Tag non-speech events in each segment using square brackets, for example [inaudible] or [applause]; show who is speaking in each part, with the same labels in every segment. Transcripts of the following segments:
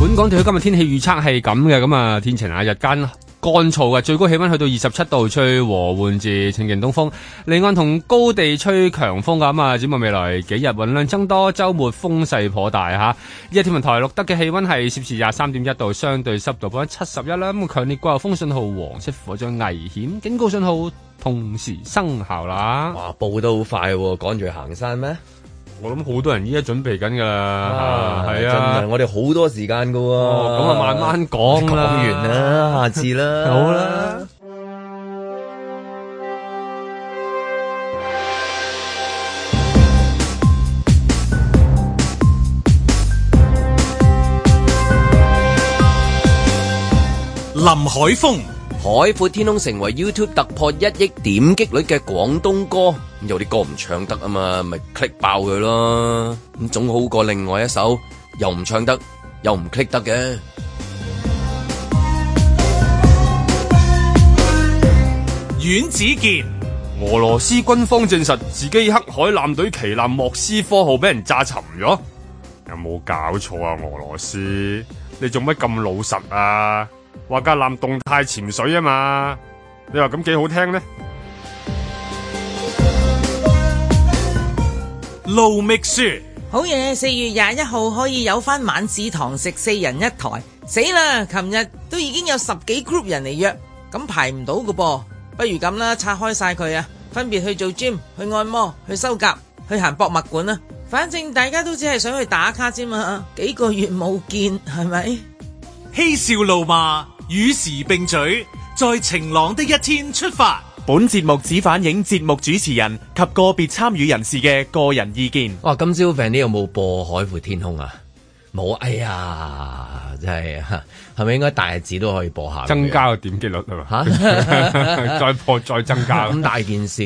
Speaker 1: 咁講到今日天氣預測係咁嘅，咁啊天晴啊，日間乾燥嘅，最高氣温去到二十七度，吹和緩至清勁東風，離岸同高地吹強風㗎，咁啊展望未來幾日雲量增多，周末風勢頗大嚇。依家天文台錄得嘅氣温係攝氏廿三點一度，相對濕度百分之七十一啦。咁強烈季候風信號黃色火災危險警告信號同時生效啦。
Speaker 2: 哇，報得好快喎，趕住去行山咩？
Speaker 1: 我諗好多人依家準備緊㗎啦，啊係
Speaker 2: 真係我哋好多時間㗎喎。
Speaker 1: 哦咁啊慢慢講啦
Speaker 2: 講完啦，下次啦，
Speaker 1: 好啦。
Speaker 3: 林海峰、
Speaker 2: 海闊天空成為 YouTube 突破一億點擊率嘅廣東歌，咁有啲歌唔唱得啊嘛，咪 click 爆佢咯，咁總好過另外一首又唔唱得又唔 click 得嘅。
Speaker 3: 阮子健、
Speaker 4: 俄羅斯軍方證實自己黑海艦隊旗艦莫斯科號俾人炸沉咗，有冇搞錯啊？俄羅斯，你做乜咁老實啊？話架艦動態潛水啊嘛，你話咁幾好聽呢？
Speaker 3: 盧覓雪、
Speaker 5: 好嘢！四月廿一號可以有翻晚市堂食四人一台，死啦！琴日都已經有十幾 group 人嚟約，咁排唔到㗎噃，不如咁啦，拆開晒佢啊，分別去做 gym、去按摩、去修甲、去行博物館啦。反正大家都只係想去打卡啫嘛，幾個月冇見係咪？
Speaker 3: 嬉笑怒罵，與時並舉，在晴朗的一天出發。
Speaker 6: 本節目只反映節目主持人及個別參與人士嘅個人意見。
Speaker 2: 哇！今朝 Van 呢有冇播《海闊天空》啊？冇，哎呀，真係嚇係咪應該大日子都可以播下？
Speaker 1: 增加個點擊率係嘛？
Speaker 2: 嚇
Speaker 1: 再破再增加。
Speaker 2: 咁大件事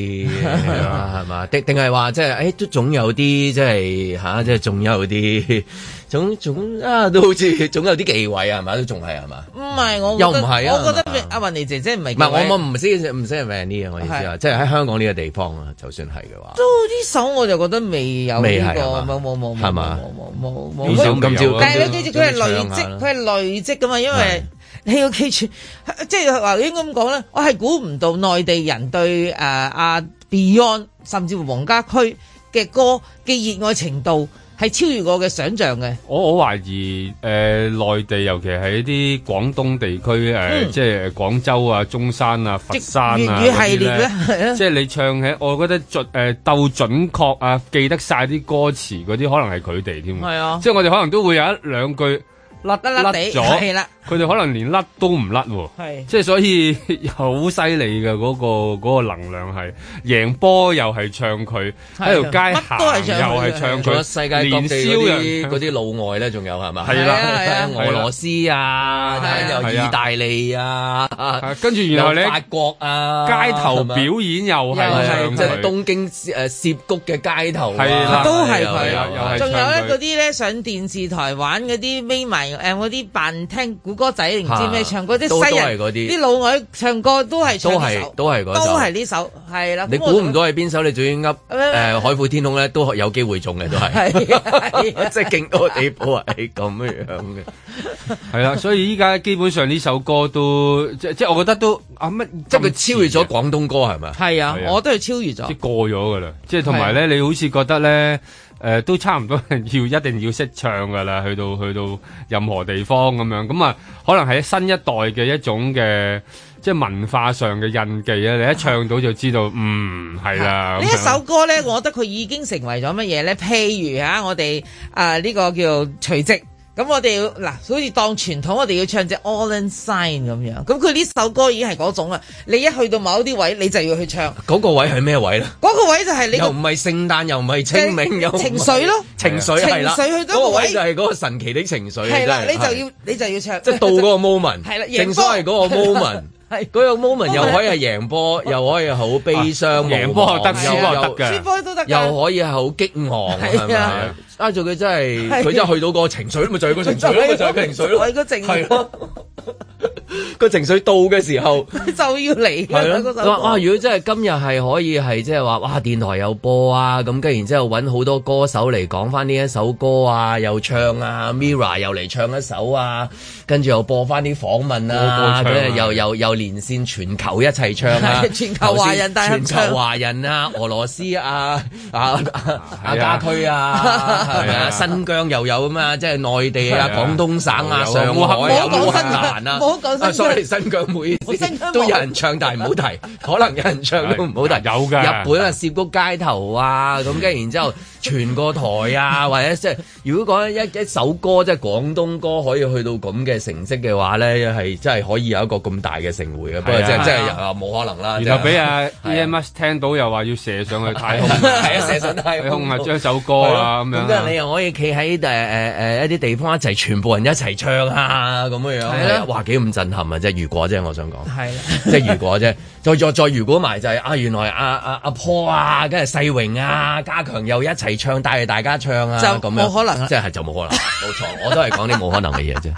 Speaker 2: 係嘛？定定係話即係誒都總有啲即係嚇，即係仲有啲 [laughs] 總總啊，都好似 [laughs] 總有啲忌諱啊，係嘛？都仲係係嘛？
Speaker 5: 唔係我覺得
Speaker 2: 又唔係啊
Speaker 5: 我覺
Speaker 2: 係嘛
Speaker 5: 得阿雲妮姐姐唔係
Speaker 2: 唔係我我
Speaker 5: 呢
Speaker 2: 唔識唔識 Van 呢啊，我意思啊，
Speaker 5: 係
Speaker 2: 即係喺香港呢個地方啊，就算係嘅話。
Speaker 5: 首我就覺得未有
Speaker 2: 未
Speaker 5: 呢
Speaker 2: 係
Speaker 5: 個
Speaker 2: 啊嘛
Speaker 5: 冇冇冇冇
Speaker 2: 係嘛
Speaker 5: 冇冇冇
Speaker 1: 呢
Speaker 5: 冇
Speaker 1: 首。
Speaker 2: 咁今朝，
Speaker 5: 但係你記住，佢係累
Speaker 2: 今朝唱下啦
Speaker 5: 積，佢係累積噶嘛，因為 [laughs] 你要記住，即係話應該咁講咧，我係估唔到內地人對誒阿 à, Beyond 甚至乎黃家駒嘅歌嘅熱愛程度係超越我嘅想像嘅。
Speaker 1: 我我懷疑誒、呃、內地，尤其係啲廣東地區誒、呃
Speaker 5: 嗯
Speaker 1: 即係廣州啊、中山啊、佛
Speaker 5: 即
Speaker 1: 山
Speaker 5: 粵
Speaker 1: 啊
Speaker 5: 語系列
Speaker 1: 嗰啲
Speaker 5: 咧，係啊
Speaker 1: 即係你唱起，我覺得準誒、呃、鬥準確啊，記得晒啲歌詞嗰啲，可能係佢哋添。
Speaker 5: 係啊
Speaker 1: 即係我哋可能都會有一兩句甩
Speaker 5: 甩甩地係啊
Speaker 1: 咗，
Speaker 5: 啦，
Speaker 1: 佢哋可能連甩都唔甩喎。
Speaker 5: 係
Speaker 1: 即係所以 [laughs] 好犀利嘅嗰個嗰、個能量係贏波又係唱佢，喺條街行
Speaker 5: 啊乜都係唱佢
Speaker 1: 又係唱
Speaker 2: 仲有
Speaker 1: 佢，
Speaker 2: 世界各
Speaker 1: 年
Speaker 2: 地
Speaker 1: 宵
Speaker 2: 嗰
Speaker 1: 又
Speaker 2: 啲
Speaker 1: 唱
Speaker 2: 嗰啲老外咧，仲有係嘛？
Speaker 1: 係啦係
Speaker 5: 啊係啊
Speaker 2: 俄羅斯啊，
Speaker 5: 係
Speaker 2: 有
Speaker 5: 啊
Speaker 2: 意大利啊，
Speaker 1: 啊跟住然後咧
Speaker 2: 有法國啊，
Speaker 1: 街頭
Speaker 2: 係嘛
Speaker 1: 表演又係
Speaker 2: 又係
Speaker 1: 唱
Speaker 2: 即係
Speaker 1: 佢，
Speaker 2: 東京誒涉谷嘅街頭啊，
Speaker 1: 係啦
Speaker 5: 都係
Speaker 2: 又
Speaker 5: 佢
Speaker 2: 又
Speaker 1: 又係
Speaker 5: 仲有咧
Speaker 1: 唱佢
Speaker 5: 嗰啲咧上電視台玩嗰啲眯埋誒嗰啲扮聽古歌仔定唔知咩
Speaker 2: 啊
Speaker 5: 唱歌，
Speaker 2: 都
Speaker 5: 啲西人
Speaker 2: 都係嗰啲
Speaker 5: 啲老外唱歌都係唱
Speaker 2: 都
Speaker 5: 呢
Speaker 2: 係
Speaker 5: 首，
Speaker 2: 都係
Speaker 5: 都
Speaker 2: 嗰首。
Speaker 5: 係呢首，係啦。
Speaker 2: 你
Speaker 5: 咁我
Speaker 2: 估唔
Speaker 5: 就
Speaker 2: 到係邊首？你最啱噏
Speaker 5: 咩咩
Speaker 2: 誒海闊天空咧，都有機會中嘅，都 [laughs] 係。
Speaker 5: 係啊係啊
Speaker 2: 即係勁多地步啊係咁樣
Speaker 5: [laughs]
Speaker 2: 嘅，
Speaker 1: 係啦，所以依家基本上呢首歌都即即係我覺得都啊乜，
Speaker 2: 即係佢超越咗廣東歌係咪？
Speaker 5: 係啊
Speaker 1: 係，啊
Speaker 5: 我都係超越咗
Speaker 1: 即係。過咗噶啦，即係同
Speaker 2: 啊
Speaker 1: 埋咧，你好似覺得咧。誒、都差唔多係要一定要識唱噶啦，去到去到任何地方咁樣，咁啊可能係新一代嘅一種嘅即係文化上嘅印記啊！你一唱到就知道，嗯係啦。咁
Speaker 5: 呢一
Speaker 1: 樣
Speaker 5: 首歌咧，我覺得佢已經成為咗乜嘢咧？譬如嚇，我哋啊呢個叫做除夕，咁我哋要嗱，好似當傳統，我哋要唱只 All and Sign 咁樣。咁佢呢首歌已經係嗰種啦，你一去到某啲位，你就要
Speaker 2: [laughs]
Speaker 5: 去唱。
Speaker 2: 嗰個位係咩位咧？
Speaker 5: 嗰個位就係你
Speaker 2: 又
Speaker 5: 個
Speaker 2: 唔係聖誕，又唔係清明，又唔係
Speaker 5: [laughs] 情緒咯
Speaker 2: 情緒係啦，
Speaker 5: 情緒去到
Speaker 2: 嗰個
Speaker 5: 個位
Speaker 2: 位就係嗰個神奇的情緒，
Speaker 5: 係啦，
Speaker 2: 哎真係
Speaker 5: 你就要你就要唱。
Speaker 2: [laughs] 即係到嗰個 moment，
Speaker 5: 係啦贏波
Speaker 2: 正所謂嗰個 moment。
Speaker 5: [laughs] 係
Speaker 2: 嗰個 moment 又可以係贏
Speaker 5: [laughs]
Speaker 2: 波，又可以係好悲傷，無
Speaker 1: 啊贏波又得輸
Speaker 2: 望
Speaker 1: 波又得嘅
Speaker 5: 輸波都得㗎。
Speaker 2: 又可以係好激昂，係
Speaker 5: 係
Speaker 2: 咪
Speaker 5: 啊？
Speaker 2: 啊！做佢真係，
Speaker 5: 係啊啊
Speaker 2: 佢真係去到嗰個情緒，咪就係嗰個情緒咯，咪就係嗰個情緒咯，
Speaker 5: 就係嗰情緒
Speaker 2: 係咯。個情緒到嘅時候。
Speaker 5: [laughs] 就要 [laughs] 嚟㗎啦嗰首
Speaker 2: 啊哇！哇！
Speaker 5: 歌。
Speaker 2: 如果真係今日係可以係即係話，哇！電台有播啊，咁跟然之後揾好多歌手嚟講翻呢一首歌啊，又唱啊，Mira 又嚟唱一首啊，跟住又播翻啲訪問啊，
Speaker 1: 個個唱啊
Speaker 2: 跟住又又又連線全球一齊唱啊，
Speaker 5: 係 [laughs] 全球華人大合唱
Speaker 2: 全球華人啊，俄羅斯啊，啊啊啊家區啊，係咪啊？新疆又有咁啊，即係內地啊，
Speaker 1: 係啊
Speaker 2: 廣東省啊，
Speaker 1: 有
Speaker 2: 上海啊，
Speaker 5: 冇講
Speaker 2: 烏克
Speaker 5: 新疆
Speaker 2: 蘭啊，
Speaker 5: 冇講新疆
Speaker 2: 啊，sorry，新疆妹
Speaker 5: 新疆冇
Speaker 2: 都有人唱，但係唔
Speaker 5: [laughs]
Speaker 2: 好提，可能有人唱都唔好提。
Speaker 1: 有㗎
Speaker 2: 日本啊，涉谷街頭啊，咁
Speaker 1: [laughs]
Speaker 2: 跟住然之後全個台啊， [laughs] 或者即係如果講一一首歌即係廣東歌可以去到咁嘅成績嘅話咧，係真係可以有一個咁大嘅盛會嘅。不過即係即係啊冇可能啦。
Speaker 1: 然後俾
Speaker 2: 人
Speaker 1: 阿 EMS 聽到又話要射上去太空，
Speaker 2: 啊 [laughs] 係啊射上太
Speaker 1: 太
Speaker 2: 空
Speaker 1: 空啊，將首歌啊咁
Speaker 2: 咁跟住
Speaker 1: 樣啊。
Speaker 2: 你又可以企喺誒誒誒一啲地方一齊，全部人一齊唱啊咁樣樣，
Speaker 5: 係啦
Speaker 2: 哇幾咁震撼啊！即係如果啫，我想講。
Speaker 5: 係啦，
Speaker 2: [laughs] 即係如果啫，再再再如果埋就係、啊，原來阿阿阿 Paul 啊，跟住世榮啊、加強又一齊唱，帶住大家唱啊，
Speaker 5: 嗯就
Speaker 2: 咁樣
Speaker 5: 冇可能啦
Speaker 2: 即係就冇可能， [laughs] 冇錯，我都係講啲冇可能嘅嘢啫。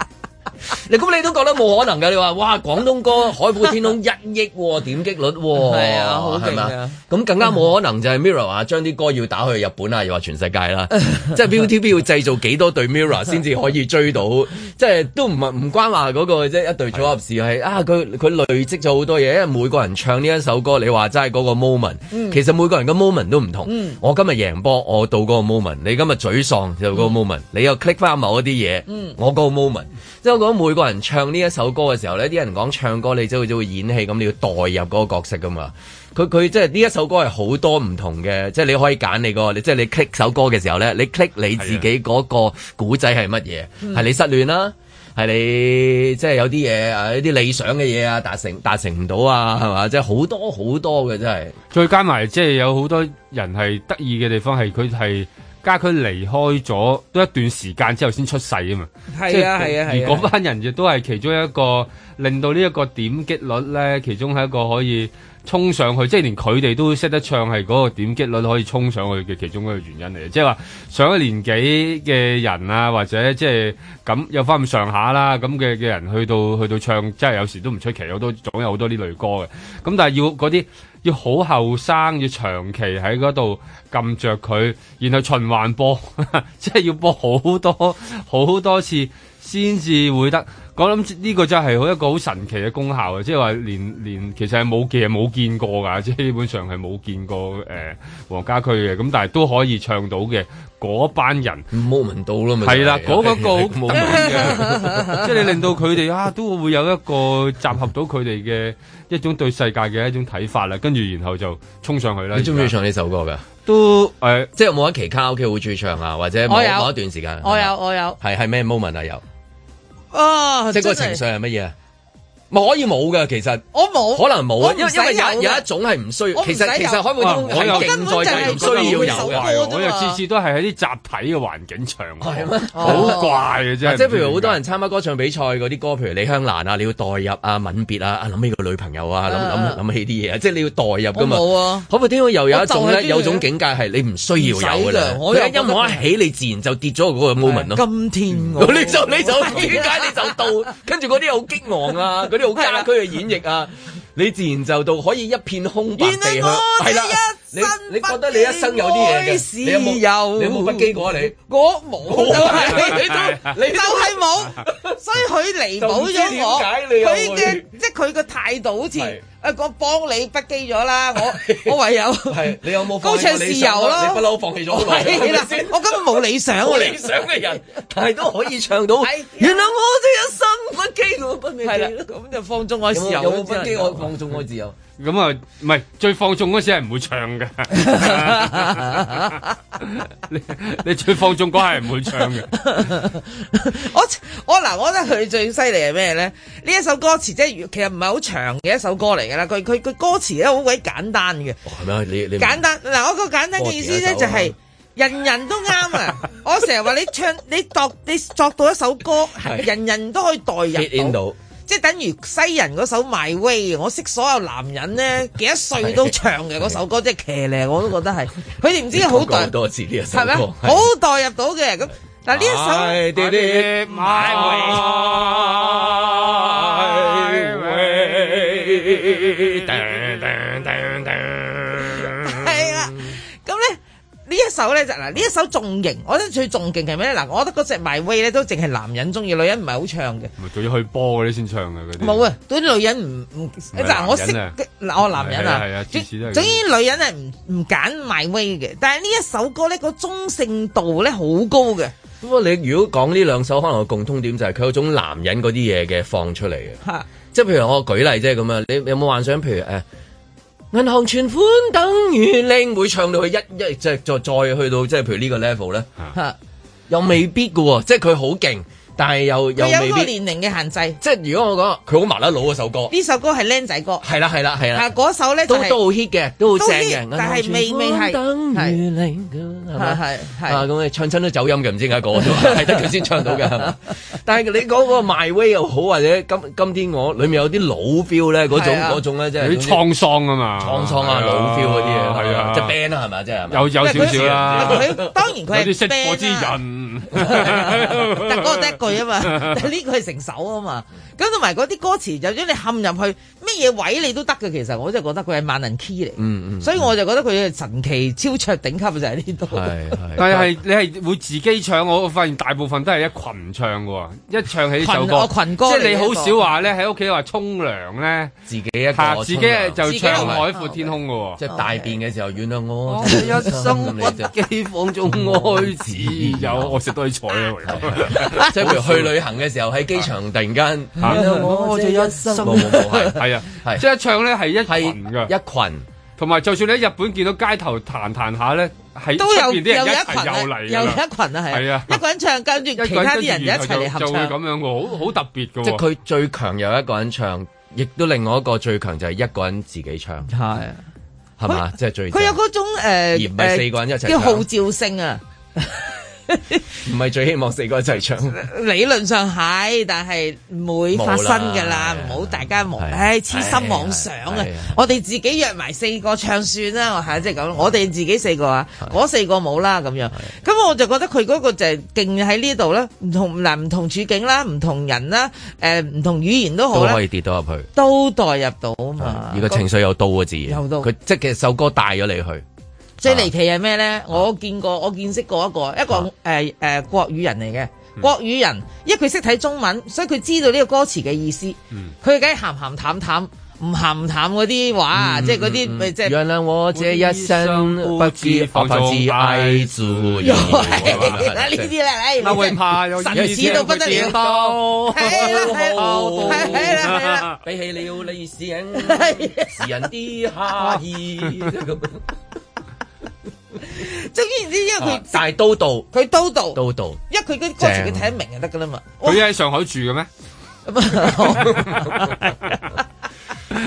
Speaker 2: 你咁你都覺得冇可能㗎？你話哇廣東歌海闊天空一億喎、點擊率喎、
Speaker 5: 係啊好勁啊
Speaker 2: 係嘛咁更加冇可能就係 Mirror 啊，將啲歌要打去日本啊，又話全世界啦，即係 ViuTV 要製造幾多對 Mirror 先至可以追到，即係都唔係唔關話嗰個即係一對組合事係啊，佢佢累積咗好多嘢，因為每個人唱呢一首歌，你話齋嗰個 moment，其實每個人嘅 moment 都唔同。我今日贏波，我到嗰個 moment；你今日沮喪就嗰個 moment，你又 click 翻某一啲嘢，我嗰個 moment。即係我覺得每個人唱呢一首歌嘅時候呢啲人講唱歌你即係就會演戲咁，你要代入嗰個角色噶嘛。佢佢即係呢一首歌係好多唔同嘅，即係你可以揀你個，你即係你 click 首歌嘅時候咧，你 click 你自己嗰個古仔係乜嘢？係你失戀啦，係你即係有啲嘢啊，一啲理想嘅嘢啊，達成達成唔到啊，係嘛？即係好多好多嘅真係。
Speaker 1: 再加埋即係有好多人係得意嘅地方係佢係家駒離開咗都一段時間之後先出世啊嘛。
Speaker 5: 係啊，係啊，
Speaker 1: 而
Speaker 5: 係
Speaker 1: 嗰
Speaker 5: 啊。
Speaker 1: 班人亦都係其中一個令到呢一個點擊率咧，其中係一個可以衝上去，即係連佢哋都識得唱係嗰個點擊率可以衝上去嘅其中一個原因嚟嘅。即係話上一年紀嘅人啊，或者即係咁有翻咁上下啦，咁嘅嘅人去到去到唱，即係有時都唔出奇，有好多總有好多呢類歌嘅。咁但係要嗰啲。要好後生，要長期喺嗰度撳着佢，然後循環播， [laughs] 即係要播好多好多次先至會得。我諗呢個真係好一個好神奇嘅功效啊！即係話連連其實係冇嘅冇見過㗎， [laughs] 即係基本上係冇見過誒、呃、黃家駒嘅，咁但係都可以唱到嘅嗰班人。
Speaker 2: moment 到啦嘛，
Speaker 1: 係
Speaker 2: [laughs]
Speaker 1: 啦，
Speaker 2: 就
Speaker 1: 嗰個好
Speaker 2: 係
Speaker 1: 特別嘅， [laughs] 即係你令到佢哋啊，都會有一個集合到佢哋嘅一種對世界嘅一種睇法啦，跟住然後就衝上去啦。
Speaker 2: 你中唔中意
Speaker 1: 而家
Speaker 2: 唱呢首歌㗎？
Speaker 1: 都誒
Speaker 2: 即係有冇一期卡拉 OK 好中意唱啊？或者某
Speaker 5: 我有
Speaker 2: 某一段時間，
Speaker 5: 我有我有
Speaker 2: 係係咩 moment 啊？有
Speaker 5: 啊，
Speaker 2: 即係嗰個情
Speaker 5: 真係
Speaker 2: 緒係乜嘢啊？咪可以冇㗎，其實。
Speaker 5: 我冇，
Speaker 2: 可能冇
Speaker 5: 我
Speaker 2: 啊，
Speaker 5: 唔
Speaker 2: 因為
Speaker 5: 使
Speaker 2: 因為有
Speaker 5: 有
Speaker 2: 有
Speaker 5: 嘅
Speaker 2: 一種係唔需
Speaker 5: 我
Speaker 2: 要，
Speaker 5: 唔
Speaker 2: 其
Speaker 5: 使
Speaker 2: 實其實
Speaker 5: 有
Speaker 2: 海本
Speaker 1: 啊我又
Speaker 2: 中係勁在係唔
Speaker 5: 根本
Speaker 2: 需
Speaker 5: 就
Speaker 2: 要
Speaker 5: 係
Speaker 2: 有
Speaker 5: 首歌
Speaker 2: 嘅。
Speaker 1: 係我
Speaker 5: 啫
Speaker 1: 又
Speaker 5: 嘛
Speaker 1: 次次都係喺啲集體嘅環境唱，
Speaker 2: 係咩
Speaker 1: 好怪嘅
Speaker 2: 啊
Speaker 1: 啫。
Speaker 2: 即係譬如好多人參加歌唱比賽嗰啲歌，譬如李香蘭啊，你要代入啊、吻別啊、啊諗起個女朋友啊、
Speaker 5: 啊
Speaker 2: 諗諗諗起啲嘢啊，即係你要代入
Speaker 5: 我
Speaker 2: 㗎嘛。
Speaker 5: 冇啊。
Speaker 2: 可唔可以點解又有一種
Speaker 5: 我就係
Speaker 2: 咧？
Speaker 5: 呢樣
Speaker 2: 有種境界係你唔需要有㗎
Speaker 5: 唔使
Speaker 2: 啦
Speaker 5: 㗎。我又
Speaker 2: 佢一音樂一起，你自然就跌咗嗰個 moment 咯。
Speaker 5: 今天我
Speaker 2: 你就你就點解你就
Speaker 5: [laughs]
Speaker 2: 到，跟住嗰啲好激昂啊，嗰啲好家居嘅演繹啊，你自然就到可以一片空白地去，
Speaker 5: 原來我
Speaker 2: 係啦
Speaker 5: 一生，
Speaker 2: 你你覺得你一生有啲嘢
Speaker 5: 愛
Speaker 2: 嘅，
Speaker 5: 是
Speaker 2: 你有冇
Speaker 5: 有
Speaker 2: 你有冇不羈過啊你？
Speaker 5: 我冇就
Speaker 2: [laughs]
Speaker 5: 係
Speaker 2: 你都你
Speaker 5: 就係冇，
Speaker 2: [laughs]
Speaker 5: 所以佢彌補
Speaker 2: 就唔知
Speaker 5: 咗我。
Speaker 2: 點解你又會
Speaker 5: 佢嘅即係佢個態度好似
Speaker 2: 係
Speaker 5: 誒，我幫你不羈咗啦，我 [laughs] 我唯有
Speaker 2: [laughs] 係你有冇放
Speaker 5: 高
Speaker 2: 棄過
Speaker 5: 唱
Speaker 2: 理
Speaker 5: 豉
Speaker 2: 想
Speaker 5: 油
Speaker 2: 啊
Speaker 5: 啦，
Speaker 2: 你不嬲放棄咗好耐
Speaker 5: 係啦
Speaker 2: 係咪先，
Speaker 5: 我根本冇理想
Speaker 2: 好
Speaker 5: 啊！
Speaker 2: 理想嘅人，但係都可以唱到
Speaker 5: 係啊。
Speaker 2: 原來我這一生不羈我不羈
Speaker 5: 係啦，咁就放縱我
Speaker 2: 有
Speaker 5: 豉
Speaker 2: 冇
Speaker 5: 油啊
Speaker 2: 有冇不
Speaker 5: 啦只
Speaker 2: 羈
Speaker 5: 能
Speaker 2: 我
Speaker 5: 夠
Speaker 2: [laughs] 放縱我自由？
Speaker 1: 咁啊，唔係最放縱嗰時係唔會唱嘅。你你最放縱嗰下係唔會唱嘅。
Speaker 5: [laughs] 我我嗱，我覺得佢最犀利係咩咧？呢一首歌詞即係其實唔係好長嘅一首歌嚟㗎啦，佢佢佢歌詞咧好鬼簡單嘅。
Speaker 2: 哦係咪啊？你你唔
Speaker 5: 簡單嗱，我個簡單嘅意思咧
Speaker 2: 多謝
Speaker 5: 就
Speaker 2: 啊
Speaker 5: 係、人人都
Speaker 2: [laughs]
Speaker 5: 啱啊！我成日話你唱你作你作到一首歌，
Speaker 2: 係
Speaker 5: 人人都可以代
Speaker 2: fit
Speaker 5: 入
Speaker 2: in
Speaker 5: 到，
Speaker 2: 到。
Speaker 5: 即係等於西人嗰首 My Way，我識所有男人
Speaker 2: [laughs]
Speaker 5: 咧幾多歲都唱嘅嗰首歌，即係騎呢我都覺得係，佢哋唔知好
Speaker 2: 講過好
Speaker 5: 代
Speaker 2: 多次呢一首
Speaker 5: 係咪
Speaker 2: 歌，
Speaker 5: 好代入到嘅咁。嗱呢一首
Speaker 2: 啲啲
Speaker 1: 買回
Speaker 5: 係啦，咁咧呢一首咧就嗱呢一首仲型，我覺得最仲勁係咩咧？嗱，我覺得嗰只 My Way 咧都淨係男人中意，女人唔係好唱嘅。
Speaker 1: 咪仲要去波嗰啲先唱嘅嗰啲。
Speaker 5: 冇啊，對啲女人唔唔
Speaker 1: 嗯係
Speaker 5: 嗱，我識
Speaker 1: 男人啊
Speaker 5: 嘅嗱我男人啊，
Speaker 1: 係啊係啊
Speaker 5: 總
Speaker 1: 次次都係咁
Speaker 5: 總之女人係唔唔揀 My Way 嘅，但係呢一首歌咧個中性度咧好高嘅，
Speaker 2: 不過你如果講呢兩首，可能個共通點就係佢有種男人嗰啲嘢嘅放出嚟嘅。
Speaker 1: 啊
Speaker 5: 嚇
Speaker 2: 即係譬如我舉例啫咁啊，你有冇幻想譬如誒？呃銀行存款等於令會唱到去一一即係再再去到即係譬如呢個 level 咧，
Speaker 5: 嚇，
Speaker 2: 又未必嘅喎，即係佢好勁，但係又又
Speaker 5: 佢有
Speaker 2: 未
Speaker 5: 嗰個
Speaker 2: 必。
Speaker 5: 年齡嘅限制。
Speaker 2: 即係如果我講佢好麻甩佬嗰首歌，
Speaker 5: 呢首歌係僆仔歌，
Speaker 2: 係啦係啦
Speaker 1: 啊
Speaker 2: 係啦
Speaker 5: 嚇，嗰首咧就
Speaker 2: 都
Speaker 5: 係
Speaker 2: 都好 hit 嘅，都好正嘅
Speaker 5: 都。但係未未係
Speaker 2: 等於令係
Speaker 5: 係
Speaker 2: 嘛？
Speaker 5: 係
Speaker 2: 啊，
Speaker 5: 係
Speaker 2: 咁你唱親都走音嘅，唔知點解嗰個都 [laughs] 係得佢先唱到嘅。係嘛但係你講嗰個 My Way 又好，或者今今天我裡面有啲老 feel 咧，嗰種
Speaker 5: 係啊
Speaker 2: 嗰種咧，即
Speaker 1: 有
Speaker 2: 係
Speaker 1: 啲滄桑啊嘛，
Speaker 2: 滄桑啊、老 feel 嗰啲嘢，
Speaker 1: 係啊，
Speaker 2: 即係 band 啦，係咪啊？即係係咪
Speaker 1: 有有少少啦，
Speaker 5: 佢當然
Speaker 1: 有
Speaker 5: 佢
Speaker 1: 啲
Speaker 5: 係啊
Speaker 1: 識貨
Speaker 5: band
Speaker 1: 之
Speaker 5: 啦
Speaker 1: 人，啊 [laughs]
Speaker 5: 但嗰個得一句啊嘛，但係呢句係成首啊嘛。咁同埋嗰啲歌詞，就將你陷入去乜嘢位你都得嘅。其實我真係覺得佢係萬能 key
Speaker 1: 嗯
Speaker 5: 嚟，所以我就覺得佢係神奇超卓頂級就喺呢度。
Speaker 2: 係係，
Speaker 1: 但係你係會自己唱，我發現大部分都係一群唱嘅喎，一唱起呢首
Speaker 5: 群我
Speaker 1: 歌，
Speaker 5: 群
Speaker 1: 即
Speaker 5: 歌嚟嘅
Speaker 1: 係你好
Speaker 5: 一
Speaker 1: 少
Speaker 5: 個
Speaker 1: 話咧喺屋企話沖涼咧，
Speaker 2: 自己一
Speaker 1: 嚇
Speaker 2: 個
Speaker 1: 自己就
Speaker 5: 自己
Speaker 1: 唱
Speaker 5: 沖涼
Speaker 1: 海闊天空嘅
Speaker 2: 即
Speaker 1: 喎。
Speaker 2: 係大便嘅時候，原諒我
Speaker 1: 啊我
Speaker 5: 哦
Speaker 1: 一生
Speaker 2: 咁你就
Speaker 1: 不羈放縱愛自由，
Speaker 5: [laughs]
Speaker 1: 我食多啲菜啊！
Speaker 2: 即係譬如去旅行嘅時候喺機場突然間，
Speaker 1: 嚇
Speaker 5: 啊
Speaker 2: 我這一生冇冇冇
Speaker 1: [laughs]
Speaker 2: 係
Speaker 1: 係啊，
Speaker 2: 係
Speaker 1: 即係一唱咧係一群嘅。
Speaker 2: 係一群。
Speaker 1: 同埋就算你喺日本見到街頭彈彈下咧，係
Speaker 5: 都有
Speaker 1: 出邊啲人
Speaker 5: 有一
Speaker 1: 一
Speaker 5: 群
Speaker 1: 齊又
Speaker 5: 啊，
Speaker 1: 嚟
Speaker 5: 有
Speaker 1: 㗎
Speaker 5: 一
Speaker 1: 啦，
Speaker 5: 群啊，
Speaker 1: 係
Speaker 5: 係
Speaker 1: 啊
Speaker 5: 啊一個人唱，跟住
Speaker 1: 一個
Speaker 5: 其他
Speaker 1: 跟住
Speaker 5: 啲人一
Speaker 1: 然後
Speaker 5: 齊嚟
Speaker 1: 就
Speaker 5: 合
Speaker 1: 就會
Speaker 5: 唱。
Speaker 1: 咁樣喎，好好特別嘅
Speaker 2: 即係
Speaker 1: 喎。
Speaker 2: 佢最強有一個人唱，亦都另外一個最強就係一個人自己唱，
Speaker 5: 係，
Speaker 2: 係嘛？即係最
Speaker 5: 佢有嗰種
Speaker 2: 而
Speaker 5: 誒
Speaker 2: 唔係四
Speaker 5: 誒
Speaker 2: 個人一齊
Speaker 5: 叫號
Speaker 2: 唱，
Speaker 5: 召性啊。
Speaker 2: 唔係最希望四個一齊唱。
Speaker 5: 理論上係，但係唔會發生噶啦，
Speaker 2: 冇啦
Speaker 5: 唔好大家忘，
Speaker 2: 係啊
Speaker 5: 唉，痴心妄想
Speaker 2: 係
Speaker 5: 啊
Speaker 2: 係！
Speaker 5: 我哋自己約埋四個唱算啦，我係即係咁，我哋自己四個啊，嗰四個冇啦咁樣，咁我就覺得佢嗰個就係勁喺呢度啦，唔同嗱唔同處境啦，唔同人啦，誒唔同語言都好
Speaker 2: 都
Speaker 5: 啦
Speaker 2: 可，以跌到入去，
Speaker 5: 都代入到啊嘛。
Speaker 2: 而個情緒有刀嘅字，
Speaker 5: 有刀
Speaker 2: 佢即係其實首歌帶咗你去，
Speaker 5: 最離奇係咩咧？我見過，我見識過一個一個誒誒、呃呃、國語人嚟嘅國語人，因為佢識睇中文，所以佢知道呢個歌詞嘅意思。佢梗係鹹鹹淡淡，唔鹹唔淡嗰啲話啊，即係嗰
Speaker 2: 嗯
Speaker 5: 啲咪即係。
Speaker 2: 原諒我這一生不知發發自愛自由。
Speaker 5: [laughs] 係啦呢啲咧，哎唉，
Speaker 1: 那會怕有
Speaker 5: 神似到不得了，
Speaker 2: 刀
Speaker 5: 係啦係啦係啦係啦。
Speaker 2: 比起了你是人，是人啲下意咁。
Speaker 5: 總言之，因為佢
Speaker 2: 但係都到
Speaker 5: 佢都道，
Speaker 2: 都到。
Speaker 5: 因為佢嗰啲歌詞佢睇得明就得噶啦嘛。哇
Speaker 1: 佢喺上海住嘅咩？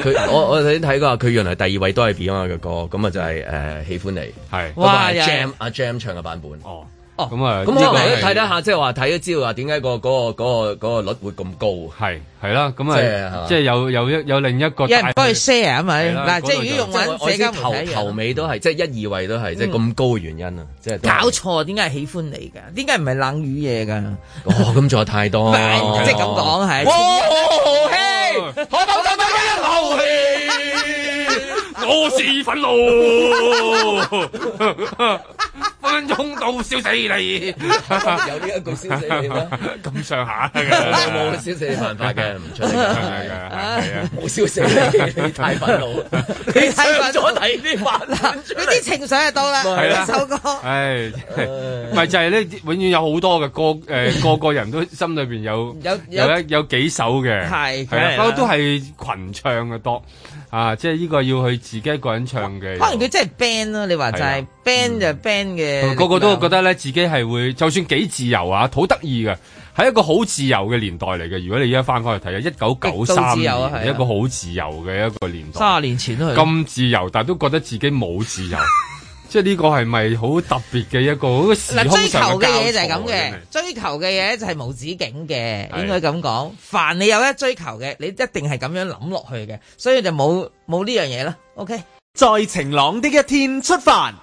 Speaker 2: 佢我我頭先睇過，佢原來第二位都係 Beyond 嘅歌，咁啊就係誒喜歡你，
Speaker 1: 係
Speaker 5: 哇
Speaker 2: 哇
Speaker 5: 又係
Speaker 2: ！Jam 阿 Jam 唱嘅版本，咁
Speaker 1: 哦，
Speaker 5: 哦
Speaker 1: 咁啊，
Speaker 2: 可
Speaker 1: 呢個
Speaker 2: 能都
Speaker 1: 係
Speaker 2: 睇得下，即係話睇咗知道話點解個嗰個嗰個嗰個率會咁高，
Speaker 1: 係係啦，咁
Speaker 2: 即係係
Speaker 1: 啊
Speaker 2: 嘛，
Speaker 1: 即係有有一有另一個
Speaker 5: 有人
Speaker 1: [laughs] 帶
Speaker 5: 幫佢
Speaker 1: 去
Speaker 5: share 啊嘛，
Speaker 1: 係啦
Speaker 5: 嗱，即係
Speaker 1: 嗰度
Speaker 5: 如
Speaker 2: 即
Speaker 5: 果
Speaker 2: 係
Speaker 5: 用
Speaker 2: 我
Speaker 5: 揾社
Speaker 2: 知
Speaker 5: 交媒體啊
Speaker 2: 頭
Speaker 5: 一樣
Speaker 2: 頭尾都係即係一二位都係即係咁高嘅原因啊，即係都係
Speaker 5: 搞錯，點解係喜歡你㗎？點解唔係冷雨夜㗎？
Speaker 2: 哦咁仲有太
Speaker 5: [laughs]
Speaker 2: 多，
Speaker 5: 即哎係咁講係。 [laughs]
Speaker 2: 哦，嘿，可否再多一流？
Speaker 1: 我是憤怒，分分鐘到笑死你，
Speaker 2: [laughs]
Speaker 5: 啊
Speaker 2: 有呢一句先死你
Speaker 5: [laughs]
Speaker 2: 咩？
Speaker 1: 咁上下嘅，
Speaker 2: 我冇消死你辦法嘅，唔出聲
Speaker 5: [laughs]
Speaker 1: 係
Speaker 2: 嘅。
Speaker 1: 啊係啊。
Speaker 2: 冇消息，你太憤怒，你
Speaker 5: 太憤怒
Speaker 2: 上咗睇啲法啦。
Speaker 5: 嗰啲情緒就到啦，
Speaker 1: 係啊啦
Speaker 5: 呢首歌。
Speaker 1: 唉，咪就係咧，永遠有好多嘅歌，誒個個人都心裏邊有
Speaker 5: 有有
Speaker 1: 有一有幾首嘅，係
Speaker 5: 係
Speaker 1: 啊，
Speaker 5: 梗係啦
Speaker 1: 不過都係群唱嘅多啊，即係呢個要佢自己一個人唱嘅，
Speaker 5: 可能佢真係 band 咯，你話就
Speaker 1: 係啊嗯
Speaker 5: 係 band 就 band 嘅，
Speaker 1: 個個都覺
Speaker 5: 得
Speaker 1: 得咧自己係會，就算幾自由啊，好得意嘅，係一個好自由嘅年代嚟嘅。如果你而家翻返去睇啊，一九九
Speaker 5: 極度
Speaker 1: 三
Speaker 5: 自由啊係啊
Speaker 1: 年一個好自由嘅一個年代，
Speaker 5: 卅年前都係。
Speaker 1: 咁自由，但都覺得自己冇自由，即係呢個係咪好特別嘅一個好個時
Speaker 5: 嗱，
Speaker 1: 空
Speaker 5: 追求
Speaker 1: 上
Speaker 5: 嘅嘢就
Speaker 1: 係
Speaker 5: 係咁嘅，追求嘅嘢就係無止境嘅，應該咁講。凡你有一追求嘅，你一定係咁樣諗落去嘅，所以就冇冇呢樣嘢啦。OK。
Speaker 3: 在晴朗的一天出發。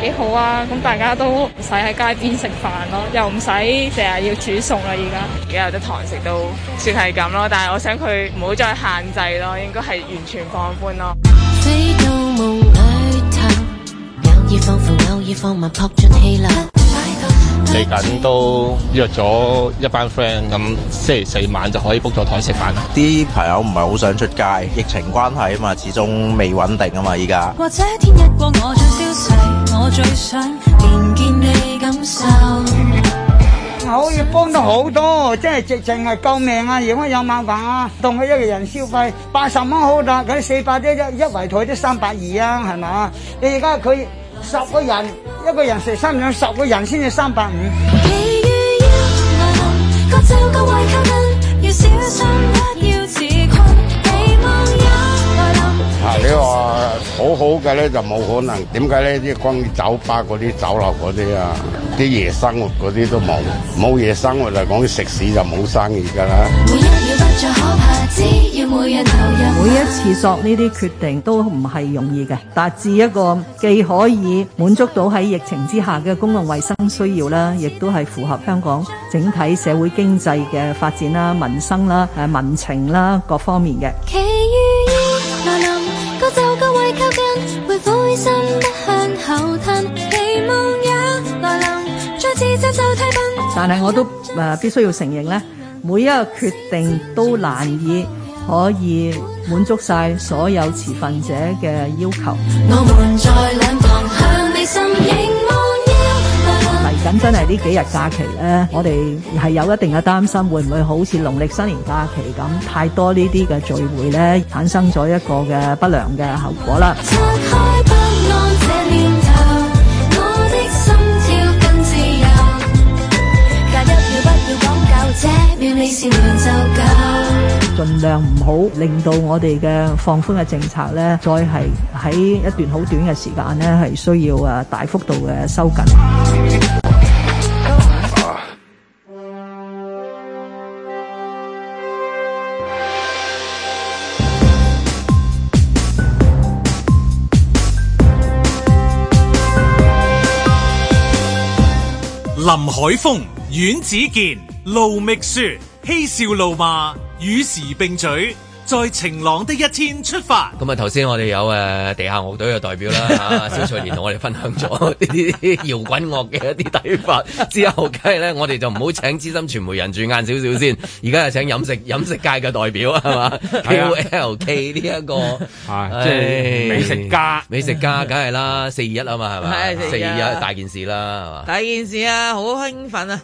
Speaker 7: 幾好啊！咁大家都唔使喺街邊食飯咯，又唔使成日要煮餸啦。而家而家有得堂食都算係咁咯，但係我想佢唔好再限制咯，應該係完全放寬咯。
Speaker 8: 飛到夢裏頭，偶爾放負，偶爾放埋，撲進氣流。
Speaker 9: 嚟緊都約咗一班 friend，咁星期四晚就可以 book 咗台食飯啦。
Speaker 10: 啲朋友唔係好想出街，疫情關係啊嘛，始終未穩定啊嘛，依家。
Speaker 11: 或者天一光我將消逝，我最想連見你感受。
Speaker 12: 我可以幫到好多，真係直情係救命啊！如果有猛飯啊，當佢一個人消費八十蚊好啦，佢四百啫，一一圍台都三百二啊，係嘛？你而家佢十個人，一個人食三兩，十個人先至三百五。
Speaker 11: 疲於一輪，各就各位靠近，要小心不要自困。期望也來臨，
Speaker 13: 嗱，你話好好嘅咧就冇可能，點解咧？即係關於酒吧嗰啲、酒樓嗰啲啊，啲夜生活嗰啲都冇，冇夜生活嚟講，食肆就冇生意㗎啦。
Speaker 11: 每一秒不再可怕，只要每日投入。
Speaker 14: 每一次作呢啲決定都唔係容易嘅，達至一個既可以滿足到喺疫情之下嘅公共衛生需要啦，亦都係符合香港整體社會經濟嘅發展啦、民生啦、誒民情啦各方面嘅。
Speaker 11: 奇遇意來臨，各就各位靠近，會灰心不向後褪，期望也來臨，再次走走太笨。
Speaker 14: 但係我都誒、呃必須要承認咧，每一個決定都難以可以滿足晒所有持份者嘅要求。
Speaker 11: 我們在兩旁向你心凝望，
Speaker 14: 嚟緊真係呢幾日假期咧，我哋係有一定嘅擔心，會唔會好似農曆新年假期咁太多呢啲嘅聚會咧，產生咗一個嘅不良嘅後果啦。
Speaker 11: 拆開不安這念頭，我的心跳更自由。隔一秒不要講究，這秒你善良就夠。
Speaker 14: 盡量唔好令到我哋嘅放寬嘅政策咧，再係喺一段好短嘅時間咧，係需要誒大幅度嘅收緊。
Speaker 3: 林海峰、阮子健、路觅雪，嬉笑怒罵，與時並舉，在晴朗的一天出發。
Speaker 2: 咁啊，頭先我哋有誒地下樂隊嘅代
Speaker 5: [laughs]
Speaker 2: 表啦，啊小翠蓮同我哋分享咗 [laughs] 呢啲搖滾樂嘅一啲睇法之後，梗係咧我哋就唔好請資深傳媒人住晏少少先，而家就請飲食 [laughs] 飲食界嘅代表係
Speaker 5: [laughs]
Speaker 2: 嘛，KOLK 呢一個
Speaker 1: 啊，即係美食家。
Speaker 2: 美食
Speaker 5: [laughs]
Speaker 2: 家，梗係啦，四二一啊嘛係咪？
Speaker 5: 係
Speaker 2: 四
Speaker 5: 421
Speaker 2: 二一大件事
Speaker 5: [laughs]
Speaker 2: 啦
Speaker 5: 第一件事啊，好興奮啊！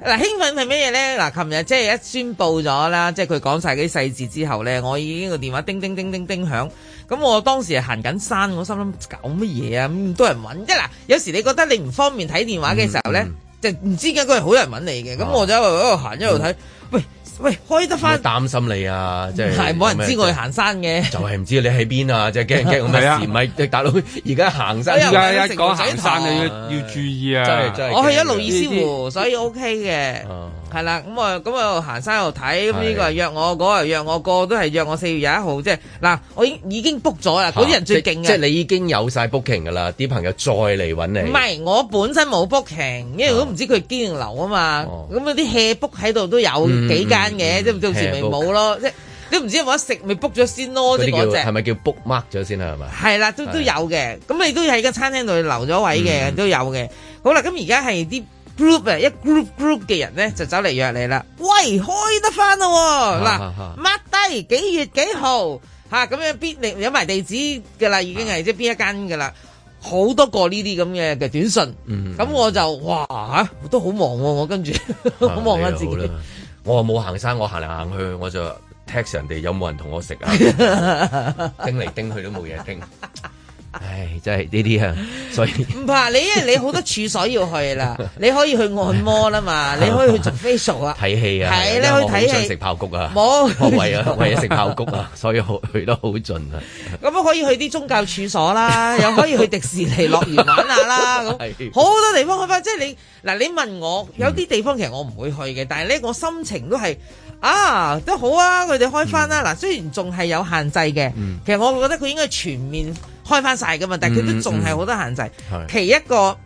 Speaker 5: 嗱，興奮係咩嘢咧？嗱，琴日即係一宣布咗啦，即係佢講晒嗰啲細節之後咧，我已經個電話叮叮叮叮叮響。咁我當時係行緊山，我心諗搞乜嘢啊？咁多人揾，即係嗱，有時你覺得你唔方便睇電話嘅時候咧，就唔知點解佢係好多人揾你嘅。咁我就喺度行一路睇，喂喂，開得
Speaker 2: 係嘛？
Speaker 5: 翻，
Speaker 2: 擔心你啊，即係
Speaker 5: [laughs] 係冇人知我去行山嘅。
Speaker 2: 就係唔知你喺邊啊！即係
Speaker 5: [laughs]
Speaker 2: 驚驚咁
Speaker 1: 係啊
Speaker 2: 嘅事，唔係大佬而家行山
Speaker 5: 哎呀
Speaker 1: 而
Speaker 5: 我
Speaker 1: 家
Speaker 5: 有
Speaker 1: 一
Speaker 5: 食
Speaker 1: 講
Speaker 5: 龍仔
Speaker 1: 行山
Speaker 5: 糖
Speaker 1: 你要要注意啊！
Speaker 2: 真係真係
Speaker 5: 我去
Speaker 2: 驚
Speaker 5: 咗路易斯
Speaker 1: 呢
Speaker 5: 湖，所以 OK 嘅
Speaker 2: 哦，
Speaker 5: 係啦。咁啊，咁啊行山又睇，咁
Speaker 2: 係
Speaker 5: 呢個係約我，嗰個係約我，個個都係約我四月廿一號，即係嗱，我已已經 book 咗啦，嗰啲人最勁
Speaker 2: 即即係
Speaker 5: 嘅。
Speaker 2: 你已經有晒 booking 㗎啦，啲朋友再嚟揾你。
Speaker 5: 唔係，我本身冇 booking，因為我都唔知佢堅定流啊嘛。
Speaker 2: 哦
Speaker 5: 咁嗰啲 hea book 喺度都有
Speaker 2: 嗯
Speaker 5: 幾間嘅，
Speaker 2: 嗯
Speaker 5: 即係到時
Speaker 2: hea
Speaker 5: 咪
Speaker 2: book
Speaker 5: 冇咯。即係你唔知有冇得食，咪 book 咗先咯。
Speaker 2: 嗰
Speaker 5: 即係
Speaker 2: 啲
Speaker 5: 嗰
Speaker 2: 叫
Speaker 5: 只
Speaker 2: 係咪叫 book mark 咗先啊？係咪？
Speaker 5: 係啦，都
Speaker 2: 係嗯
Speaker 5: 都有嘅。咁你都喺個餐廳度留咗位嘅，都有嘅。好啦，咁而家係啲 group 啊，一 group group 嘅人咧就走嚟約你啦。喂，開得翻咯
Speaker 2: 啊啊
Speaker 5: 喎！嗱，mark 低幾月幾號嚇，咁樣邊你有埋地址㗎啦，已經
Speaker 2: 啊
Speaker 5: 係即係邊一間㗎啦。好多個呢啲咁嘅嘅短信，咁、
Speaker 2: 嗯
Speaker 5: 我就哇嚇都好忙喎、 [laughs] 我跟
Speaker 2: [laughs]
Speaker 5: 住好忙啊自己
Speaker 2: 你。好啦我冇行山，我行嚟行去，我就 text 人哋有冇人同我食
Speaker 5: [laughs]
Speaker 2: 啊？叮嚟叮去都冇嘢叮。唉，真係呢啲啊，所以
Speaker 5: 唔怕你，因為你好多處所要去啦，
Speaker 2: [laughs]
Speaker 5: 你可以去按摩啦嘛，你可以去做 facial 啊，
Speaker 2: 睇戲啊，因
Speaker 5: 係你
Speaker 2: 為
Speaker 5: 去
Speaker 2: 我好
Speaker 5: 睇戲
Speaker 2: 想食爆谷啊，
Speaker 5: 冇
Speaker 2: 我為
Speaker 5: [laughs]
Speaker 2: 啊為咗食 [laughs] 爆谷啊，所以好去得好盡啊。
Speaker 5: 咁可以去啲宗教處所啦，又可以去迪士尼樂園玩下啦，
Speaker 2: 係
Speaker 5: 咁好多地方去翻。即係你嗱，你問我有啲地方其實我唔會去嘅，但係咧我心情都係啊都好啊，佢哋開翻啦。嗱，雖然仲係有限制嘅，其實我覺得佢應該全面開翻晒噶嘛，但係佢
Speaker 15: 嗯
Speaker 5: 都仲係好多限制。
Speaker 1: 嗯係
Speaker 5: 其一個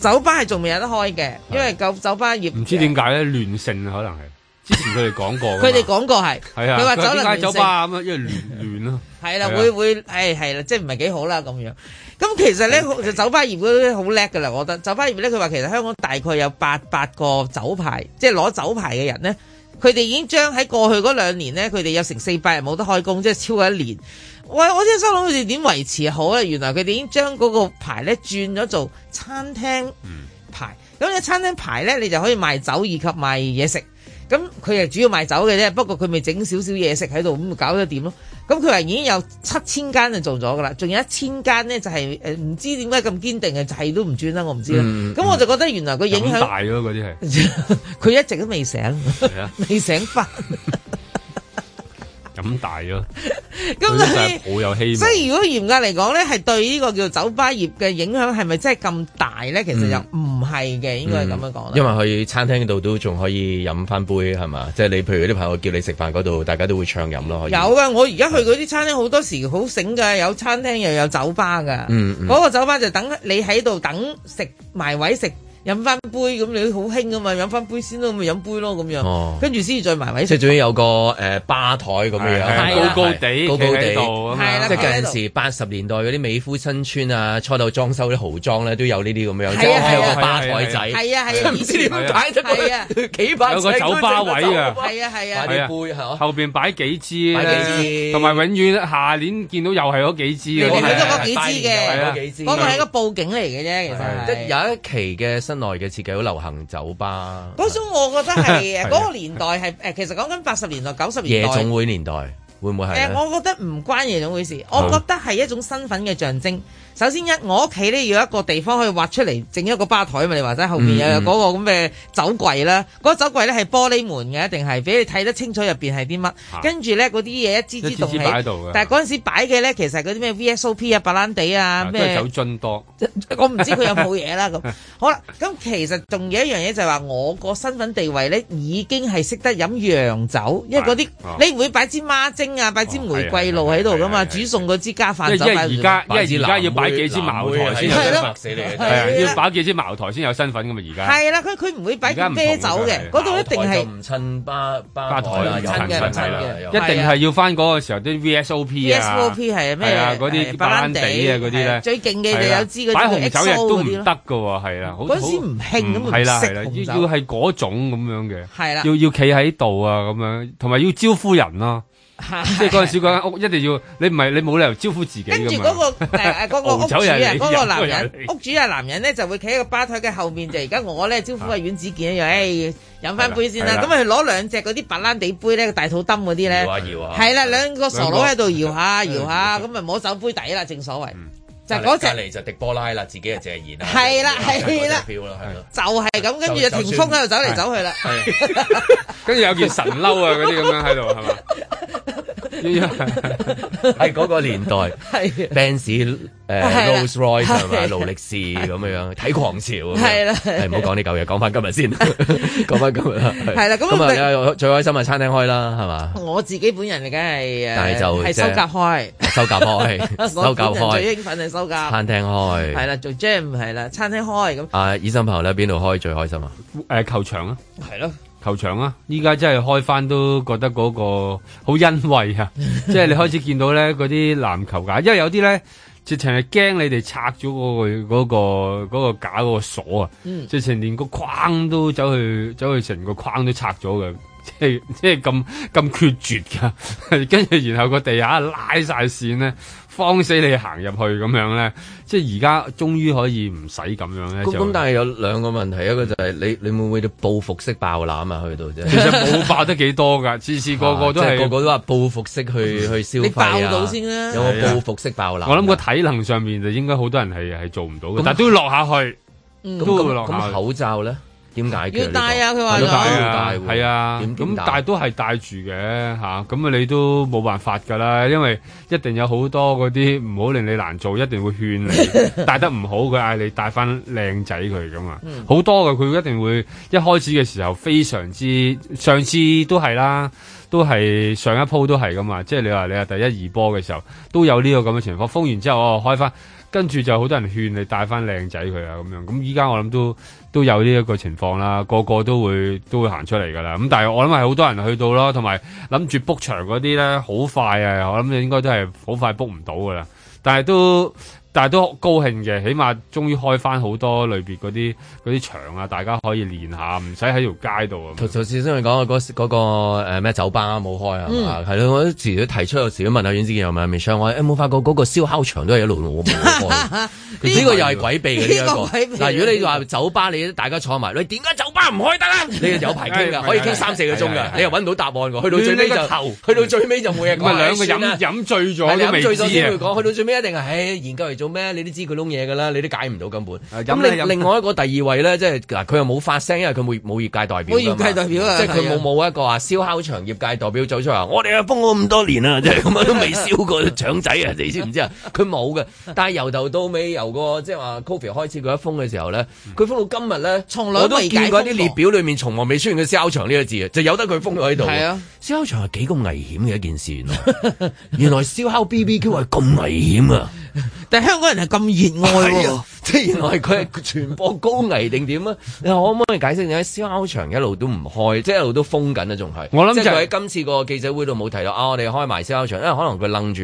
Speaker 5: 酒吧係仲未有得開嘅，因為酒酒吧業
Speaker 1: 唔知點解咧亂性可能係之前佢哋講過㗎嘛，
Speaker 5: 佢哋講過係，
Speaker 1: 係啊，
Speaker 5: 佢話
Speaker 1: 佢話
Speaker 5: 酒
Speaker 1: 點
Speaker 5: 能
Speaker 1: 解
Speaker 5: 亂
Speaker 1: 酒
Speaker 5: 性
Speaker 1: 吧咁啊，因為亂亂咯，
Speaker 5: 係啦，
Speaker 1: 係啊
Speaker 5: 會會誒係啦，即係唔係幾好啦咁樣。咁其實咧，就酒吧業嗰啲好叻噶啦，我覺得酒吧業咧，佢話其實香港大概有八百個酒牌，即係攞酒牌嘅人咧，佢哋已經將喺過去嗰兩年咧，佢哋有成四百人冇得開工，即係超過一年。喂，我真係心諗佢哋點維持好啊咧？原來佢哋已經將嗰個牌咧轉咗做餐廳牌。咁你餐廳牌咧，你就可以賣酒以及賣嘢食。咁佢係主要賣酒嘅啫，不過佢咪整少少嘢食喺度，咁咪搞咗點咯？咁佢話已經有七千間就做咗噶啦，仲有一千間咧就係誒唔知點解咁堅定嘅，就係都唔轉啦，我唔知啦。
Speaker 1: 嗯
Speaker 5: 咁、我就覺得原來個影
Speaker 1: 咁
Speaker 5: 響
Speaker 1: 大咯嗰啲係。
Speaker 5: [laughs] 佢一直都未醒
Speaker 1: 係啊，
Speaker 5: [laughs] 未醒翻。
Speaker 1: 咁大咯，
Speaker 5: 咁
Speaker 1: 咁
Speaker 5: 所
Speaker 1: 真係
Speaker 5: 以
Speaker 1: 好有希
Speaker 5: 所
Speaker 1: 望。
Speaker 5: 以如果嚴格嚟講咧，係對呢個叫酒吧業嘅影響係咪真係咁大咧？其實又唔係嘅，應該係咁樣講啦。
Speaker 2: 嗯因為去餐廳度都仲可以飲翻杯係嘛，即係你譬如啲朋友叫你食飯嗰度，大家都會暢飲咯，可以。
Speaker 5: 有噶，啊我而家去嗰啲餐廳好多時好醒噶，有餐廳又有酒吧噶。
Speaker 2: 嗯嗯
Speaker 5: 嗰個酒吧就等你喺度等食埋位食，飲翻杯咁你好興噶嘛，飲翻杯先咯，咪飲杯咯咁
Speaker 2: 哦
Speaker 5: 樣，跟住先至再埋位
Speaker 2: 即係
Speaker 5: 食。
Speaker 2: 總之有個誒吧台咁樣
Speaker 5: 係係
Speaker 2: 樣，
Speaker 5: 高高
Speaker 1: 地
Speaker 2: 高高地
Speaker 1: 企喺度咁樣
Speaker 5: 係啊啦
Speaker 2: 即係
Speaker 5: 企喺
Speaker 2: 嗰
Speaker 5: 度
Speaker 2: 陣時八十年代嗰啲美孚新村啊，初到裝修啲豪裝咧，都有呢啲咁樣，即
Speaker 5: 係啊
Speaker 2: 係有
Speaker 5: 係啊
Speaker 2: 個吧台仔，[laughs]
Speaker 5: 係啊係啊，
Speaker 2: 唔知點解得個
Speaker 5: 係啊
Speaker 2: 幾百
Speaker 1: 有個酒吧位㗎
Speaker 5: [laughs] 係啊係啊，
Speaker 1: 係啊後邊擺幾支
Speaker 5: 擺
Speaker 1: 咧，同埋永遠下年見到又係嗰幾支嘅，
Speaker 5: 你睇到嗰幾支
Speaker 1: 係啊
Speaker 5: 嘅，嗰個係一個佈景嚟嘅啫，其實係
Speaker 2: 即係有一期嘅室內嘅設計好流行酒吧，
Speaker 5: 嗰種我覺得係
Speaker 2: 係啊
Speaker 5: 嗰個年代係誒，其實講緊八十年代、九十年
Speaker 2: 夜
Speaker 5: 代。
Speaker 2: 總會年代會唔會係啊
Speaker 5: 誒、
Speaker 2: 呢？
Speaker 5: 我覺得唔關夜總會事，我
Speaker 2: 好
Speaker 5: 覺得係一種身份嘅象徵。首先一，我屋企咧要有一個地方可以畫出嚟，整一個吧台嘛。你話齋後面
Speaker 2: 嗯
Speaker 5: 又有
Speaker 2: 嗯
Speaker 5: 嗰個咁嘅酒櫃啦，嗰、個酒櫃咧係玻璃門嘅，一定係俾你睇得清楚入邊係啲乜。跟住咧嗰啲嘢一支
Speaker 1: 一
Speaker 5: 支
Speaker 1: 支
Speaker 5: 動
Speaker 1: 支
Speaker 5: 起
Speaker 1: 擺喺度嘅，
Speaker 5: 但係嗰陣時擺嘅咧，其實係嗰啲咩 VSOP 啊、白蘭地啊、
Speaker 1: 都係
Speaker 5: 咩
Speaker 1: 酒樽多。
Speaker 5: [laughs] 我唔知佢有冇嘢啦咁。好啦，咁其實仲有一樣嘢就係話，我個身份地位咧已經係識得飲洋酒，因為嗰啲
Speaker 1: 哦
Speaker 5: 你唔會擺支孖精啊，擺支玫瑰露喺度噶嘛，煮餸嗰支加飯
Speaker 1: 因
Speaker 5: 酒
Speaker 1: 為
Speaker 5: 擺喺
Speaker 1: 而
Speaker 5: 度
Speaker 1: 家，因
Speaker 5: 擺
Speaker 1: 為
Speaker 5: 支
Speaker 1: 而
Speaker 5: 藍
Speaker 1: 家要擺幾支茅
Speaker 2: 啊
Speaker 1: 台先有
Speaker 5: 係
Speaker 1: 身
Speaker 5: 咯
Speaker 1: 份，啊係
Speaker 5: 係啊
Speaker 1: 啊，要擺幾支茅台先有身份噶嘛，而家
Speaker 5: 係啦，佢佢唔會擺
Speaker 1: 而家唔同㗎
Speaker 5: 啤酒嘅，
Speaker 1: 係
Speaker 5: 嗰度一定係
Speaker 2: 唔襯吧吧
Speaker 1: 吧台
Speaker 2: 哦啦，有
Speaker 1: 親
Speaker 2: 襯
Speaker 1: 嘅，
Speaker 2: 襯啦
Speaker 5: 啊
Speaker 1: 係啦
Speaker 2: 有
Speaker 1: 一定係要翻嗰個時候啲 VSOP 啊
Speaker 5: VSOP 係咩
Speaker 1: 係啊嗰
Speaker 5: 誒
Speaker 1: 啲
Speaker 5: 白蘭
Speaker 1: 白蘭
Speaker 5: 地
Speaker 1: 地啊嗰啲
Speaker 5: 係
Speaker 1: 咧，
Speaker 5: 最勁嘅就
Speaker 1: 係啦
Speaker 5: 有支嗰啲
Speaker 1: 擺紅酒亦
Speaker 5: XO
Speaker 1: 都
Speaker 5: 嗰
Speaker 1: 唔
Speaker 5: 啲
Speaker 1: 得㗎喎，係啦，好
Speaker 5: 嗰陣時唔興咁
Speaker 1: 好
Speaker 5: 咪唔
Speaker 1: 係啦
Speaker 5: 識
Speaker 1: 係啦，
Speaker 5: 紅酒
Speaker 1: 要要係嗰種咁樣嘅，
Speaker 5: 係啊啦
Speaker 1: 要要企喺度啊咁樣，同埋要招呼人啦，即係嗰陣時嗰間屋一定要，你唔係你冇理由招呼自己
Speaker 5: 跟住
Speaker 1: 㗎
Speaker 5: 嗰個
Speaker 1: 嘛。
Speaker 5: 誒誒嗰個屋
Speaker 1: 紅
Speaker 5: 主
Speaker 1: 酒又
Speaker 5: 啊，
Speaker 1: 係你
Speaker 5: 嗰個
Speaker 1: 飲嗰
Speaker 5: 男人
Speaker 1: 個又係你
Speaker 5: 屋主啊男人咧就會企喺個吧台嘅後面，就而家我咧招呼阿阮子健一樣，誒飲翻杯先啦
Speaker 2: 係，啦
Speaker 5: 咁佢攞兩隻嗰啲白蘭地杯咧，大肚燈嗰啲咧，
Speaker 2: 搖下搖下
Speaker 5: 係啦，兩個傻佬喺度搖下
Speaker 2: 兩
Speaker 5: 搖
Speaker 2: 個
Speaker 5: 下，咁咪摸酒杯底啦，正所謂就係
Speaker 2: 隔離
Speaker 5: 嗰
Speaker 2: 隔
Speaker 5: 隻
Speaker 2: 離就迪波拉啦，自己係謝賢啦，
Speaker 5: 係啦
Speaker 2: 嗰隻
Speaker 5: 係啦
Speaker 2: 標啦係咯。
Speaker 5: 就係咁，跟住就霆鋒喺度走嚟走去啦，
Speaker 1: 跟住有件神褸啊嗰啲咁樣喺度係嘛？
Speaker 5: [laughs]
Speaker 2: 喺嗰個年代
Speaker 5: 係
Speaker 2: ，Benz 誒
Speaker 5: 係啦
Speaker 2: Rolls Royce 係
Speaker 5: 係啦
Speaker 2: 嘛，勞力士咁樣睇狂潮咁樣，
Speaker 5: [laughs] 係啦係啦
Speaker 2: 係唔好講呢嚿嘢，講翻今
Speaker 5: [laughs]
Speaker 2: 日先，講翻今日啦，
Speaker 5: 係啦咁
Speaker 2: 咁
Speaker 5: 咪
Speaker 2: 啊最開心啊餐廳開啦係嘛，
Speaker 5: 我自己本人嚟梗係
Speaker 2: 但係就
Speaker 5: 誒係
Speaker 2: 即係
Speaker 5: 收甲開，
Speaker 2: 收夾
Speaker 5: [laughs]
Speaker 2: 開，收夾
Speaker 5: 我本人
Speaker 2: 開，
Speaker 5: 最興奮係收甲，
Speaker 2: 餐廳開，
Speaker 5: 係啦做 jam 係啦，餐廳開咁
Speaker 2: 啊醫生朋友咧邊度開最開心啊？
Speaker 1: 誒球場啊，
Speaker 5: 係咯。
Speaker 1: 球場啊！依家真係開翻都覺得嗰個好欣慰
Speaker 2: [laughs]
Speaker 1: 啊！即係你開始見到咧嗰啲籃球架，因為有啲咧直情係驚你哋拆咗嗰、個嗰、個嗰、個架嗰個鎖啊！
Speaker 5: 嗯
Speaker 1: 直情連個框都走去走去成個框都拆咗嘅。即係即係咁咁決絕㗎， [laughs] 跟住然後個地下拉晒線咧，慌死你行入去咁樣咧，即係而家終於可以唔使咁樣咧
Speaker 2: 咁
Speaker 1: 就。
Speaker 2: 咁但係有兩個問題，一個就係你你會唔會報復式爆攬啊？去到啫，
Speaker 1: 其實冇爆得幾多
Speaker 2: [laughs]
Speaker 1: 㗎，次次個個都
Speaker 2: 啊即
Speaker 1: 係
Speaker 2: 係個個都話報復式去去消費
Speaker 1: 你爆
Speaker 2: 啊
Speaker 1: 到先啦
Speaker 2: 有冇報復式爆攬啊？
Speaker 1: 我諗個體能上面就應該好多人係係做唔到嘅
Speaker 2: 咁，
Speaker 1: 但都要落下去，
Speaker 5: 嗯
Speaker 1: 都會落
Speaker 2: 咁
Speaker 1: 下去。
Speaker 2: 口罩咧，點解決呢個？
Speaker 5: 要戴啊佢話
Speaker 2: 係咯
Speaker 5: 咗
Speaker 1: 係啊，係啊，咁但係都係戴住嘅嚇，咁啊你都冇辦法㗎啦，因為一定有好多嗰啲唔好令你難做，一定會勸你戴得唔好，佢嗌你戴翻靚仔佢噶嘛
Speaker 5: 嗯，
Speaker 1: 好多嘅佢一定會一開始嘅時候非常之，上次都係啦。都係上一鋪都係噶嘛，即係你話你話第一二波嘅時候都有呢個咁嘅情況，封完之後哦開翻，跟住就好多人勸你帶翻靚仔佢啊咁樣，咁依家我諗都都有呢一個情況啦，個個都會都會行出嚟噶啦，咁但係我諗係好多人去到咯，同埋諗住 book 場嗰啲咧好快啊，我諗應該都係好快 book 唔到噶啦，但係都。但係都高興嘅，起碼終於開翻好多類別嗰啲嗰啲場啊，大家可以練下，唔使喺條街度啊。
Speaker 2: 頭頭先先講啊，嗰嗰個誒咩酒吧冇開啊，係嘛係咯，我都時都提出，有時都問下阮之健又問 Michelle，我話有冇發覺嗰個燒烤場都係一路冇開？
Speaker 5: [laughs]
Speaker 2: 呢個又係鬼秘嘅呢一
Speaker 16: 呢個
Speaker 2: [laughs]
Speaker 16: 鬼
Speaker 2: 個。
Speaker 16: 秘
Speaker 2: 嗱，如果你話酒吧，你大家坐埋，你點解酒吧唔開
Speaker 5: [laughs]
Speaker 2: 得啊？你有排傾㗎，可以傾三四個鐘㗎，你又揾唔到答案㗎，去到最
Speaker 1: 亂
Speaker 2: 尾就
Speaker 1: 你個頭
Speaker 2: 去到最尾就冇嘢講。
Speaker 1: 咪啊兩個
Speaker 2: 唉算啦
Speaker 1: 飲飲醉咗
Speaker 2: 係你
Speaker 1: 都未
Speaker 2: 飲醉
Speaker 1: 知
Speaker 2: 咗先會
Speaker 1: 啊！
Speaker 2: 講，去到最尾一定係，唉，研究嚟做咩？你都知佢窿嘢㗎啦，你都解唔到根本。
Speaker 1: 飲
Speaker 2: 啊咁
Speaker 1: 啦
Speaker 2: 另
Speaker 1: 飲
Speaker 2: 另外一個第二位咧，即係嗱，佢又冇發聲，因為佢冇冇業界代表㗎嘛。
Speaker 5: 冇業界代表啊
Speaker 2: 即係佢
Speaker 5: 係
Speaker 2: 冇
Speaker 5: 啊
Speaker 2: 冇一個話燒烤場業界代表走出嚟話，我哋啊封咗咁多年啦，即係咁樣都未燒過腸仔啊！你知唔知啊？佢冇嘅，但係由頭到尾由個即係話 Covid 開始佢一封嘅時候咧，佢封到今日咧，
Speaker 5: 從來
Speaker 2: 嗯我
Speaker 5: 都
Speaker 2: 都
Speaker 5: 未
Speaker 2: 見
Speaker 5: 解
Speaker 2: 過
Speaker 5: 封
Speaker 2: 一啲列表裡面從來未出現嘅燒烤場呢個字啊，就由得佢封咗喺度。
Speaker 5: 係啊，
Speaker 2: 燒烤場係幾咁危險嘅一件事，原來 [laughs] 原來燒烤 BBQ 係咁危險啊！
Speaker 5: 但係香港人係咁熱愛
Speaker 2: 係
Speaker 5: 喎
Speaker 2: 啊， [laughs] 即係原來佢係傳播高危定點 [laughs] 啊？你可唔可以解釋點解燒烤場一路都唔開，即係一路都封緊啊？仲係
Speaker 1: 我諗
Speaker 2: 即係
Speaker 1: 就係
Speaker 2: 佢喺今次個記者會度冇提到啊！我哋開埋燒烤場，因為可能佢楞住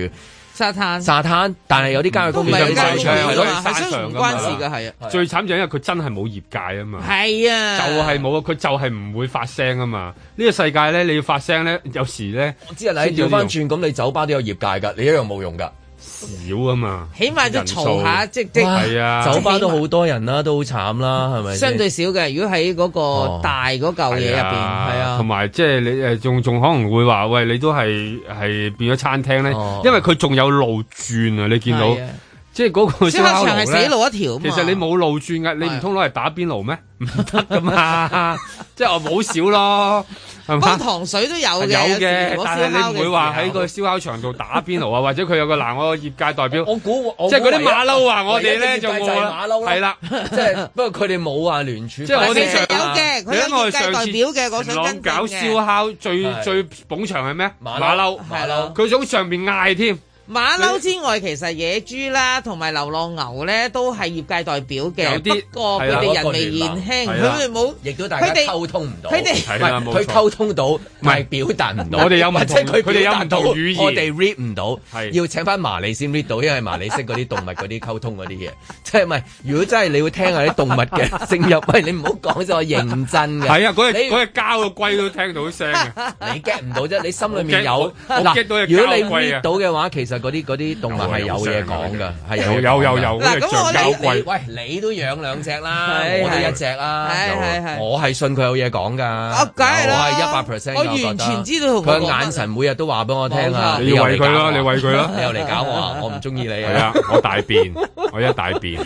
Speaker 5: 沙灘
Speaker 2: 沙灘，但係有啲郊野公園
Speaker 5: 都唔係
Speaker 2: 嗯有
Speaker 5: 郊
Speaker 2: 啲
Speaker 5: 野
Speaker 2: 西
Speaker 5: 公園
Speaker 2: 場
Speaker 5: 啊
Speaker 2: 係
Speaker 1: 所以山上㗎
Speaker 2: 咯
Speaker 5: 嘛係相唔
Speaker 1: 嘛
Speaker 5: 關事㗎係啊
Speaker 1: 最慘就因為佢真係冇業界啊嘛。
Speaker 5: 係啊，
Speaker 1: 就係冇啊！佢就係唔會發聲啊嘛！呢、個世界咧，你要發聲咧，有時咧，
Speaker 2: 我知啊，你調翻轉咁，你酒吧都有業界㗎，你一樣冇用 [laughs] 㗎。
Speaker 1: 少啊嘛，
Speaker 5: 起碼都
Speaker 1: 人數
Speaker 5: 嘈下，即即
Speaker 1: 係啊，
Speaker 2: 酒吧都好多人啦，都好慘啦，係咪先？
Speaker 5: 相對少嘅。如果喺嗰個大嗰嚿嘢入邊，係啊
Speaker 1: 同，埋即係你誒，仲仲可能會話喂，你都係係變咗餐廳咧，因為佢仲有路轉啊！你見到
Speaker 5: 哦係啊
Speaker 1: 即係嗰個
Speaker 5: 燒烤場係
Speaker 1: 燒
Speaker 5: 死
Speaker 1: 呢
Speaker 5: 路一條啊
Speaker 1: 其
Speaker 5: 嘛
Speaker 1: 實你冇路轉噶，你唔通攞嚟打邊爐咩？ [laughs] 唔得噶嘛， [laughs] 即係我冇少咯，係嘛
Speaker 5: 幫？糖水都有嘅，
Speaker 1: 有
Speaker 5: 時
Speaker 1: 嘅
Speaker 5: 如，果
Speaker 1: 但係
Speaker 5: 燒烤嘅
Speaker 1: 你唔會話
Speaker 5: 時
Speaker 1: 喺
Speaker 5: 候
Speaker 1: 個燒烤場度打邊爐啊，或者佢有個嗱，我業界代表，
Speaker 2: 我估我
Speaker 1: 即係嗰啲
Speaker 2: 估唯一
Speaker 1: 馬騮啊，我
Speaker 2: 唯
Speaker 1: 哋
Speaker 2: 一嘅
Speaker 1: 咧
Speaker 2: 業界
Speaker 1: 就
Speaker 2: 係
Speaker 1: 冇
Speaker 2: 馬
Speaker 5: 啊
Speaker 2: 騮啦
Speaker 1: 係啦，
Speaker 2: 即係不過佢哋冇啊聯署，
Speaker 1: 即係我哋
Speaker 5: 其實有嘅，佢
Speaker 1: 你諗我哋
Speaker 5: 有業界
Speaker 1: 上次
Speaker 5: 代表嘅，我想跟
Speaker 1: 搞
Speaker 5: 進嘅
Speaker 1: 燒烤最
Speaker 2: 係
Speaker 1: 最捧場係咩？
Speaker 2: 馬
Speaker 1: 馬
Speaker 2: 騮
Speaker 1: 騮，
Speaker 2: 馬騮
Speaker 1: 佢從上面嗌添。
Speaker 5: 馬騮之外，其實野豬啦，同埋流浪牛咧，都係業界代表
Speaker 1: 有
Speaker 5: 嘅。
Speaker 1: 啲
Speaker 5: 不過佢哋人微言輕，
Speaker 2: 係啦
Speaker 5: 佢哋冇，
Speaker 2: 亦都大家
Speaker 5: 佢哋
Speaker 2: 溝通唔到，
Speaker 5: 佢哋
Speaker 2: 唔
Speaker 1: 係啦冇
Speaker 2: 係佢
Speaker 1: 錯
Speaker 2: 溝通到，但係表達唔到。
Speaker 1: 我哋有唔同
Speaker 2: 即係佢
Speaker 1: 佢哋有唔同
Speaker 2: 表達到
Speaker 1: 語言
Speaker 2: 我哋 read 唔到，
Speaker 1: 係
Speaker 2: 要請翻麻利先 read 到，因為麻利識嗰啲動物嗰啲溝通嗰啲嘢。即係唔係？如果真係你會聽下啲動物嘅聲音，喂，你唔好講咗，我認真嘅。
Speaker 1: 係啊，嗰日
Speaker 2: 你
Speaker 1: 嗰日交個龜都聽到聲嘅，
Speaker 2: 你 get 唔到啫，你心裏面有
Speaker 1: 我 get- 我 get 到有
Speaker 2: 如果你
Speaker 1: 交貴
Speaker 2: read
Speaker 1: 啊
Speaker 2: 到嘅話，其實嗰啲嗰啲動物係 [laughs] 有嘢講㗎，係
Speaker 1: 有
Speaker 2: 嘢
Speaker 1: 有有
Speaker 2: 講㗎
Speaker 1: 有
Speaker 5: 嗱
Speaker 1: 嗰隻
Speaker 5: 咁
Speaker 1: 橡
Speaker 5: 我
Speaker 1: 膠
Speaker 5: 理
Speaker 1: 龜。
Speaker 2: 喂，你都養兩隻啦，
Speaker 5: 係
Speaker 2: 我都
Speaker 5: 係
Speaker 2: 一隻啦，
Speaker 5: 係
Speaker 2: 有
Speaker 5: 係係
Speaker 2: 我係信佢有嘢講㗎，
Speaker 5: 啊梗係啦
Speaker 2: 我係一百 percent，
Speaker 5: 我完全知道佢講乜
Speaker 2: 佢眼神每日都話俾我聽啊，
Speaker 1: 冇錯你要
Speaker 2: 又嚟
Speaker 1: 餵佢啦
Speaker 2: 搞
Speaker 1: 你餵佢啦
Speaker 2: 我 [laughs] 你又嚟搞我啊，我唔中意你
Speaker 1: 係啊
Speaker 2: 啊，，
Speaker 1: 我大便，我一大便。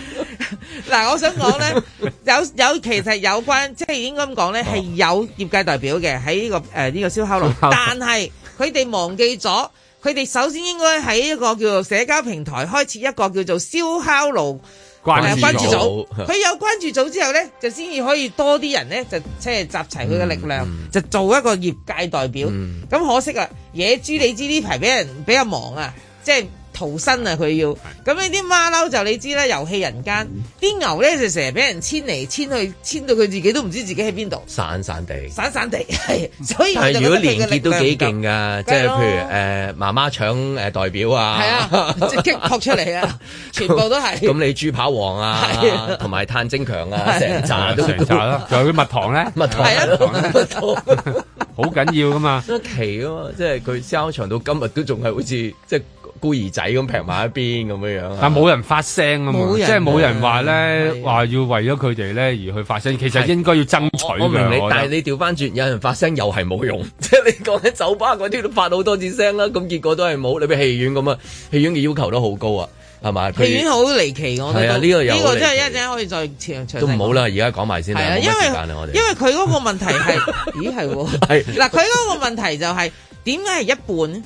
Speaker 5: 嗱，我想講 [laughs] 咧，有有其實有關，即係應該咁講咧，係有業界代表嘅喺呢個誒呢個燒烤爐，但係佢哋忘記咗，佢哋首先應該喺一個叫做社交平台開設一個叫做燒烤爐。
Speaker 1: 關注
Speaker 5: 關注組
Speaker 2: [laughs]
Speaker 1: 組，
Speaker 5: 佢有關注組之後咧，就先至可以多啲人咧，就即係集齊佢嘅力量，
Speaker 2: 嗯
Speaker 5: 就做一個業界代表。咁、可惜啊，野豬你知呢排俾人比較忙啊，即係逃生啊，佢要。咁呢啲馬騮就你知啦，遊戲人間。
Speaker 2: 嗯
Speaker 5: 啲牛咧就成日俾人遷嚟遷去，遷到佢自己都唔知自己喺邊度，
Speaker 2: 散散地。
Speaker 5: 散散地。 [laughs] 係所以我
Speaker 2: 但
Speaker 5: 就
Speaker 2: 係
Speaker 5: 覺
Speaker 2: 如果
Speaker 5: 得佢
Speaker 2: 連
Speaker 5: 嘅力
Speaker 2: 結都
Speaker 5: 量
Speaker 2: 幾
Speaker 5: 唔
Speaker 2: 勁
Speaker 5: 夠。
Speaker 2: 㗎，即係譬
Speaker 5: 梗係
Speaker 2: 如
Speaker 5: 啦
Speaker 2: 誒媽媽搶誒代表啊，
Speaker 5: 係啊，即係激撲出嚟啊，全部都係。
Speaker 2: [laughs] 咁你豬扒王
Speaker 5: 係啊
Speaker 2: 啊，同埋炭精強啊，成 [laughs] 扎都
Speaker 1: 成扎啦，仲有啲蜜糖咧，
Speaker 2: 蜜糖
Speaker 5: 係啊
Speaker 2: 咯蜜糖
Speaker 1: 好緊要噶嘛。
Speaker 2: [laughs] 都奇啊嘛，即係佢燒烤場到今日都仲係好似即係孤兒仔咁平埋一邊咁樣樣啊。
Speaker 1: 但冇人發聲啊嘛，
Speaker 5: 冇
Speaker 1: 即係
Speaker 5: 人
Speaker 1: 冇人話咧，話要為咗佢哋咧而去發聲，其實應該要爭取
Speaker 2: 我明你
Speaker 1: 嘅。，
Speaker 2: 但係你調翻轉，有人發聲又係冇用， [laughs] 即係你講緊酒吧嗰啲都發好多次聲啦，咁結果都係冇。你譬如戲院咁啊，戲院嘅要求都好高啊，係嘛？佢
Speaker 5: 戲院好離奇，我覺
Speaker 2: 係啊
Speaker 5: 得都
Speaker 2: 呢個又
Speaker 5: 呢個真
Speaker 2: 好離
Speaker 5: 係一陣可以再詳詳
Speaker 2: 都唔好
Speaker 5: 啦。
Speaker 2: 啦，而家講埋先
Speaker 5: 係
Speaker 2: 啦，
Speaker 5: 啊，
Speaker 2: 冇
Speaker 5: 因
Speaker 2: 乜時
Speaker 5: 為
Speaker 2: 間啦，我哋
Speaker 5: 因為佢嗰個問題
Speaker 2: [laughs]
Speaker 5: 係，咦係喎，
Speaker 2: 係
Speaker 5: 嗱佢嗰個問題就係點解係一半呢？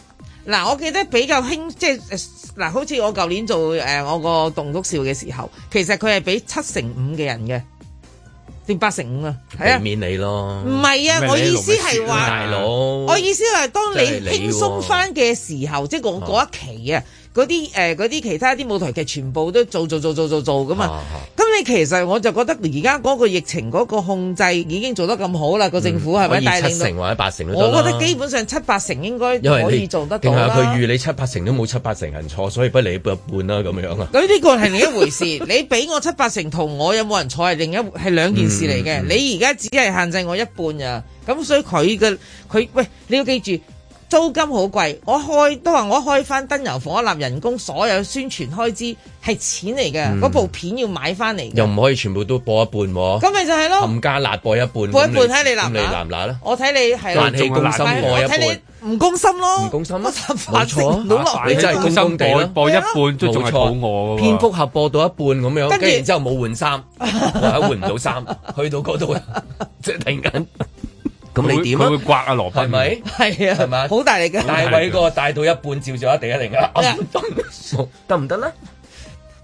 Speaker 5: 嗱，我記得比較興，即係誒嗱，好似我舊年做誒、呃我個棟篤笑嘅時候，其實佢係俾七成五嘅人嘅，定八成五啊？係啊
Speaker 2: 避，免你咯。
Speaker 5: 唔係啊
Speaker 2: 咩，你
Speaker 5: 我意思係話
Speaker 2: 大佬，
Speaker 5: 我意思係當你
Speaker 2: 真係你
Speaker 5: 輕鬆翻嘅時候，即係我嗰一期啊，嗰啲誒嗰啲其他啲舞台劇全部都做做做做做做噶
Speaker 2: 啊
Speaker 5: 嘛。咁你其實我就覺得而家嗰個疫情嗰個控制已經做得咁好啦，個政府係
Speaker 2: 嗯可
Speaker 5: 咪
Speaker 2: 以
Speaker 5: 帶
Speaker 2: 七成
Speaker 5: 領
Speaker 2: 或者八成
Speaker 5: 到？
Speaker 2: 都得啦
Speaker 5: 我覺得基本上七八成應該
Speaker 2: 因為
Speaker 5: 可以
Speaker 2: 你
Speaker 5: 做得到
Speaker 2: 定係佢
Speaker 5: 啦。
Speaker 2: 預你七八成都冇七八成人錯，所以不如你半半啦咁樣啊。
Speaker 5: 咁呢個係另一回事，你俾我七八成同我有冇人坐係另一係兩件事嚟嘅。
Speaker 2: 嗯嗯
Speaker 5: 你而家只係限制我一半呀，咁所以佢嘅佢喂，你要記住租金好貴，我開都話我開翻燈油火蠟人工，所有宣傳開支係錢嚟嘅，
Speaker 2: 嗯
Speaker 5: 嗰、部片要買翻嚟嘅，
Speaker 2: 又唔可以全部都播一半喎。
Speaker 5: 咁咪就係咯
Speaker 2: 冚家辣播一半，
Speaker 5: 半一半
Speaker 2: 咁
Speaker 5: 睇你辣唔
Speaker 2: 咁
Speaker 5: 辣
Speaker 2: 你辣唔辣啦？
Speaker 5: 我睇你係啊
Speaker 2: 冷氣攻心
Speaker 5: 我
Speaker 2: 播一
Speaker 5: 睇
Speaker 2: 半。
Speaker 5: 你唔攻心咯，唔攻
Speaker 2: 心啊 [laughs]
Speaker 5: 我
Speaker 2: 冇
Speaker 5: 飯食
Speaker 2: 錯
Speaker 5: 唔到落
Speaker 2: 你真係公公地啦
Speaker 1: 播一半都仲係肚餓
Speaker 2: 冇錯
Speaker 1: 㗎喎
Speaker 2: 蝙蝠俠播到一半咁樣，跟
Speaker 5: 跟住
Speaker 2: 住然之後冇換 [laughs] 衫，或者換唔到衫，去到嗰 [laughs] 度即係突然間，咁你點啊？
Speaker 1: 佢會刮阿羅賓
Speaker 2: 係咪？
Speaker 5: 係啊，
Speaker 2: 係咪？
Speaker 5: 好大力嘅，
Speaker 2: 大偉個帶到一半，照咗一地一零啊！ [laughs] 得唔得咧？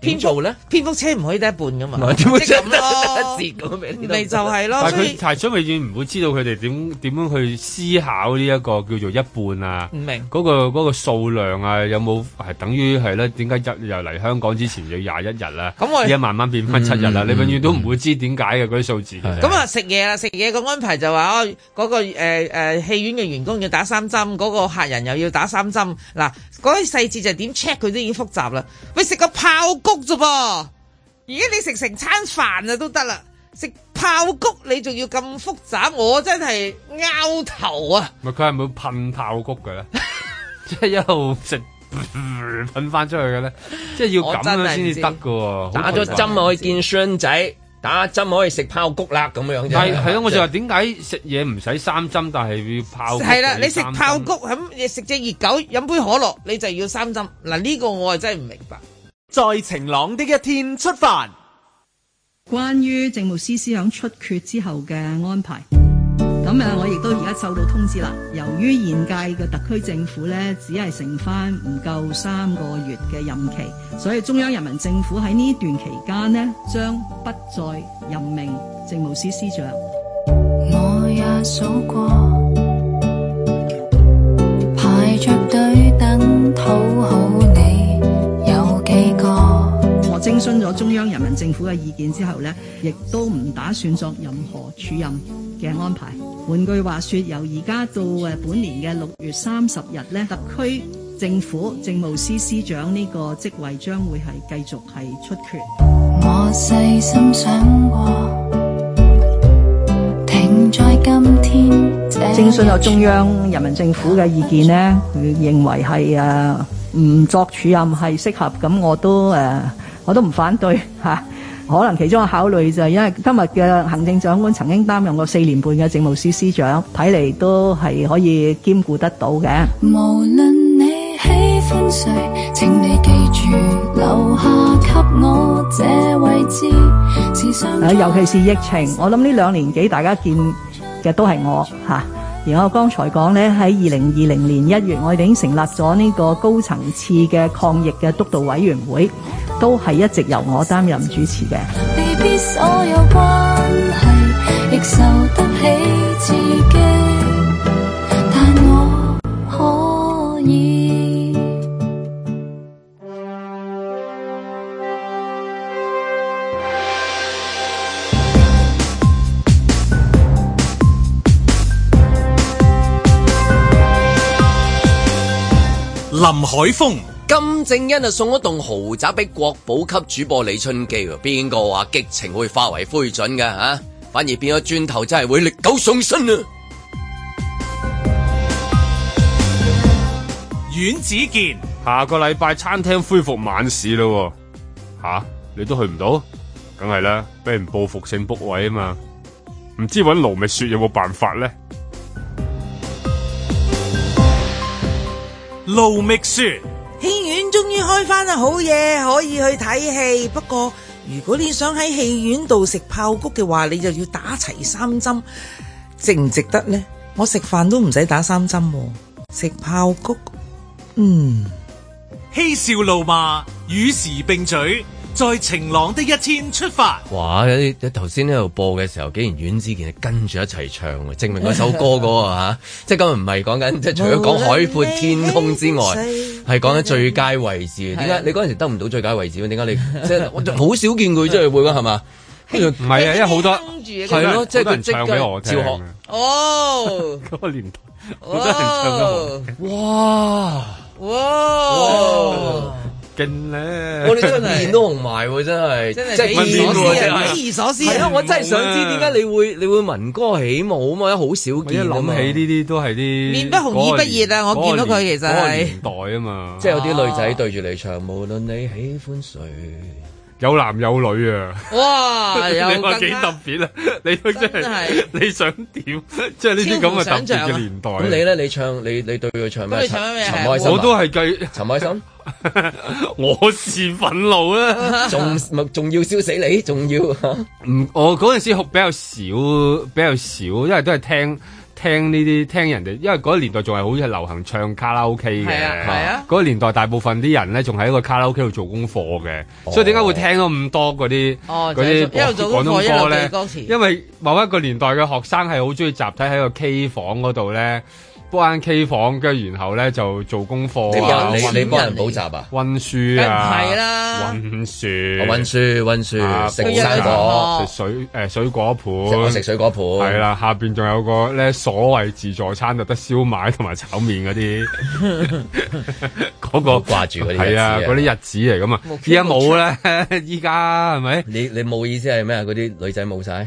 Speaker 5: 蝙
Speaker 2: 蝠咧，
Speaker 5: 蝙蝠車唔可以得一半噶嘛，
Speaker 1: 唔係
Speaker 5: 即
Speaker 1: 蝙蝠車
Speaker 5: 係咁咯，
Speaker 2: 一截咁俾你
Speaker 5: 咪就係咯，
Speaker 1: 但係
Speaker 5: 所
Speaker 1: 佢
Speaker 5: 以
Speaker 1: 但係張永遠唔會知道佢哋點點樣去思考呢一個叫做一半啊，
Speaker 5: 唔明
Speaker 1: 嗰、個嗰、個數量啊，有冇係等於係咧？點解一又嚟香港之前要廿一日啦？
Speaker 5: 咁我
Speaker 1: 而家慢慢變翻七日啦，
Speaker 2: 嗯
Speaker 1: 你永遠都唔會知點解嘅嗰啲數字。
Speaker 5: 咁啊食嘢啦，食嘢個安排就話哦，嗰、個誒誒、呃、戲院嘅員工要打三針，嗰、個客人又要打三針。嗱，嗰啲細節就點 check 佢都已經複雜啦。喂，食個爆谷啫噃，而家你食成餐飯啊都得啦，食爆谷你仲要咁複雜，我真係拗頭啊！
Speaker 1: 咪佢係咪會噴炮谷
Speaker 2: [laughs]
Speaker 1: 嘅咧？即係一路食噴翻出去嘅咧，即係要咁
Speaker 2: 我真係
Speaker 1: 樣
Speaker 2: 唔
Speaker 1: 先至
Speaker 2: 知
Speaker 1: 得嘅喎。
Speaker 2: 打咗針啊可以見孫仔，打針啊可以食泡谷啦咁樣啫。
Speaker 1: 係係咯，我就話點解食嘢唔使三針，但係要炮谷
Speaker 5: 係啦，
Speaker 1: 俾
Speaker 5: 你食
Speaker 1: 三針
Speaker 5: 爆谷咁，你食只熱狗，飲杯可樂，你就要三針。嗱，呢個我係啊真係唔明白。
Speaker 6: 在晴朗的一天出發。
Speaker 12: 關於政務司司長出缺之後嘅安排，咁誒我亦都而家收到通知啦。由於現屆嘅特區政府呢，只係剩翻唔夠三個月嘅任期，所以中央人民政府喺呢段期間呢，將不再任命政務司司長。
Speaker 11: 我也數過，排着隊等討好你有幾個？
Speaker 12: 我徵詢咗中央人民政府嘅意見之後呢，亦都唔打算作任何署任嘅安排。換句話說，由而家到誒本年嘅六月三十日呢，特區政府政務司司長呢個職位將會係繼續係出缺。
Speaker 11: 我細心想過，停在今天這
Speaker 12: 徵詢咗中央人民政府嘅意見呢，佢認為係誒唔作署任係適合，咁我都誒、呃 [laughs] 我都唔反對嚇、可能其中嘅考慮就係因為今日嘅行政長官曾經擔任過四年半嘅政務司司長，睇嚟都係可以兼顧得到嘅。
Speaker 11: 無論你喜歡誰，請你記住留下給我這位置，是相
Speaker 12: 誒，尤其是疫情，我諗呢兩年幾大家見嘅都係我嚇。而我剛才講呢，喺二零二零年一月，我哋已經成立咗呢個高層次嘅抗疫嘅督導委員會，都係一直由我擔任主持嘅。
Speaker 11: 未必所有關係亦受得起自己，但我可以。
Speaker 3: 林海峰、
Speaker 16: 金正恩啊送一棟豪宅俾國寶級主播李春基喎，邊個話激情會化為灰燼嘅嚇？啊反而變咗磚頭真係會力狗上身啊！
Speaker 3: 阮子健、
Speaker 4: 下個禮拜餐廳恢復晚市咯喎，吓、你都去唔到，梗係啦，俾人報復性 book 位啊嘛，唔知揾盧覓雪有冇辦法咧？
Speaker 3: 盧覓雪。
Speaker 5: 戲院終於開開翻啊，好嘢，可以去睇戲。不過如果你想喺戲院度食爆谷嘅話，你就要打齊三針，值唔值得呢？我食飯都唔使打三針喎，食爆谷，嗯。
Speaker 3: 嬉笑怒罵，與時並舉，在晴朗的一天出發。
Speaker 2: 哇！一頭先喺度播嘅時候，竟然阮之健係跟住一齊唱嘅，證明嗰首歌嗰個嚇，即係今日唔係講緊，即係除咗講海闊天空之 [laughs] 外，係講緊最佳位置。點解你嗰陣時得唔到最佳位置？點解你即係我就好少見佢即係會㗎係嘛？唔
Speaker 1: 係啊，因為好多
Speaker 2: 係咯，即係
Speaker 1: 好多
Speaker 2: 佢
Speaker 1: 人
Speaker 2: 即
Speaker 1: 唱俾我
Speaker 2: 刻
Speaker 1: 聽
Speaker 2: 照
Speaker 1: 啊
Speaker 2: 學。
Speaker 5: 哦，
Speaker 1: 嗰個年代 [laughs] 好多人唱俾我
Speaker 5: 哦，
Speaker 2: 哇！
Speaker 5: 哇！
Speaker 1: 勁咧！
Speaker 2: 我哋真係面都紅埋喎，真係
Speaker 5: 真係
Speaker 2: 即係
Speaker 5: 匪夷
Speaker 2: 見
Speaker 5: 所思
Speaker 2: 喎
Speaker 5: 啊
Speaker 2: 真係
Speaker 5: 匪夷所思啊
Speaker 2: 係咯，我真係想知點解你會你會聞歌起舞啊嘛，好少
Speaker 1: 一
Speaker 2: 見啊嘛
Speaker 1: 諗起呢啲都係啲
Speaker 5: 面不紅
Speaker 1: 嗰個
Speaker 5: 耳不熱啊
Speaker 1: 年
Speaker 5: 我見到佢其實
Speaker 1: 嗰個
Speaker 5: 係
Speaker 1: 年嗰個年代啊嘛，
Speaker 2: 即係有啲女仔對住你唱，無論你喜歡誰，
Speaker 1: 有男有女啊！
Speaker 5: 哇！有
Speaker 1: [laughs] 你話
Speaker 5: 更
Speaker 1: 幾
Speaker 5: 加
Speaker 1: 特別啊！你都真
Speaker 5: 真
Speaker 1: 係
Speaker 5: 係
Speaker 1: 你想點？即係呢啲咁嘅特
Speaker 5: 啊
Speaker 1: 別嘅年代。啊
Speaker 2: 咁你咧？你唱你你對佢唱
Speaker 1: 咁
Speaker 2: 咩？
Speaker 1: 你唱咩
Speaker 2: 陳
Speaker 1: 啊
Speaker 2: 陳開心啊，
Speaker 1: 我都係計 [laughs]
Speaker 2: 陳開心。
Speaker 1: 我是憤怒啊啦，
Speaker 2: 仲仲要燒死你，仲要
Speaker 1: 唔我嗰陣時比較少，比較少，因為都係聽。聽呢啲聽人哋，因為嗰個年代仲係好似係流行唱卡拉 OK 嘅，
Speaker 5: 係啊係啊
Speaker 1: 嗰個年代大部分啲人咧仲喺個卡拉 OK 度做功課嘅，所以點解會聽到咁多嗰啲
Speaker 5: 哦
Speaker 1: 嗰
Speaker 5: 就
Speaker 1: 啲
Speaker 5: 係做一路做功
Speaker 1: 廣
Speaker 5: 課
Speaker 1: 東
Speaker 5: 一路
Speaker 1: 歌
Speaker 5: 對
Speaker 1: 咧
Speaker 5: 歌詞？
Speaker 1: 因為某一個年代嘅學生係好中意集體喺個 K 房嗰度咧 book 間 K 房，跟住然後咧就做功
Speaker 2: 你
Speaker 1: 課啊
Speaker 2: 幫，你
Speaker 1: 溫
Speaker 2: 你幫人補習啊？
Speaker 1: 温書啊，
Speaker 5: 梗唔係啦
Speaker 1: 温書，
Speaker 2: 温書温書
Speaker 1: 啊
Speaker 2: 食
Speaker 1: 補
Speaker 2: 生
Speaker 1: 習
Speaker 2: 果
Speaker 1: 食水誒水果
Speaker 2: 食我
Speaker 1: 盤，
Speaker 2: 食水果盤
Speaker 1: 係啦，下邊仲有個咧所謂自助餐就得燒賣同埋炒麵嗰
Speaker 2: [laughs]
Speaker 1: 啲，嗰個
Speaker 2: 掛住嗰啲日子
Speaker 1: 係啊，
Speaker 2: 啊
Speaker 1: 嗰啲日子嚟咁啊，依家冇啦。 [laughs] 咧，依家係咪？
Speaker 2: 你你冇意思係咩啊？嗰啲女仔
Speaker 1: [laughs]
Speaker 2: 冇晒，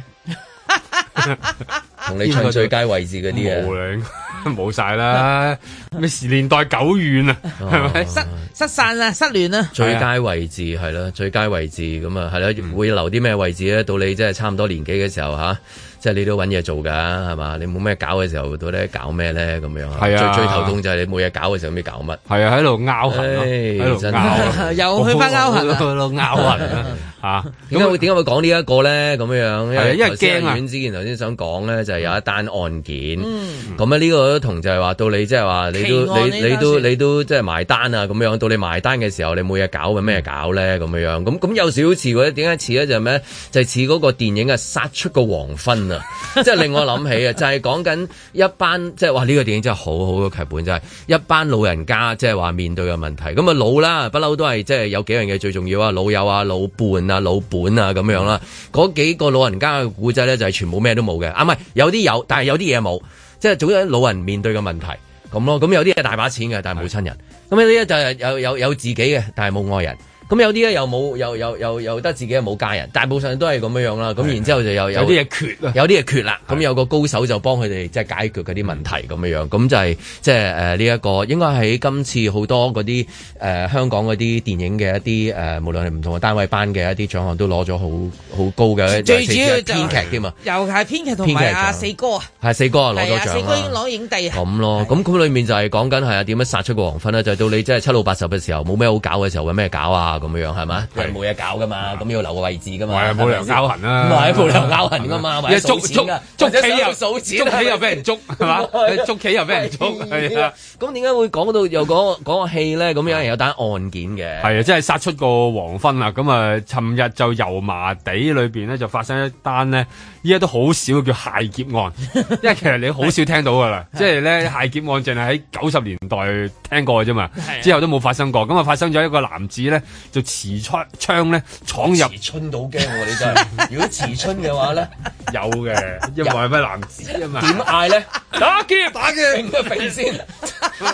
Speaker 2: 同你唱最佳位置嗰啲啊，
Speaker 1: 冇啦， [laughs] 冇晒啦，咩時年代久遠啊，
Speaker 2: 哦
Speaker 1: 係咪？
Speaker 5: 失散啦，失聯啦，
Speaker 2: 最佳位置係
Speaker 1: 哎
Speaker 2: 啦，最佳位置咁啊，係
Speaker 1: 嗯
Speaker 2: 啦，會留啲咩位置咧？到你即係差唔多年紀嘅時候吓，即係你都揾嘢做㗎，係嘛？你冇咩搞嘅時候，到底搞咩咧？咁樣
Speaker 1: 係啊
Speaker 2: 最最頭痛就係你冇嘢搞嘅時候，唔知搞乜。
Speaker 1: 係啊，喺度拗痕啊
Speaker 2: 唉
Speaker 1: 喺度
Speaker 2: 真
Speaker 1: 拗啊
Speaker 2: 係
Speaker 5: 又去翻勾
Speaker 1: [laughs]
Speaker 5: 痕啊
Speaker 1: 喺度拗痕
Speaker 2: [laughs]
Speaker 1: 啊嚇。
Speaker 2: 點解會點解會講呢一個咧？咁樣樣，
Speaker 1: 係啊因為
Speaker 2: 頭先
Speaker 1: 驚啊
Speaker 2: 阿阮之前頭先想講咧，就係有一單案件，
Speaker 5: 嗯
Speaker 2: 咁啊呢個都同就係話到你即係話你
Speaker 5: 奇
Speaker 2: 都
Speaker 5: 案
Speaker 2: 你
Speaker 5: 呢
Speaker 2: 你
Speaker 5: 單
Speaker 2: 都
Speaker 5: 算
Speaker 2: 你都即係埋單啊咁樣，到你埋單嘅時候，你每日搞緊咩搞咧咁樣樣，咁咁有少少似嗰啲點解似啊咧就係咩？就係似嗰個電影啊殺出個黃昏啊， [laughs] 即係令我諗起啊，就係講緊一班即係話呢個電影真係好好嘅劇本，就係一班老人家即係話面對嘅問題，咁啊老啦不嬲都係即係有幾樣嘢最重要啊，老友啊老伴啊老本啊咁樣啦，嗰幾個老人家嘅古仔咧就係全部咩都冇嘅，啊唔係有啲有，但係有啲嘢冇，即係總有啲老人面對嘅問題咁咯，咁有啲係大把錢嘅，但係冇親人，咁有啲咧就係有有有自己嘅，但係冇愛人。咁有啲咧又冇又又又又得自己又冇家人，大部分都係咁樣樣啦。咁然之後就又
Speaker 1: 有啲嘢缺啊
Speaker 2: 有啲嘢缺啦。咁有個高手就幫佢哋即係解決嗰啲問題咁樣樣。咁就係即係誒呢一個應該喺今次好多嗰啲誒香港嗰啲電影嘅一啲誒、呃，無論係唔同嘅單位班嘅一啲獎項都攞咗好好高嘅，
Speaker 5: 最主要就
Speaker 2: 編劇添啊，
Speaker 5: 又係編劇同埋阿
Speaker 2: 編劇就
Speaker 5: 四哥啊，
Speaker 2: 係四哥啊攞
Speaker 5: 係
Speaker 2: 咗
Speaker 5: 啊，四
Speaker 2: 獎
Speaker 5: 哥已經
Speaker 2: 啦。
Speaker 5: 攞影帝啊。
Speaker 2: 咁咯，咁咁裏面就係講緊係啊點樣殺出個黃昏咧，就係到你真係七老八十嘅時候冇咩好搞嘅時候，有咩搞啊咁樣樣係嘛？人冇嘢搞噶嘛，咁要留個位置噶嘛，
Speaker 1: 嗯係啊冇理由拗痕啦
Speaker 2: 唔係冇理由拗痕噶嘛，或者啊數錢㗎
Speaker 1: 捉
Speaker 2: [laughs] 或者
Speaker 1: 捉棋又
Speaker 2: 數錢
Speaker 1: 捉
Speaker 2: 啊，哎
Speaker 1: 棋又俾人
Speaker 2: [laughs]
Speaker 1: 捉係嘛
Speaker 2: 係啊
Speaker 1: 捉棋又俾人
Speaker 2: [laughs]
Speaker 1: 捉係啊。
Speaker 2: 咁點解會講到又講講個戲咧？咁樣有單案件嘅，
Speaker 1: 係啊，即係殺出個黃昏啦。咁啊，尋日就油麻地裏邊咧就發生一單咧，依家都好少叫械劫案， [laughs] 因為其實你好少聽到噶
Speaker 2: [laughs]
Speaker 1: 啦，即係咧械劫案淨係喺九十年代聽過嘅啫嘛，之後都冇發生過。咁啊，發生咗一個男子咧就持槍槍咧闖入
Speaker 2: 遲春到驚喎，你真
Speaker 1: [laughs]
Speaker 2: 係。如果遲春嘅話咧，
Speaker 1: 有
Speaker 2: [laughs]
Speaker 1: 嘅，因為係咩男子啊嘛？
Speaker 2: 點嗌咧？打劫打劫，揈一揈先。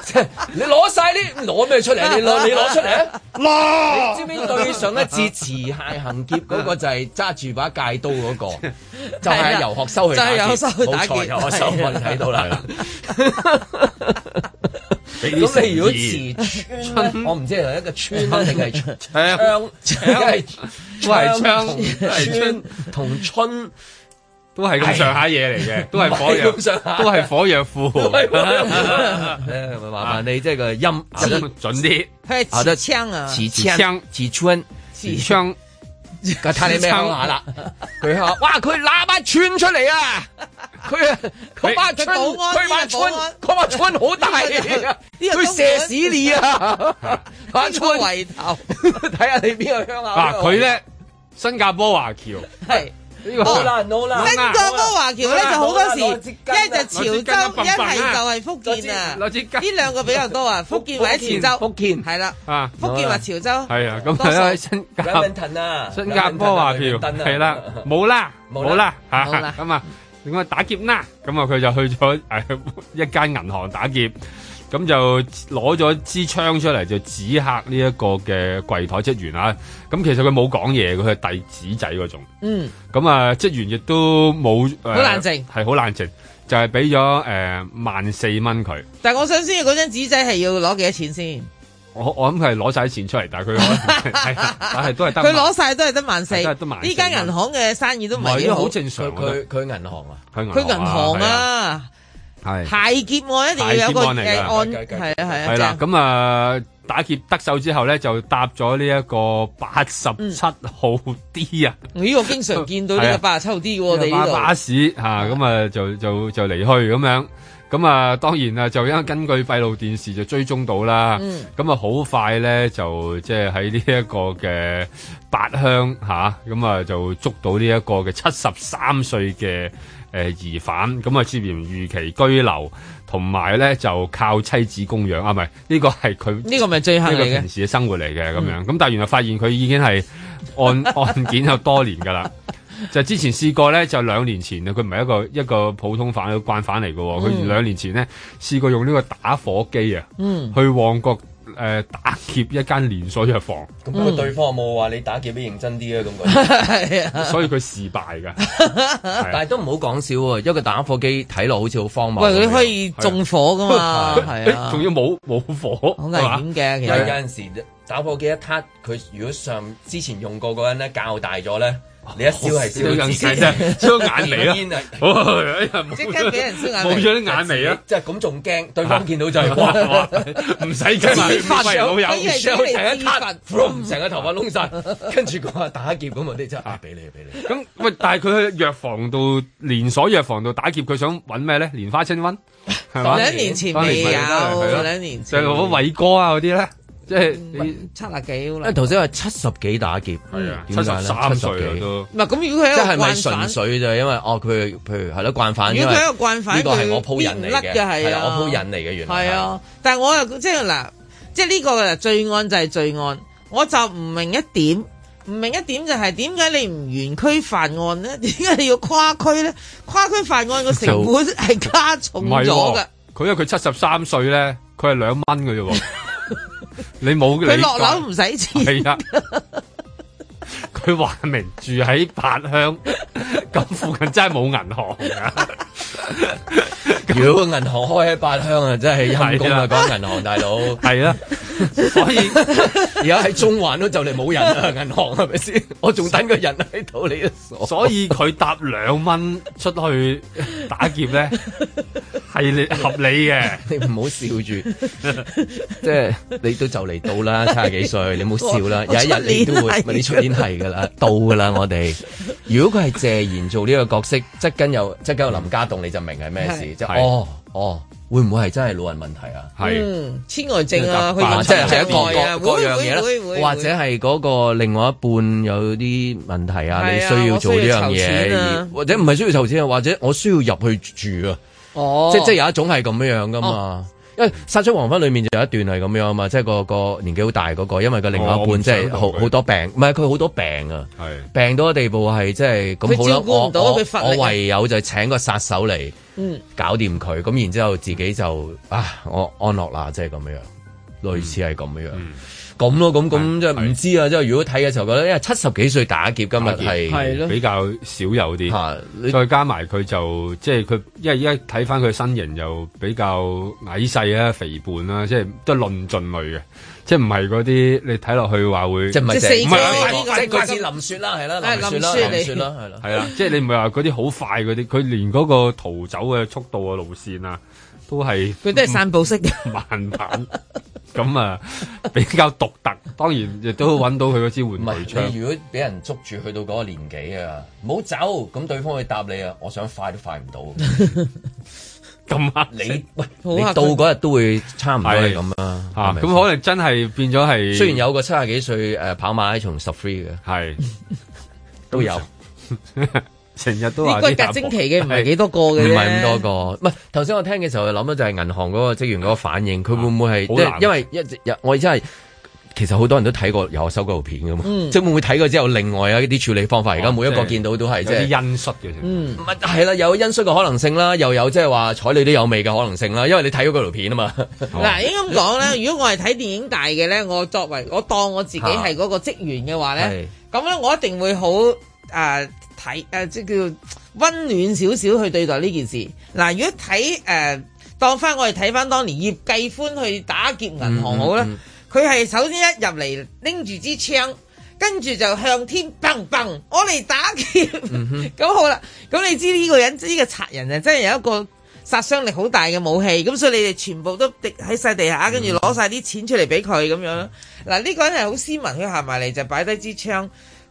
Speaker 2: 即係你攞晒啲攞咩出嚟？你攞你攞出嚟啊！
Speaker 11: 嗱
Speaker 2: 你知唔知對上一次持械行劫嗰個就係揸住把戒刀嗰個，就係游學修去打劫。
Speaker 5: 就係游學修去打劫
Speaker 2: 冇錯，游學修我哋睇到啦。 [laughs] 咁你如果持春咧，我唔知係一個村啦定係槍槍，
Speaker 1: 槍
Speaker 2: 係
Speaker 1: 喂槍係
Speaker 2: 村同春。
Speaker 1: 都係咁上下嘢嚟嘅，都係火藥，
Speaker 2: 唔係咁上下
Speaker 1: 都係火藥庫，[laughs]
Speaker 2: 係火藥庫誒咪麻煩你即係個音
Speaker 1: 啊準啲。
Speaker 5: 佢
Speaker 2: 好
Speaker 5: 係
Speaker 2: 的
Speaker 5: 持槍啊，
Speaker 2: 持槍，持槍，
Speaker 5: 持
Speaker 1: 槍。
Speaker 2: [laughs] 佢睇你咩鄉下 [laughs] 啦？佢話：哇！佢喇叭串出嚟啊！佢佢把
Speaker 5: 佢
Speaker 2: 串，
Speaker 5: 保安
Speaker 2: 佢把
Speaker 5: 呢個
Speaker 2: 串
Speaker 5: 保安，
Speaker 2: 佢把串好大啊！佢射屎你 [laughs] 啊！把
Speaker 5: 呢個
Speaker 2: 串
Speaker 5: 圍頭，
Speaker 2: [laughs] 睇下你邊個鄉
Speaker 1: 嗱，
Speaker 2: 下
Speaker 1: 啊佢
Speaker 2: 啊
Speaker 1: 咧新加坡華僑，
Speaker 5: 係
Speaker 1: 呢個
Speaker 2: 好啦好
Speaker 1: 啊
Speaker 2: 啦，
Speaker 5: 新加坡華僑咧就好多時，一就潮
Speaker 1: 攞支
Speaker 5: 州，一
Speaker 1: 筋啊
Speaker 5: 係就係福建啊，
Speaker 1: 攞支
Speaker 5: 呢兩個比較多啊，福建或者潮州，
Speaker 2: 福建
Speaker 5: 係啦，
Speaker 1: 啊，
Speaker 5: 福建或潮州，
Speaker 1: 係啊，咁
Speaker 5: 多數
Speaker 1: 係啦，新加
Speaker 2: 騰啊，
Speaker 1: 新加坡華僑係啦，冇啦
Speaker 2: 冇啦
Speaker 1: 冇啦嚇
Speaker 2: 冇啦
Speaker 1: 咁啊，點解打劫啦？咁啊，佢就去咗 [laughs] 誒一間銀行打劫，咁就攞咗支槍出嚟就指嚇呢一個嘅櫃台職員啊。咁其實佢冇講嘢，佢係遞紙仔嗰種。
Speaker 5: 嗯，
Speaker 1: 咁啊，職員亦都冇好
Speaker 5: 好冷靜
Speaker 1: 係好冷靜，就係俾咗誒萬四蚊佢。
Speaker 5: 但係我想知嗰張紙仔係要攞幾多錢先？
Speaker 1: 我我諗佢係攞晒啲錢出嚟，但係佢可能係啊但係都係得
Speaker 5: 佢
Speaker 1: 萬
Speaker 5: 攞晒都係得萬四，
Speaker 1: 係都係得萬四
Speaker 5: 呢間銀行嘅生意都唔係幾
Speaker 1: 好
Speaker 5: 好，
Speaker 1: 正常
Speaker 2: 佢佢佢銀行啊，
Speaker 1: 佢
Speaker 5: 佢銀行
Speaker 1: 係
Speaker 5: 啊，
Speaker 1: 係
Speaker 5: 械劫案一定要有個
Speaker 1: 械劫案嚟㗎
Speaker 5: 誒案，
Speaker 2: 計計
Speaker 5: 係啊係啊，
Speaker 1: 係啦，
Speaker 5: 正
Speaker 1: 咁啊打劫得手之後咧，就搭咗呢一個八十
Speaker 5: 嗯
Speaker 1: 七號 D 啊，
Speaker 5: 呢個經常見到呢
Speaker 1: 係
Speaker 5: 個
Speaker 1: 啊
Speaker 5: 八十抽啲喎，我哋
Speaker 1: 巴巴
Speaker 5: 呢
Speaker 1: 士吓，咁啊就就就離去咁樣。咁啊，當然啊，就因為根據閉路電視就追蹤到啦。
Speaker 5: 嗯
Speaker 1: 咁啊，好快咧就即係喺呢一個嘅八鄉吓，咁啊就捉到呢一個嘅七十三歲嘅誒疑犯，咁啊涉嫌逾期居留，同埋咧就靠妻子供養啊，唔係呢個係佢
Speaker 5: 度，呢個咪最恨
Speaker 1: 呢
Speaker 5: 嚟
Speaker 1: 個
Speaker 5: 嘅嗯
Speaker 1: 平。時嘅生活嚟嘅咁樣，咁但係原來發現佢已經係 [laughs] 案案件有多年㗎啦。就之前試過咧，就兩年前啊，佢唔係一個一個普通犯，一個慣犯嚟嘅喎。佢
Speaker 5: 嗯
Speaker 1: 兩年前咧試過用呢個打火機啊，
Speaker 5: 嗯
Speaker 1: 去旺角誒、呃打劫一間連鎖藥房，
Speaker 2: 咁不過對方有冇話你打劫都認真啲啊？ [laughs] 咁講，
Speaker 5: 係啊，
Speaker 1: 所以佢事敗
Speaker 5: [laughs]
Speaker 1: 㗎。啊
Speaker 2: 但係都唔好講笑喎，一個打火機睇落好似好荒謬咁樣。
Speaker 5: 喂，佢可以縱火噶
Speaker 2: [laughs]
Speaker 5: 嘛？係啊，
Speaker 1: 仲要冇冇火，
Speaker 5: 好
Speaker 1: 係
Speaker 5: 危
Speaker 1: 嘛
Speaker 5: 險嘅，其
Speaker 2: 有有
Speaker 5: 實
Speaker 2: 陣時打火機一撻，佢如果上之前用過嗰人咧較大咗咧，你一燒係燒到
Speaker 1: 有
Speaker 2: 自
Speaker 1: 陣
Speaker 2: 己
Speaker 1: 時真係燒眼眉
Speaker 2: [laughs]
Speaker 5: [laughs]
Speaker 1: 哦啦
Speaker 2: 煙啊，
Speaker 5: 即刻俾人燒眼
Speaker 1: 冇
Speaker 5: 眉
Speaker 1: 咗啲眼眉啊啦，
Speaker 2: 即係咁仲驚，對方見到就係
Speaker 1: 哇
Speaker 2: 哇！
Speaker 1: 哇唔使驚
Speaker 2: [laughs]
Speaker 1: 啊，喂老友
Speaker 5: 佢以為
Speaker 2: 之後
Speaker 5: 俾
Speaker 2: 成
Speaker 5: 你
Speaker 2: 一
Speaker 5: 自
Speaker 2: 撻
Speaker 5: 焚，
Speaker 2: vroom，成個頭髮窿晒，跟住講話打劫咁啊！啲真係啊俾你啊俾你，
Speaker 1: 咁喂，但係佢去藥房度連鎖藥房度打劫，佢想揾咩咧？蓮花清瘟係嘛？
Speaker 5: 兩年前未
Speaker 1: 當年咪係
Speaker 5: 有，
Speaker 1: 咯
Speaker 5: 兩年
Speaker 1: 就
Speaker 5: 前
Speaker 1: 係攞偉哥啊嗰啲咧，即係你
Speaker 5: 七啊幾好
Speaker 2: 因
Speaker 5: 啦
Speaker 2: 為。頭先話七十幾打劫，嗯
Speaker 1: 係啊，七
Speaker 2: 點解
Speaker 1: 十
Speaker 2: 咧
Speaker 1: 三
Speaker 2: 七
Speaker 1: 歲
Speaker 2: 十
Speaker 1: 啦
Speaker 2: 幾
Speaker 1: 都。
Speaker 5: 唔係咁，如果佢
Speaker 2: 即係
Speaker 5: 係一個
Speaker 2: 咪
Speaker 5: 慣
Speaker 2: 純
Speaker 5: 犯，
Speaker 2: 粹就係因為哦，佢譬如係咯慣犯，
Speaker 5: 如
Speaker 2: 因
Speaker 5: 果
Speaker 2: 為
Speaker 5: 佢係一個慣犯，
Speaker 2: 呢個係
Speaker 5: 佢
Speaker 2: 我鋪人嚟
Speaker 5: 必
Speaker 2: 嘅，
Speaker 5: 唔甩嘅係
Speaker 2: 啦
Speaker 5: 啊，
Speaker 2: 我鋪人嚟嘅原來
Speaker 5: 係啊，但係我又即係嗱，即係呢個嗱罪案就係罪案，我就唔明一點，唔明一點就係點解你唔原區犯案咧？點解你要跨區咧？跨區犯案個成本係加重
Speaker 1: 唔係
Speaker 5: 咗
Speaker 1: 喎
Speaker 5: 㗎。，
Speaker 1: 佢因為佢七十三歲咧，佢係兩蚊嘅
Speaker 5: [laughs]
Speaker 1: 啫喎。你冇
Speaker 5: 佢
Speaker 1: 你
Speaker 5: 落樓唔使錢，
Speaker 1: 係啊，佢話明住喺八鄉，咁附近真係冇銀行㗎。
Speaker 2: 如果個銀行開喺八鄉啊，真係陰公
Speaker 1: 係啦
Speaker 2: 啊！講銀行大佬，
Speaker 1: 係啦， [laughs] 所以。
Speaker 2: 而家喺中環都就嚟冇人啦，銀行係咪
Speaker 5: [laughs]
Speaker 2: 先？我仲等個人喺度，你都傻。
Speaker 1: 所以佢搭兩蚊出去打劫咧，係你合理嘅。
Speaker 2: 你唔好笑住，即係你都就嚟到啦，七廿幾歲，你唔好笑啦。
Speaker 5: 我
Speaker 2: 有一日你都會，
Speaker 5: 出年係
Speaker 2: 咪你出年係噶啦，到噶啦我哋。如果佢係謝賢做呢個角色，側跟有側跟有林家棟，你就明係咩事。
Speaker 5: 係
Speaker 2: 即係
Speaker 1: 係
Speaker 2: 哦哦，會唔會係真係老人問題啊？
Speaker 1: 係
Speaker 5: 嗯，痴呆症啊，佢
Speaker 2: 啊
Speaker 5: 用
Speaker 2: 即係係一
Speaker 5: 障礙啊
Speaker 2: 個各各
Speaker 5: 會
Speaker 2: 樣嘢
Speaker 5: 會會
Speaker 2: 啦，
Speaker 5: 會
Speaker 2: 或者係嗰個另外一半有啲問題啊，你
Speaker 5: 係啊
Speaker 2: 需要做呢樣
Speaker 5: 我需要籌
Speaker 2: 嘢
Speaker 5: 錢啊
Speaker 2: 而，或者唔係需要籌錢啊，或者我需要入去住啊，
Speaker 5: 哦，
Speaker 2: 即即係有一種係咁樣樣噶嘛。因為《殺出黃昏》裏面就有一段係咁樣啊嘛，即係個個年紀好大嗰個，因為佢另
Speaker 1: 哦
Speaker 2: 外一
Speaker 1: 我唔
Speaker 2: 半即
Speaker 1: 想
Speaker 2: 係
Speaker 1: 同
Speaker 2: 好
Speaker 1: 佢
Speaker 2: 好多病，唔係佢好多病啊，
Speaker 1: 係
Speaker 2: 病到嘅地步係即係咁
Speaker 5: 佢
Speaker 2: 好
Speaker 5: 照
Speaker 2: 啦，
Speaker 5: 顧
Speaker 2: 我
Speaker 5: 唔到
Speaker 2: 我
Speaker 5: 佢乏力啊
Speaker 2: 我唯有就請個殺手嚟
Speaker 5: 嗯
Speaker 2: 搞掂佢，咁然之後自己就啊我安樂啦，即係咁樣，類似係咁樣。
Speaker 1: 嗯
Speaker 2: 咁咯，咁咁即係唔知啊！即係如果睇嘅時候覺得，因為七十幾歲打劫今日
Speaker 1: 打劫
Speaker 2: 係
Speaker 5: 係咯
Speaker 1: 比較少有啲，
Speaker 2: 嚇你
Speaker 1: 再加埋佢就即係佢，因為依家睇啊翻佢身形又比較矮細啦、肥胖啦，即係都係論盡類嘅。即係唔係嗰啲你睇落去話會，
Speaker 2: 即係唔係即係四
Speaker 1: 唔
Speaker 2: 個
Speaker 1: 係
Speaker 2: 即係嗰次林雪啦，係啦，
Speaker 5: 係
Speaker 2: 林雪啦，
Speaker 5: 林雪嚟
Speaker 2: 林雪啦，係啦。
Speaker 1: 係啦，即係你唔係話嗰啲好快嗰啲，佢連嗰個逃走嘅速度嘅路線啊，都係
Speaker 5: 佢
Speaker 2: 嗯
Speaker 5: 都係散步
Speaker 2: [laughs]
Speaker 5: 式嘅，
Speaker 1: [laughs] 慢慢咁啊，比較獨
Speaker 2: [laughs]
Speaker 1: 特。當然亦都揾到佢嗰支玩具
Speaker 2: 你
Speaker 1: 槍。
Speaker 2: 如果俾人捉住去到嗰個年紀啊，唔好走，咁對方去答你啊，我想快都快唔到。
Speaker 1: 咁啊，
Speaker 2: 你喂，
Speaker 1: 好
Speaker 2: 你
Speaker 1: 啊
Speaker 2: 到嗰日都會差唔多係咁啊。
Speaker 1: 嚇
Speaker 2: 係咪
Speaker 1: 咁可能真係變咗係。
Speaker 2: 雖然有個七十幾歲誒跑馬拉松十 free 嘅，
Speaker 1: 係
Speaker 2: 都有。
Speaker 1: 成日都
Speaker 5: 話啲人骨骼精奇嘅唔係幾多個嘅啫
Speaker 2: 啊唔係咁多個。唔係頭先我聽嘅時候諗到就係銀行嗰個職員嗰個反應，佢會唔會係
Speaker 1: 好
Speaker 2: 即
Speaker 1: 難
Speaker 2: 係因為一直我真係。其實好多人都睇過有收嗰條片噶嘛，即係會唔會睇過之後，另外有一啲處理方法，而家每一個見到都係
Speaker 1: 哦有
Speaker 2: 即係
Speaker 1: 啲因率嘅。
Speaker 5: 嗯，
Speaker 2: 咪係啦，有因素嘅可能性啦，又有即係話睬你都有味嘅可能性啦，因為你睇咗嗰條片啊嘛。
Speaker 5: 嗱，應該咁講咧，如果我係睇電影大嘅咧，我作為我當我自己係嗰個職員
Speaker 2: [laughs]
Speaker 5: 嘅話咧，咁咧我一定會好誒睇誒，即叫温暖少少去對待呢件事。嗱，如果睇誒、呃、當翻我哋睇翻當年葉繼歡去打劫銀行好
Speaker 2: 嗯
Speaker 5: 啦，佢係、首先一入嚟拎住支槍。跟住就向天砰砰，我嚟打劫。 [laughs] 咁、好啦，咁你知呢個人呢、個賊人啊，真係有一個殺傷力好大嘅武器，咁所以你哋全部都滴喺晒地下，跟住攞晒啲錢出嚟俾佢咁樣。嗱，呢個人係好斯文，佢行埋嚟就擺低支槍，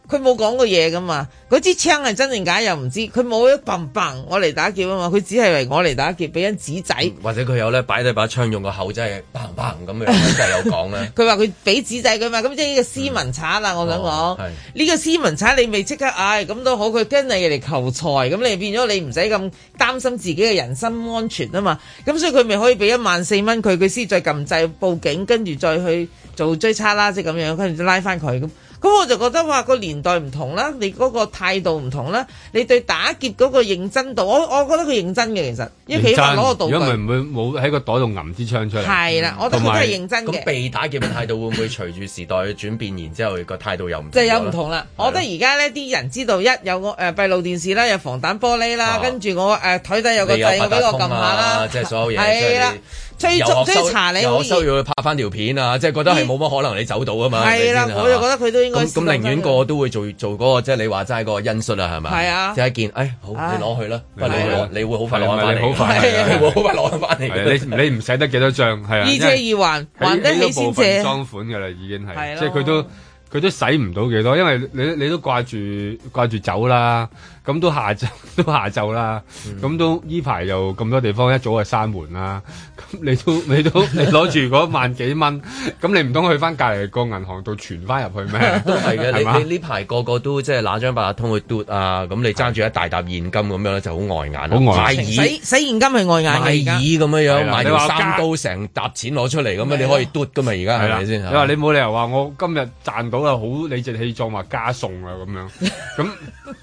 Speaker 5: 佢冇講過嘢噶嘛。嗰支槍係真定假又唔知，佢冇一砰砰我嚟打劫啊嘛，佢只係為我嚟打劫，俾人紙仔。
Speaker 2: 或者佢有咧擺低把槍，用個口真係砰砰
Speaker 5: [laughs]。
Speaker 2: 咁樣，真係有講咧
Speaker 5: 佢話佢俾紙仔佢嘛，咁即係呢個斯文賊啦，我想
Speaker 2: 哦
Speaker 5: 講
Speaker 2: 係
Speaker 5: 呢個斯文賊你未即刻唉咁都好，佢跟你嚟求財，咁你變咗你唔使咁擔心自己嘅人身安全啊嘛，咁所以佢咪可以俾一萬四蚊佢，佢先再撳掣報警，跟住再去做追查啦，即係咁樣，跟住拉翻佢咁。咁我就覺得話個年代唔同啦，你嗰個態度唔同啦，你對打劫嗰個認真度，我我覺得佢認真嘅其實，因為佢起碼攞個道具。
Speaker 1: 如果唔係唔會冇喺個袋度揞支槍出嚟。
Speaker 5: 係啦我覺得佢都係認真嘅
Speaker 2: 咁被打劫嘅態度會唔會隨住時代嘅轉變，然之後個態度又唔同
Speaker 5: 就有
Speaker 2: 咗
Speaker 5: 唔
Speaker 2: 呢
Speaker 5: 同啦。我覺得而家呢啲人知道一有個誒閉路電視啦，有防彈玻璃啦，跟住我誒台底有個
Speaker 2: 啊你有
Speaker 5: 掣，我俾我撳
Speaker 2: 八達
Speaker 5: 下
Speaker 2: 通
Speaker 5: 啦
Speaker 2: 啊，即係所有嘢
Speaker 5: [laughs] 係啦，
Speaker 2: 即
Speaker 5: 追
Speaker 2: 係你
Speaker 5: 逐
Speaker 2: 又學收
Speaker 5: 追查你
Speaker 2: 又
Speaker 5: 好
Speaker 2: 學收
Speaker 5: 易。
Speaker 2: 要去拍翻條片啊！即係覺得係冇乜可能你走到啊嘛。
Speaker 5: 係啦
Speaker 2: 係咪先
Speaker 5: 我就覺得佢都應該
Speaker 2: 咁咁，
Speaker 5: 試過
Speaker 2: 寧願個個都會做做嗰個，即係你話齋嗰個因素啦，係咪？
Speaker 5: 係啊
Speaker 2: 即係一件，哎，好，你攞去啦，不過你
Speaker 1: 係啊
Speaker 2: 會你會好快攞翻嚟，
Speaker 1: 好快
Speaker 2: 係啊你會好快攞翻嚟嘅。
Speaker 1: 係你你唔使得幾多張係啊，
Speaker 5: 二
Speaker 1: 因
Speaker 5: 借
Speaker 1: 為
Speaker 5: E 二還，還得起
Speaker 1: 喺
Speaker 5: 先
Speaker 1: 呢個部分
Speaker 5: 借。
Speaker 1: 裝款㗎啦，已經
Speaker 5: 係
Speaker 1: 係，
Speaker 5: 咯
Speaker 1: 即係佢都佢都使唔到幾多，因為你你都掛住掛住走啦，咁都下晝 [laughs] 都下晝啦，咁都依排又咁多地方一早就閂門啦，咁 [laughs] 你都你都你攞住嗰萬幾蚊，咁你唔通去翻隔離個銀行度存翻入去咩？
Speaker 2: 都係
Speaker 1: 係嘛
Speaker 2: 嘅，你你呢排個個都即係拿張八達通去嘟啊，咁你揸住一大沓現金咁樣咧，就好礙眼啦，
Speaker 1: 好礙
Speaker 2: 眼
Speaker 5: 使使現金係外眼
Speaker 2: 賣
Speaker 5: 嘅而家
Speaker 2: 耳。咁樣
Speaker 1: 係
Speaker 2: 樣，
Speaker 1: 啦
Speaker 2: 賣
Speaker 1: 你
Speaker 2: 條
Speaker 1: 話加
Speaker 2: 三刀成沓錢攞出嚟咁樣，你可以嘟噶嘛？而家
Speaker 1: 係
Speaker 2: 係
Speaker 1: 啦，
Speaker 2: 咪先？
Speaker 1: 你話你冇理由話我今日賺到啊啦，好理直氣壯話加餸啊咁
Speaker 2: [laughs]
Speaker 1: 樣，咁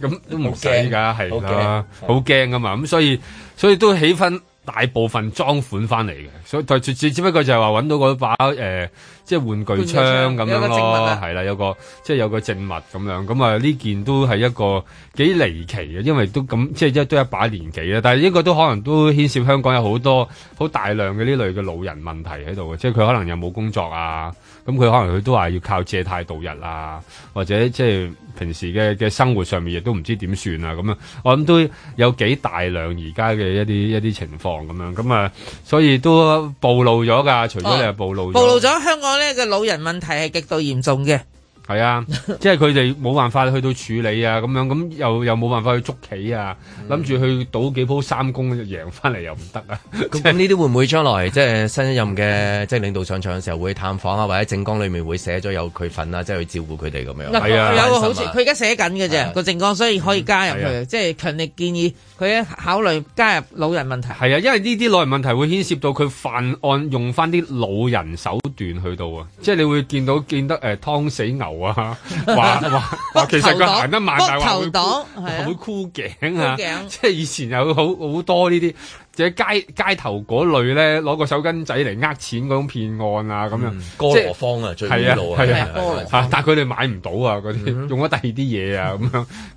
Speaker 1: 咁都唔使㗎，係啦，好驚啊㗎嘛，咁所以所以都起分大部分裝款翻嚟嘅，所以就只只只不過就係話揾到嗰把誒、呃即係玩具槍
Speaker 5: 玩具槍
Speaker 1: 咁
Speaker 5: 有個
Speaker 1: 樣
Speaker 5: 證物
Speaker 1: 咯
Speaker 5: 啊，
Speaker 1: 係啦，有個即係有個證物咁樣，咁啊呢件都係一個幾離奇嘅，因為都咁即係一都一把年紀啦，但係應該都可能都牽涉香港有好多好大量嘅呢類嘅老人問題喺度嘅，即係佢可能又冇工作啊，咁佢可能佢都話要靠借貸度日啊，或者即係平時嘅嘅生活上面亦都唔知點算啊咁樣，我諗都有幾大量而家嘅一啲一啲情況咁樣，咁啊，所以都暴露咗㗎，除咗你係暴露咗。
Speaker 5: 哦暴露咗香港呢個老人問題係極度嚴重嘅。
Speaker 1: 係
Speaker 5: [laughs]
Speaker 1: 啊，即係佢哋冇辦法去到處理啊，咁樣咁又又冇辦法去捉棋啊，
Speaker 5: 嗯
Speaker 1: 諗住去賭幾鋪三公就贏翻嚟又唔得啊，
Speaker 2: 咁咁呢啲會唔會將來即係新一任嘅即係領導上場嘅時候會探訪啊，或者政綱裏面會寫咗有佢份啊，即係去照顧佢哋咁樣。
Speaker 5: 嗱，
Speaker 1: 啊
Speaker 5: 有個好處，佢
Speaker 2: 佢
Speaker 5: 而家寫緊嘅
Speaker 2: 啊
Speaker 5: 啫個政綱，所以可以加入
Speaker 1: 係
Speaker 5: 去，即係強力建議佢考慮加入老人問題。
Speaker 1: 係啊，因為呢啲老人問題會牽涉到佢犯案用翻啲老人手段去到啊，即係你會見到見得誒、呃、劏死牛
Speaker 5: [laughs]
Speaker 1: 啊，話話話其實佢行得慢，但係話
Speaker 5: 頭
Speaker 1: 會
Speaker 5: 黨係
Speaker 1: 話
Speaker 5: 啊
Speaker 1: 會箍頸啊
Speaker 5: 箍頸，
Speaker 1: 即係以前有好好多呢啲，即係街街頭嗰類咧，攞個手巾仔嚟呃錢嗰種騙案啊咁
Speaker 5: 嗯
Speaker 1: 樣，
Speaker 2: 哥羅
Speaker 1: 即係
Speaker 2: 芳啊，最
Speaker 1: 係
Speaker 2: 古
Speaker 1: 啊
Speaker 2: 老，啊，
Speaker 1: 係
Speaker 2: 係係
Speaker 1: 啊，嚇！但係佢哋買唔到啊，嗰啲用咗第二啲嘢啊，咁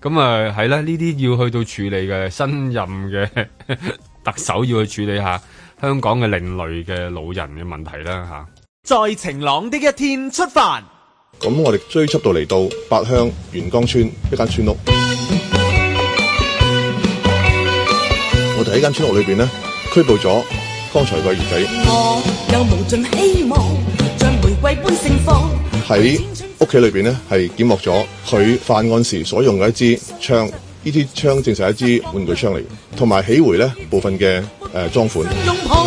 Speaker 1: 樣咁啊，係啦，呢啲要去到處理嘅新任嘅 [laughs]
Speaker 5: [laughs]
Speaker 1: 特首要去處理下香港嘅另類嘅老人嘅問題啦，嚇。
Speaker 3: 在晴朗的一天出發。
Speaker 15: 咁我哋追緝到嚟到八鄉元江村一間村屋，我哋喺間村屋裏邊呢，拘捕咗剛才個兒仔
Speaker 11: 我有無盡希望，像玫瑰般盛放。
Speaker 15: 喺屋企裏邊呢，係檢獲咗佢犯案時所用嘅一支槍，呢支槍正係一支玩具槍嚟嘅，同埋起回呢部分嘅誒裝款。
Speaker 11: 擁抱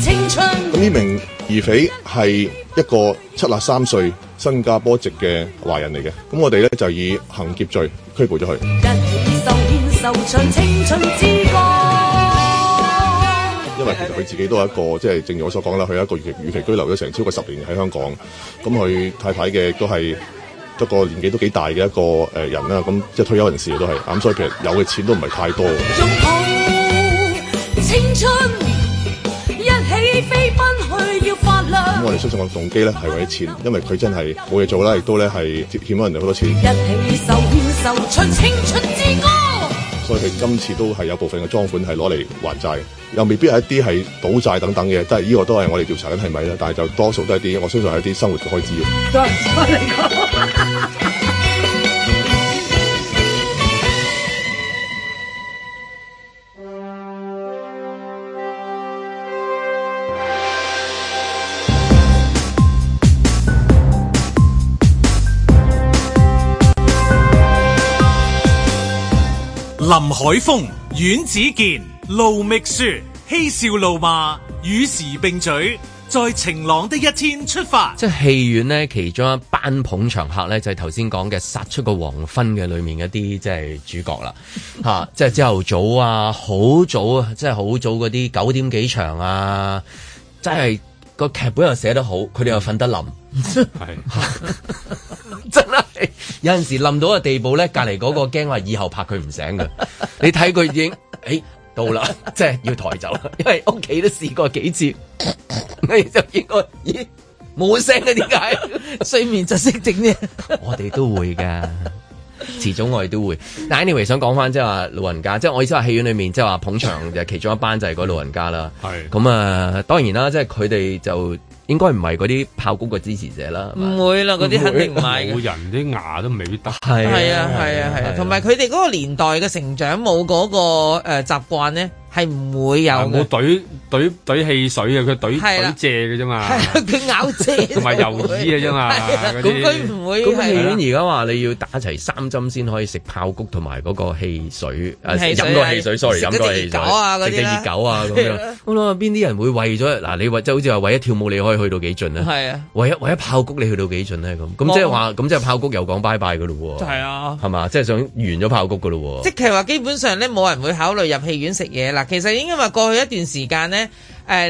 Speaker 11: 青春，
Speaker 15: 咁呢名疑匪係一個七十三歲新加坡籍嘅華人嚟嘅，咁我哋咧就以行劫罪拘捕咗佢。
Speaker 11: 受盡青春之歌。
Speaker 15: 因為其實佢自己都係一個，即係正如我所講啦，佢係一個逾期逾期居留咗成超過十年喺香港，咁佢太太嘅都係一個年紀都幾大嘅一個誒人啦，咁即係退休人士都係，咁所以其實有嘅錢都唔係太多。
Speaker 11: 青春一起飛奔去要發亮
Speaker 15: 咁，我哋相信個動機咧係為咗錢，因為佢真係冇嘢做啦，亦都咧係欠咗人哋好多錢。
Speaker 11: 一起手牽手唱青春之歌。
Speaker 15: 所以佢今次都係有部分嘅裝款係攞嚟還債，又未必係一啲係賭債等等嘅，都係呢個都係我哋調查緊係咪啦。但係就多數都係啲，我相信係一啲生活嘅開支。
Speaker 11: 再再嚟講。
Speaker 3: 林海峰、阮子健、盧覓雪，嬉笑怒罵，與時並舉，在晴朗的一天出發。
Speaker 2: 即係戲院咧，其中一班捧場客咧，就係頭先講嘅殺出個黃昏嘅裏面一啲即係主角啦， [laughs] 嚇、即係朝頭早啊，好早啊，即係好早嗰啲九點幾場啊，真係個劇本又寫得好，佢哋又瞓得冧，真係有陣時冧到個地步咧，隔離嗰個驚話以後拍佢唔醒 [laughs] 嘅，你睇佢已經誒。哎到啦， [laughs] 即係要抬走啦，因為屋企都試過幾 [laughs] 次，你哎就應該咦冇聲嘅點 [laughs] 解？
Speaker 5: 睡眠窒息症呢？
Speaker 2: 我哋都會㗎，遲早我哋都會。但 anyway 想講翻即係話老人家，即係我意思話戲院裏面即係話捧場就其中一班就係嗰老人家啦。
Speaker 4: 係
Speaker 2: 咁啊，當然啦，即係佢哋就應該唔係嗰啲炮谷嘅支持者啦。
Speaker 5: 唔會啦，嗰啲肯定唔買嘅
Speaker 1: 冇。人啲牙都未必得。
Speaker 2: 係
Speaker 5: 係啊，係啊，係啊，同埋佢哋嗰個年代嘅成長冇嗰個誒習慣咧，係唔會有
Speaker 1: 啊
Speaker 5: [laughs]
Speaker 1: 冇
Speaker 5: 嘅。
Speaker 1: 懟懟懟汽水嘅，佢懟
Speaker 5: 係啦
Speaker 1: 懟借嘅啫嘛。
Speaker 5: 佢咬字
Speaker 1: 同埋油脂
Speaker 5: [laughs]
Speaker 1: 嘅啫嘛嗰啲
Speaker 5: 咁佢啊唔會
Speaker 2: 咁戲
Speaker 5: 係啦。
Speaker 2: 院而家話你要打齊三針先可以食炮谷同埋嗰個汽水，啊
Speaker 5: 汽水
Speaker 2: 飲個汽水
Speaker 5: 係
Speaker 2: ，sorry，
Speaker 5: 食嗰
Speaker 2: 飲
Speaker 5: 啲
Speaker 2: 個汽水，
Speaker 5: 熱狗啊嗰啲
Speaker 2: 食隻
Speaker 5: 啦
Speaker 2: 熱狗啊咁樣
Speaker 5: [laughs] 係啦。
Speaker 2: 我諗下邊啲人會為咗嗱你為即係好似話為咗跳舞你可以去到幾盡啊？
Speaker 5: 係啊，
Speaker 2: 為一為一炮谷你去到幾盡咧咁？咁即係話咁即係炮谷又講拜拜噶咯喎。
Speaker 5: 係啊
Speaker 2: 係嘛？即係想完咗炮谷噶咯
Speaker 5: 即
Speaker 2: 喎。
Speaker 5: 係話基本上咧，冇人會考慮入戲院食嘢啦。其實應該話過去一段時間咧，誒、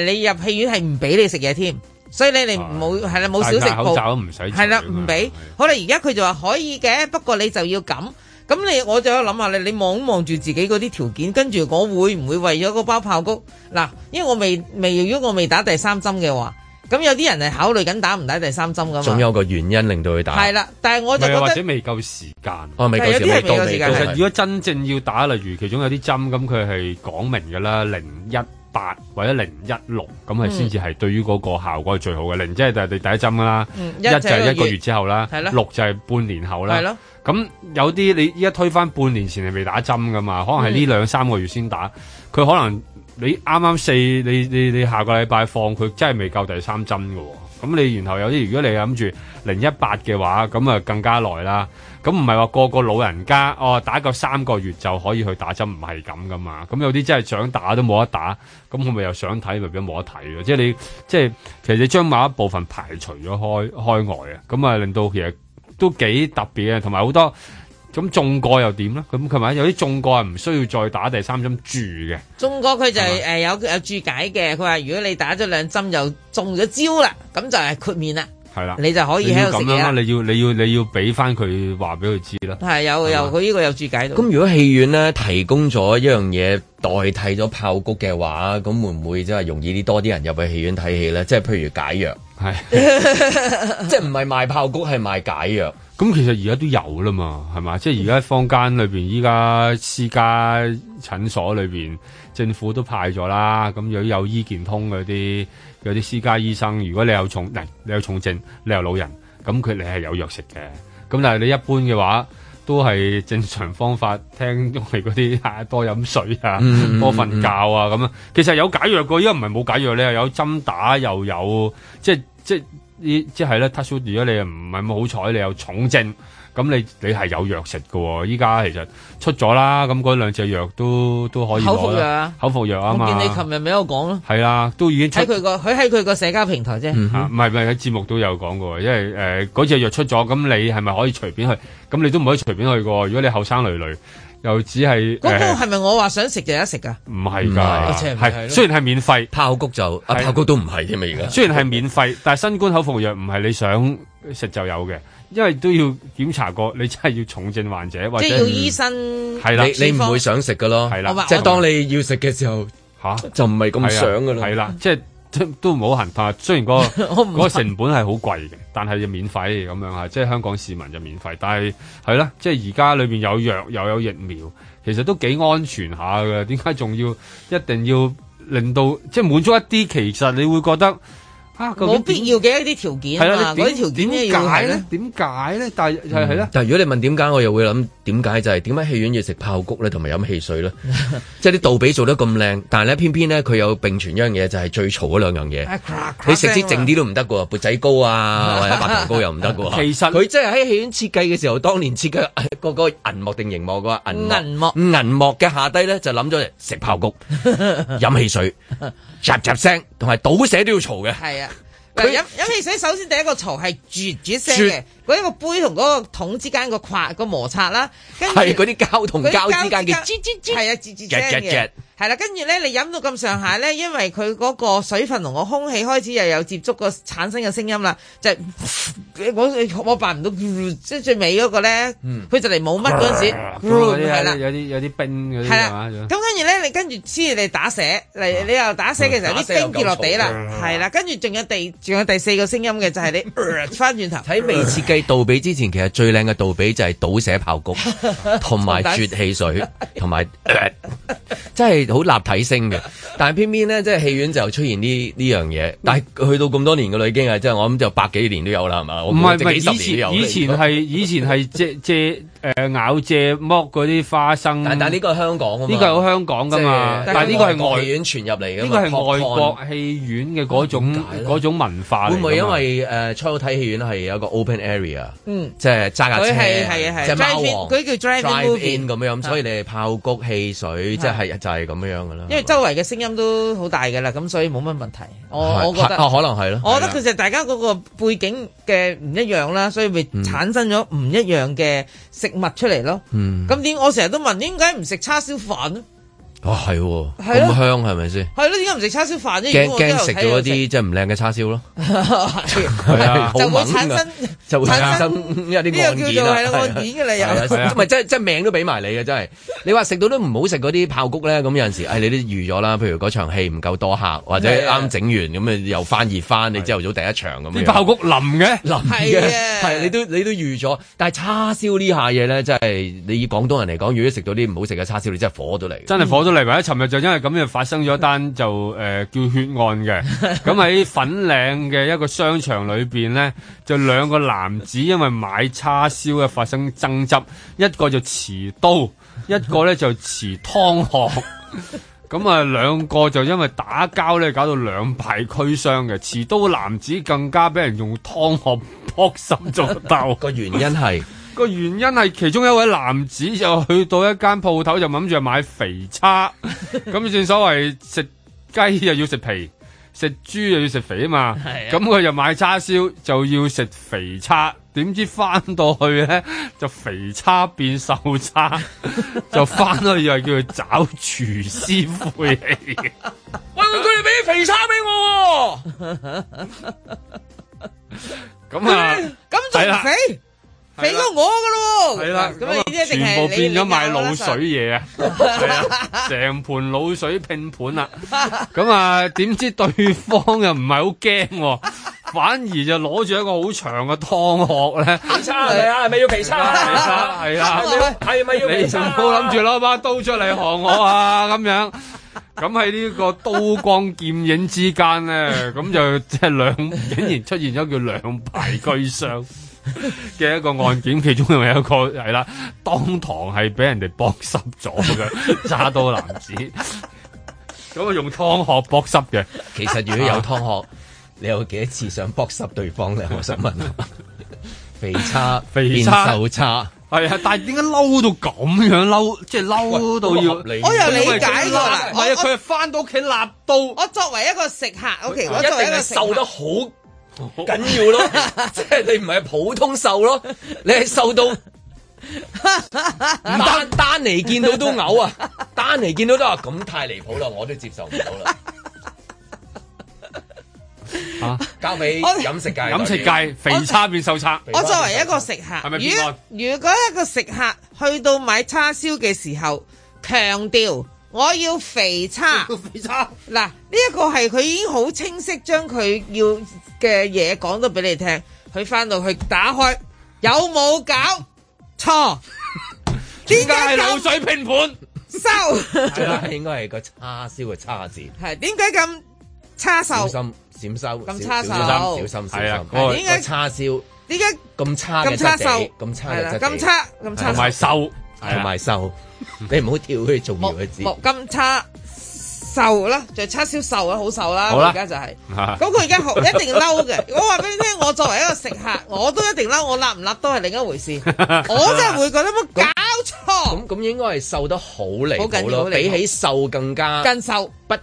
Speaker 5: 你入戲院係唔俾你食嘢添，所以你哋冇係啦，冇小食
Speaker 1: 戴口
Speaker 5: 部，
Speaker 1: 罩都唔使除
Speaker 5: 係啦，
Speaker 1: 㗎嘛
Speaker 5: 唔俾。好啦，而家佢就話可以嘅，不過你就要咁。咁你我就有諗下你，你望一望住自己嗰啲條件，跟住我會唔會為咗嗰包炮谷嗱？因為我未未，如果我未打第三針嘅話，咁有啲人係考慮緊打唔打第三針噶
Speaker 2: 總
Speaker 5: 嘛。
Speaker 2: 有個原因令到佢打。
Speaker 5: 係啊啦，但係我就
Speaker 1: 啊唔
Speaker 5: 覺
Speaker 1: 係或者
Speaker 5: 得
Speaker 1: 未夠時間。
Speaker 2: 哦，未夠
Speaker 5: 係有
Speaker 2: 時
Speaker 5: 啲係
Speaker 2: 未到
Speaker 5: 未夠
Speaker 2: 未
Speaker 5: 時
Speaker 1: 其
Speaker 5: 間
Speaker 2: 到
Speaker 5: 係
Speaker 1: 實如果真正要打，例如其中有啲針咁，佢係講明㗎啦，零一八或者零一六咁係先至係對於嗰個效果係最好嘅。零即係第第一針啦，
Speaker 5: 嗯
Speaker 1: 一
Speaker 5: 一
Speaker 1: 就
Speaker 5: 就係
Speaker 1: 係一個
Speaker 5: 一個
Speaker 1: 月之後啦
Speaker 5: 係，咯
Speaker 1: 六就係半年後
Speaker 5: 係
Speaker 1: 啦
Speaker 5: 咯。
Speaker 1: 咁有啲你依家推翻半年前係未打針噶嘛，可能係呢
Speaker 5: 嗯
Speaker 1: 兩三個月先打，佢可能你啱啱四，你你你下個禮拜放佢真係未夠第三針嘅喎。咁你然後有啲，如果你諗住零一八嘅話，咁啊更加耐啦。咁唔係話個個老人家哦打夠三個月就可以去打針，唔係咁噶嘛。咁有啲真係想打都冇得打，咁佢咪又想睇，咪變咗冇得睇咯。即係你即係其實你將某一部分排除咗開開外啊，咁啊令到其實都幾特別嘅，啊同埋好多。咁中過又點咧？咁係咪有啲中過係唔需要再打第三針住嘅？
Speaker 5: 中國佢就係誒有有注解嘅，佢話如果你打咗兩針又中咗招啦，咁就係豁免啦。
Speaker 1: 係啦，
Speaker 5: 你就可以喺度
Speaker 1: 啊你
Speaker 5: 食嘢啊
Speaker 1: 要咁樣
Speaker 5: 啦
Speaker 1: 啦，你要你要你要俾翻佢話俾佢知啦。
Speaker 5: 係有有佢呢個有注解到。
Speaker 2: 咁如果戲院咧提供咗一樣嘢代替咗炮谷嘅話，咁會唔會即係容易啲多啲人入去戲院睇戲咧？即係譬如解藥，
Speaker 1: 係
Speaker 5: 啊
Speaker 2: 即係唔係賣炮谷，係賣解藥。
Speaker 1: 咁其實而家都有啦嘛，係嘛？即係而家坊間裏邊，依家私家診所裏邊，政府都派咗啦。咁如果有醫健通嗰啲，有啲私家醫生，如果你有重，嗱你有重症，你有老人，咁佢你係有藥食嘅。咁但係你一般嘅話，都係正常方法，聽我哋嗰啲啊多飲水啊，
Speaker 4: 嗯
Speaker 1: 多瞓覺啊咁啊。其實有解藥個，依家唔係冇解藥，你又有針打，又有即係即係呢即係咧 touch wood，如果你又唔係咁好彩，你有重症，咁你你係有藥食嘅喎。依家其實出咗啦，咁嗰兩隻藥都都可以
Speaker 5: 口服
Speaker 1: 攞啦
Speaker 5: 藥啊
Speaker 1: 口服藥啊
Speaker 5: 我
Speaker 1: 嘛
Speaker 5: 見。你琴日咪有講咯，
Speaker 1: 係啦，都已經出
Speaker 5: 喺佢嗯個佢喺佢個社交平台啫。
Speaker 1: 啊唔係唔係喺節目都有講過，因為誒嗰隻藥出咗，咁你係咪可以隨便去？咁你都唔可以隨便去嘅喎。如果你後生女女，又只係
Speaker 5: 嗰個
Speaker 1: 誒
Speaker 5: 係咪我話想食就有得食㗎？
Speaker 1: 唔係
Speaker 5: 唔係
Speaker 1: 㗎，
Speaker 5: 係咯
Speaker 1: 係雖然係免費，
Speaker 2: 炮谷就啊炮谷都唔係添啊而家
Speaker 1: 雖然係免費，但係新冠口服藥唔係你想食就有嘅，因為都要檢查過，你真係要重症患者或者
Speaker 5: 即係要醫生
Speaker 1: 係啦，
Speaker 2: 你你唔會想食噶咯，
Speaker 1: 係啦
Speaker 5: 我話
Speaker 2: 即係當你要食嘅時候
Speaker 1: 吓
Speaker 2: 就唔係咁想噶啦，
Speaker 1: 係啦，即係都都唔好行怕。雖然嗰、
Speaker 5: [laughs]
Speaker 1: 個
Speaker 5: 唔
Speaker 1: 嗰個成本係好貴嘅，但係就免費咁樣啊，即係香港市民就免費。但係係啦，即係而家裏邊有藥又有疫苗，其實都幾安全下嘅。點解仲要一定要令到即係滿足一啲？其實你會覺得啊，究竟
Speaker 5: 冇必要嘅一啲條件
Speaker 1: 係
Speaker 5: 啊嘛，
Speaker 1: 啦，你
Speaker 5: 嗰啲
Speaker 1: 點
Speaker 5: 條件
Speaker 1: 點
Speaker 5: 要
Speaker 1: 解
Speaker 5: 係
Speaker 1: 咧
Speaker 5: 咯？
Speaker 1: 點解咧？但係係係啦。
Speaker 2: 嗯但係如果你問點解，我又會諗點解就係點解戲院要食爆谷咧，同埋飲汽水
Speaker 5: [laughs]
Speaker 2: 咧？即係啲杜比做得咁靚，但係咧偏偏咧佢有並存一樣嘢，就係最嘈嗰兩樣嘢。你食啲靜啲都唔得嘅喎，缽仔糕
Speaker 5: [laughs]
Speaker 2: 啊，或者白糖糕又唔得嘅喎。
Speaker 1: 其實
Speaker 2: 佢真係喺戲院設計嘅時候，當年設計個個銀幕定熒幕嘅話，銀幕
Speaker 5: 銀幕
Speaker 2: 銀幕嘅下低咧就諗咗食爆
Speaker 5: [laughs]
Speaker 2: 谷、飲汽水、雜雜聲，同埋倒瀉都要嘈嘅。
Speaker 5: 係啊。嗱，飲飲汽水首先第一個嘈係啜啜聲嘅，嗰一個杯同嗰個桶之間個跨個摩擦啦，跟住
Speaker 2: 係嗰啲膠同
Speaker 5: 嗰啲
Speaker 2: 膠之間嘅
Speaker 5: 膠之間係啊，吱吱聲
Speaker 2: Jet, jet, jet
Speaker 5: 嘅。係啦，跟住咧，你飲到咁上下咧，因為佢嗰個水分同個空氣開始又有接觸個產生嘅聲音啦，就係我我扮唔到，即係最尾嗰個咧，
Speaker 1: 嗯
Speaker 5: 佢就嚟冇乜嗰陣時，
Speaker 1: 嗰啲
Speaker 5: 嗯係啦
Speaker 1: 有。有啲有啲冰嗰啲
Speaker 5: 係
Speaker 1: 係
Speaker 5: 啦
Speaker 1: 嘛，
Speaker 5: 咁跟住咧，你跟住先你打寫，嚟你又打寫嘅時候，
Speaker 2: 打寫
Speaker 5: 啲
Speaker 2: 又
Speaker 5: 冰跌落地啦
Speaker 2: 夠嘈，
Speaker 5: 係啦，跟住仲有第仲有第四個聲音嘅
Speaker 2: [laughs]
Speaker 5: 就係你翻轉頭
Speaker 2: 喺未哎設計杜比之前，其實最靚嘅杜比就係倒瀉
Speaker 1: [laughs]
Speaker 2: 爆谷，同埋啜汽水，同埋、 [laughs] 呃真係好立體聲嘅。但係偏偏咧，即係戲院就出現呢呢樣嘢。但係去到咁多年嘅啦，已經係即係我諗就百幾年都有啦，係嘛？我
Speaker 1: 唔係
Speaker 2: 估
Speaker 1: 唔
Speaker 2: 即
Speaker 1: 係，
Speaker 2: 係幾十
Speaker 1: 以
Speaker 2: 年都
Speaker 1: 前
Speaker 2: 有啦
Speaker 1: 以前係以前係借借誒咬借剝嗰啲花生，
Speaker 2: 但但呢個係香港啊嘛，
Speaker 1: 呢個係好香港噶嘛，
Speaker 2: 即係
Speaker 1: 但係呢個係
Speaker 2: 國
Speaker 1: 外
Speaker 2: 戲院傳入嚟嘅
Speaker 1: 呢
Speaker 2: 嘛
Speaker 1: 個係外
Speaker 2: 啊 popcorn
Speaker 1: 國戲院嘅嗰種嗰種文化嚟㗎
Speaker 2: 會
Speaker 1: 嘛。
Speaker 2: 唔會因為誒初睇戲院係有一個 open area，
Speaker 5: 嗯
Speaker 2: 即係揸架車，
Speaker 5: 佢係係係
Speaker 2: 即係貓
Speaker 5: drive-in，
Speaker 2: 王，
Speaker 5: 佢叫 drive-in movie 啊
Speaker 2: in 咁樣，所以你係炮谷汽水，即係就係咁樣樣噶啦。
Speaker 5: 因為周圍嘅聲音都好大㗎啦，咁所以冇乜問題。我
Speaker 2: 係
Speaker 5: 我覺得
Speaker 2: 啊可能係咯
Speaker 5: 我覺得佢就係大家嗰個背景嘅唔一樣啦，所以咪產生咗唔一樣嘅食物出嚟咯。
Speaker 2: 嗯
Speaker 5: 咁點？我成日都問點解唔食叉燒飯咧？
Speaker 2: 哦係喎，
Speaker 5: 係咯
Speaker 2: 咁香係咪先？
Speaker 5: 係咯，點解唔食叉燒飯啫？
Speaker 2: 驚
Speaker 5: 如果我一路
Speaker 2: 驚食
Speaker 5: 睇一路
Speaker 2: 咗一啲
Speaker 5: [laughs] 食
Speaker 2: 即係唔靚嘅叉燒咯，
Speaker 5: 係
Speaker 2: 啊好
Speaker 5: 就會
Speaker 2: 猛
Speaker 5: 產
Speaker 2: 㗎
Speaker 5: 生
Speaker 2: 就會
Speaker 5: 產
Speaker 2: 產
Speaker 5: 生 [laughs]
Speaker 2: 生有啲案
Speaker 5: 呢個
Speaker 2: 件
Speaker 5: 叫做係
Speaker 2: 啦
Speaker 5: 啦案件㗎啦又 [laughs]
Speaker 2: 係啊唔係真真命都俾埋你嘅啊真係。你話食到都唔好食嗰啲爆谷咧，咁有陣時哎誒你都預咗啦，譬如嗰場戲唔夠多客，或者
Speaker 1: 係啊
Speaker 2: 啱整完咁啊又翻熱翻，你朝頭早第一場咁
Speaker 1: 啲
Speaker 2: 樣。
Speaker 1: 爆谷淋嘅
Speaker 2: 淋
Speaker 1: 係
Speaker 2: 嘅，係你都你都預咗。但係叉燒呢下嘢咧，真係你以廣東人嚟講，如果食到啲唔好食嘅叉燒，你真係火到嚟嘅。
Speaker 1: 真係火咗嚟埋，尋日就因為咁樣發生咗單就誒、呃叫血案嘅， [laughs] 咁喺粉嶺嘅一個商場裏邊呢，就兩個男子因為買叉燒嘅發生爭執，一個就持刀，一個呢就持湯殼。 [laughs] 咁啊，兩個就因為打交咧，搞到兩敗俱傷嘅。持刀男子更加俾人用湯殼撲心做鬥。
Speaker 2: 個原因
Speaker 1: [laughs]
Speaker 2: 係
Speaker 1: 個原因係其中一位男子就去到一間鋪頭就諗住買肥
Speaker 2: [laughs]
Speaker 1: 叉，咁正所謂食雞又要食皮，食豬又要食肥啊嘛。
Speaker 4: 係啊
Speaker 1: 咁佢就買叉燒就要食肥叉，點知翻到去咧就肥叉變瘦
Speaker 2: [laughs]
Speaker 1: 叉，就翻去又叫佢找廚師
Speaker 2: [laughs]
Speaker 1: 晦氣。
Speaker 2: 喂，佢哋俾啲肥叉俾我
Speaker 1: 咁
Speaker 2: [laughs]
Speaker 1: 啊，
Speaker 5: 咁仲
Speaker 1: 係
Speaker 5: 唔
Speaker 1: 啦
Speaker 5: 肥？肥過我噶咯喎！
Speaker 1: 係啦，
Speaker 5: 咁啊呢啲一定
Speaker 1: 全
Speaker 5: 係
Speaker 1: 部
Speaker 5: 你
Speaker 1: 變咗賣
Speaker 5: 你教我啦
Speaker 1: 滷水
Speaker 5: [laughs]
Speaker 1: 嘢啊，係啊，成盤滷水拼盤啦。咁啊，點知對方又唔係好驚喎，反而就攞住一個好長嘅湯殼咧，
Speaker 2: 皮叉係咪啊？係咪要皮叉
Speaker 1: [laughs] 係啦
Speaker 2: 啊？
Speaker 1: 係啦
Speaker 2: 係咪要係咪要
Speaker 1: 你
Speaker 2: 皮
Speaker 1: 就
Speaker 2: 叉
Speaker 1: 唔
Speaker 2: 啊？
Speaker 1: 好諗住攞把刀出嚟行我啊咁樣。咁喺呢個刀光劍影之間咧，咁就即係兩 [laughs] 竟然出現咗叫兩敗俱傷嘅一個案件，其中有一個係啦，當堂係俾人哋搏濕咗嘅 [laughs] 揸刀男子，咁啊用湯殼搏濕嘅。
Speaker 2: 其實如果有湯殼，你有幾多次想搏濕對方咧？我想
Speaker 1: [laughs]
Speaker 2: 問。肥叉，
Speaker 1: 肥
Speaker 2: 叉
Speaker 1: 叉
Speaker 2: 瘦叉，
Speaker 1: 係啊，但係點解嬲到咁樣嬲？即係嬲到要，
Speaker 2: 喂
Speaker 5: 我又理解過啦
Speaker 1: 唔係啊，
Speaker 5: 我
Speaker 1: 佢係翻到屋企立刀。
Speaker 5: 我作為一個食客，OK，我
Speaker 2: 一定
Speaker 5: 作為一個
Speaker 2: 係
Speaker 5: 食客
Speaker 2: 瘦得好緊
Speaker 5: [laughs]
Speaker 2: 要咯，即係你唔係普通瘦咯，你係瘦
Speaker 5: [laughs]
Speaker 2: 到丹丹尼見到都嘔啊！丹尼見到都話咁太離譜啦，我都接受唔到啦。
Speaker 1: 啊
Speaker 2: 交俾
Speaker 5: 我
Speaker 2: 飲食界，
Speaker 1: 飲食界肥叉變瘦叉，
Speaker 5: 我作為一個食
Speaker 1: 係
Speaker 5: 客，
Speaker 1: 咪
Speaker 5: 如
Speaker 1: 變
Speaker 5: 果
Speaker 1: 案
Speaker 5: 如果一個食客去到買叉燒嘅時候，強調我要肥
Speaker 2: [laughs]
Speaker 5: 叉，
Speaker 1: 肥叉
Speaker 5: 嗱呢一個係佢已經好清晰將佢要嘅嘢講到俾你聽，佢翻到去打開有冇搞
Speaker 1: [laughs]
Speaker 5: 錯？
Speaker 1: 點
Speaker 5: 點
Speaker 1: 解係
Speaker 5: 咁
Speaker 1: 流水拼盤？
Speaker 5: 收？
Speaker 2: 最大應該係個叉燒嘅叉字，
Speaker 5: 係點解咁叉
Speaker 2: 小
Speaker 5: 瘦？
Speaker 2: 心閃收，
Speaker 5: 咁
Speaker 2: 小
Speaker 5: 叉
Speaker 2: 小心
Speaker 5: 手
Speaker 2: 小
Speaker 1: 係
Speaker 2: 心小
Speaker 1: 啊
Speaker 2: 心，
Speaker 1: 嗰個
Speaker 5: 點解
Speaker 2: 個叉燒
Speaker 5: 點解
Speaker 2: 咁差嘅
Speaker 5: 咁叉
Speaker 2: 質
Speaker 5: 瘦？
Speaker 2: 地，咁差
Speaker 5: 係
Speaker 2: 嘅
Speaker 5: 啦
Speaker 2: 質地，
Speaker 5: 咁差咁
Speaker 1: 同
Speaker 5: 叉
Speaker 1: 埋瘦，
Speaker 5: 瘦
Speaker 1: 係
Speaker 2: 同
Speaker 1: 啊
Speaker 2: 埋瘦，你唔好跳佢重要嘅字。
Speaker 5: 冇咁叉瘦啦，就叉燒瘦啊啦，好瘦啦，
Speaker 1: 好啦
Speaker 5: 而家就係。
Speaker 1: 啊
Speaker 5: 咁佢而家學一定嬲嘅。 [laughs] 我話俾你聽，我作為一個食客，我都一定嬲。我立唔立都係另一
Speaker 2: [laughs]
Speaker 5: 回事。我真係會覺得乜搞錯，
Speaker 2: 咁咁應該係瘦得好離
Speaker 5: 好緊
Speaker 2: 譜
Speaker 5: 要
Speaker 2: 咯，
Speaker 5: 好離譜
Speaker 2: 比起瘦更加
Speaker 5: 更瘦。
Speaker 2: 不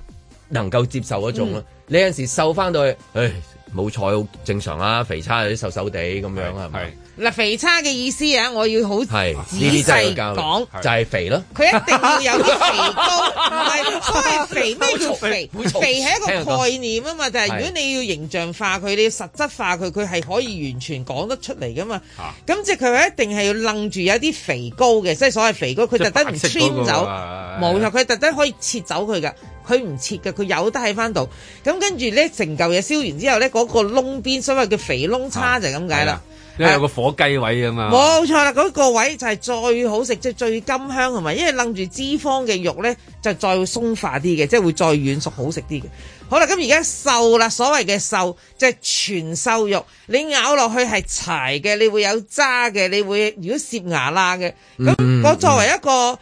Speaker 2: 能夠接受嗰
Speaker 5: 嗯
Speaker 2: 種咯。你有陣時瘦翻到去，唉冇菜好正常啦，肥叉有啲瘦瘦地咁樣啊係咪？
Speaker 5: 嗱，肥叉嘅意思啊，我要好仔
Speaker 2: 係呢啲真係
Speaker 5: 細
Speaker 2: 要教
Speaker 5: 講，
Speaker 2: 就係肥咯。
Speaker 5: 佢一定要有啲肥膏，唔係所謂肥咩叫肥
Speaker 2: 好嘈？
Speaker 5: 肥係一
Speaker 2: 聽
Speaker 5: 個
Speaker 2: 我講
Speaker 5: 概念啊嘛，但係
Speaker 2: 係
Speaker 5: 如果你要形象化佢，你要實質化佢，佢係可以完全講得出嚟噶嘛。
Speaker 1: 啊
Speaker 5: 咁即係佢一定係要楞住有啲肥膏嘅，即係所謂肥膏，佢特登唔
Speaker 1: 即係白色嗰個
Speaker 5: 穿走。
Speaker 1: 啊
Speaker 5: 冇錯，佢特登可以切走佢噶，佢唔切嘅，佢有得喺翻度。咁跟住咧，成嚿嘢燒完之後咧，嗰、個窿邊所謂嘅肥窿叉就係咁解啦。
Speaker 1: 因為有個火雞位啊嘛。
Speaker 5: 冇錯啦，嗰、個位就係最好食，即係最甘香同埋，因為楞住脂肪嘅肉咧，就再會鬆化啲嘅，即係會再軟熟好食啲嘅。好啦，咁而家瘦啦，所謂嘅瘦即係全瘦肉，你咬落去係柴嘅，你會有渣嘅，你會如果攝牙罅嘅，咁、
Speaker 2: 嗯
Speaker 5: 我作為一個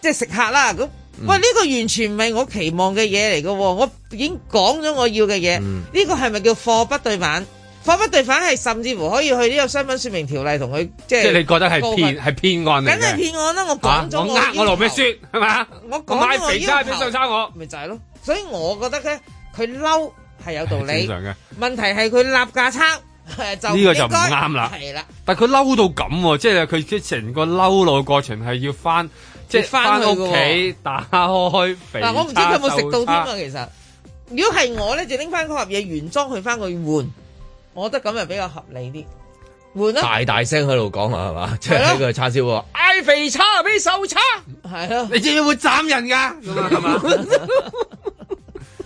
Speaker 5: 即係食客啦，咁
Speaker 1: 嗯
Speaker 5: 喂呢、個完全唔係我期望嘅嘢嚟嘅喎，我已經講咗我要嘅嘢，
Speaker 1: 嗯
Speaker 5: 呢、個係咪叫貨不對版？貨不對版係甚至乎可以去呢個商品説明條例同佢即
Speaker 1: 即
Speaker 5: 係，
Speaker 1: 係你覺得係
Speaker 5: 告
Speaker 1: 騙
Speaker 5: 佢
Speaker 1: 係騙案嚟
Speaker 5: 梗
Speaker 1: 嘅。
Speaker 5: 係騙案啦！我
Speaker 1: 啊
Speaker 5: 講咗
Speaker 1: 我呃
Speaker 5: 要
Speaker 1: 我羅美
Speaker 5: 求
Speaker 1: 雪係嘛？
Speaker 5: 我
Speaker 1: 我
Speaker 5: 講
Speaker 1: 買
Speaker 5: 咗我
Speaker 1: 肥渣
Speaker 5: 要
Speaker 1: 俾
Speaker 5: 求
Speaker 1: 瘦差我，
Speaker 5: 咪就係咯。所以我覺得咧，佢嬲係有道
Speaker 1: 正
Speaker 5: 理，
Speaker 1: 常嘅。
Speaker 5: 問題係佢立價差 [laughs] 就
Speaker 1: 呢個就
Speaker 5: 應該
Speaker 1: 唔啱啦
Speaker 5: 係啦，
Speaker 1: 但佢嬲到咁喎，即係佢佢成個嬲怒嘅過程係要翻，即係
Speaker 5: 要返
Speaker 1: 翻
Speaker 5: 去
Speaker 1: 屋
Speaker 5: 嘅
Speaker 1: 企打開肥
Speaker 5: 嗱，我唔知佢有冇食到添啊
Speaker 1: 叉。瘦。
Speaker 5: 其實，如果係我咧，就拎翻嗰盒嘢原裝去翻佢換，我覺得咁又比較合理啲，換啦，
Speaker 2: 大大聲喺度講啊，係嘛？即
Speaker 5: 係
Speaker 2: 係
Speaker 5: 咯
Speaker 2: 呢個叉燒喎，嗌肥叉俾瘦叉，
Speaker 5: 係咯。
Speaker 1: 你知唔知會斬人㗎？咁啊係
Speaker 5: [laughs]
Speaker 1: 嘛？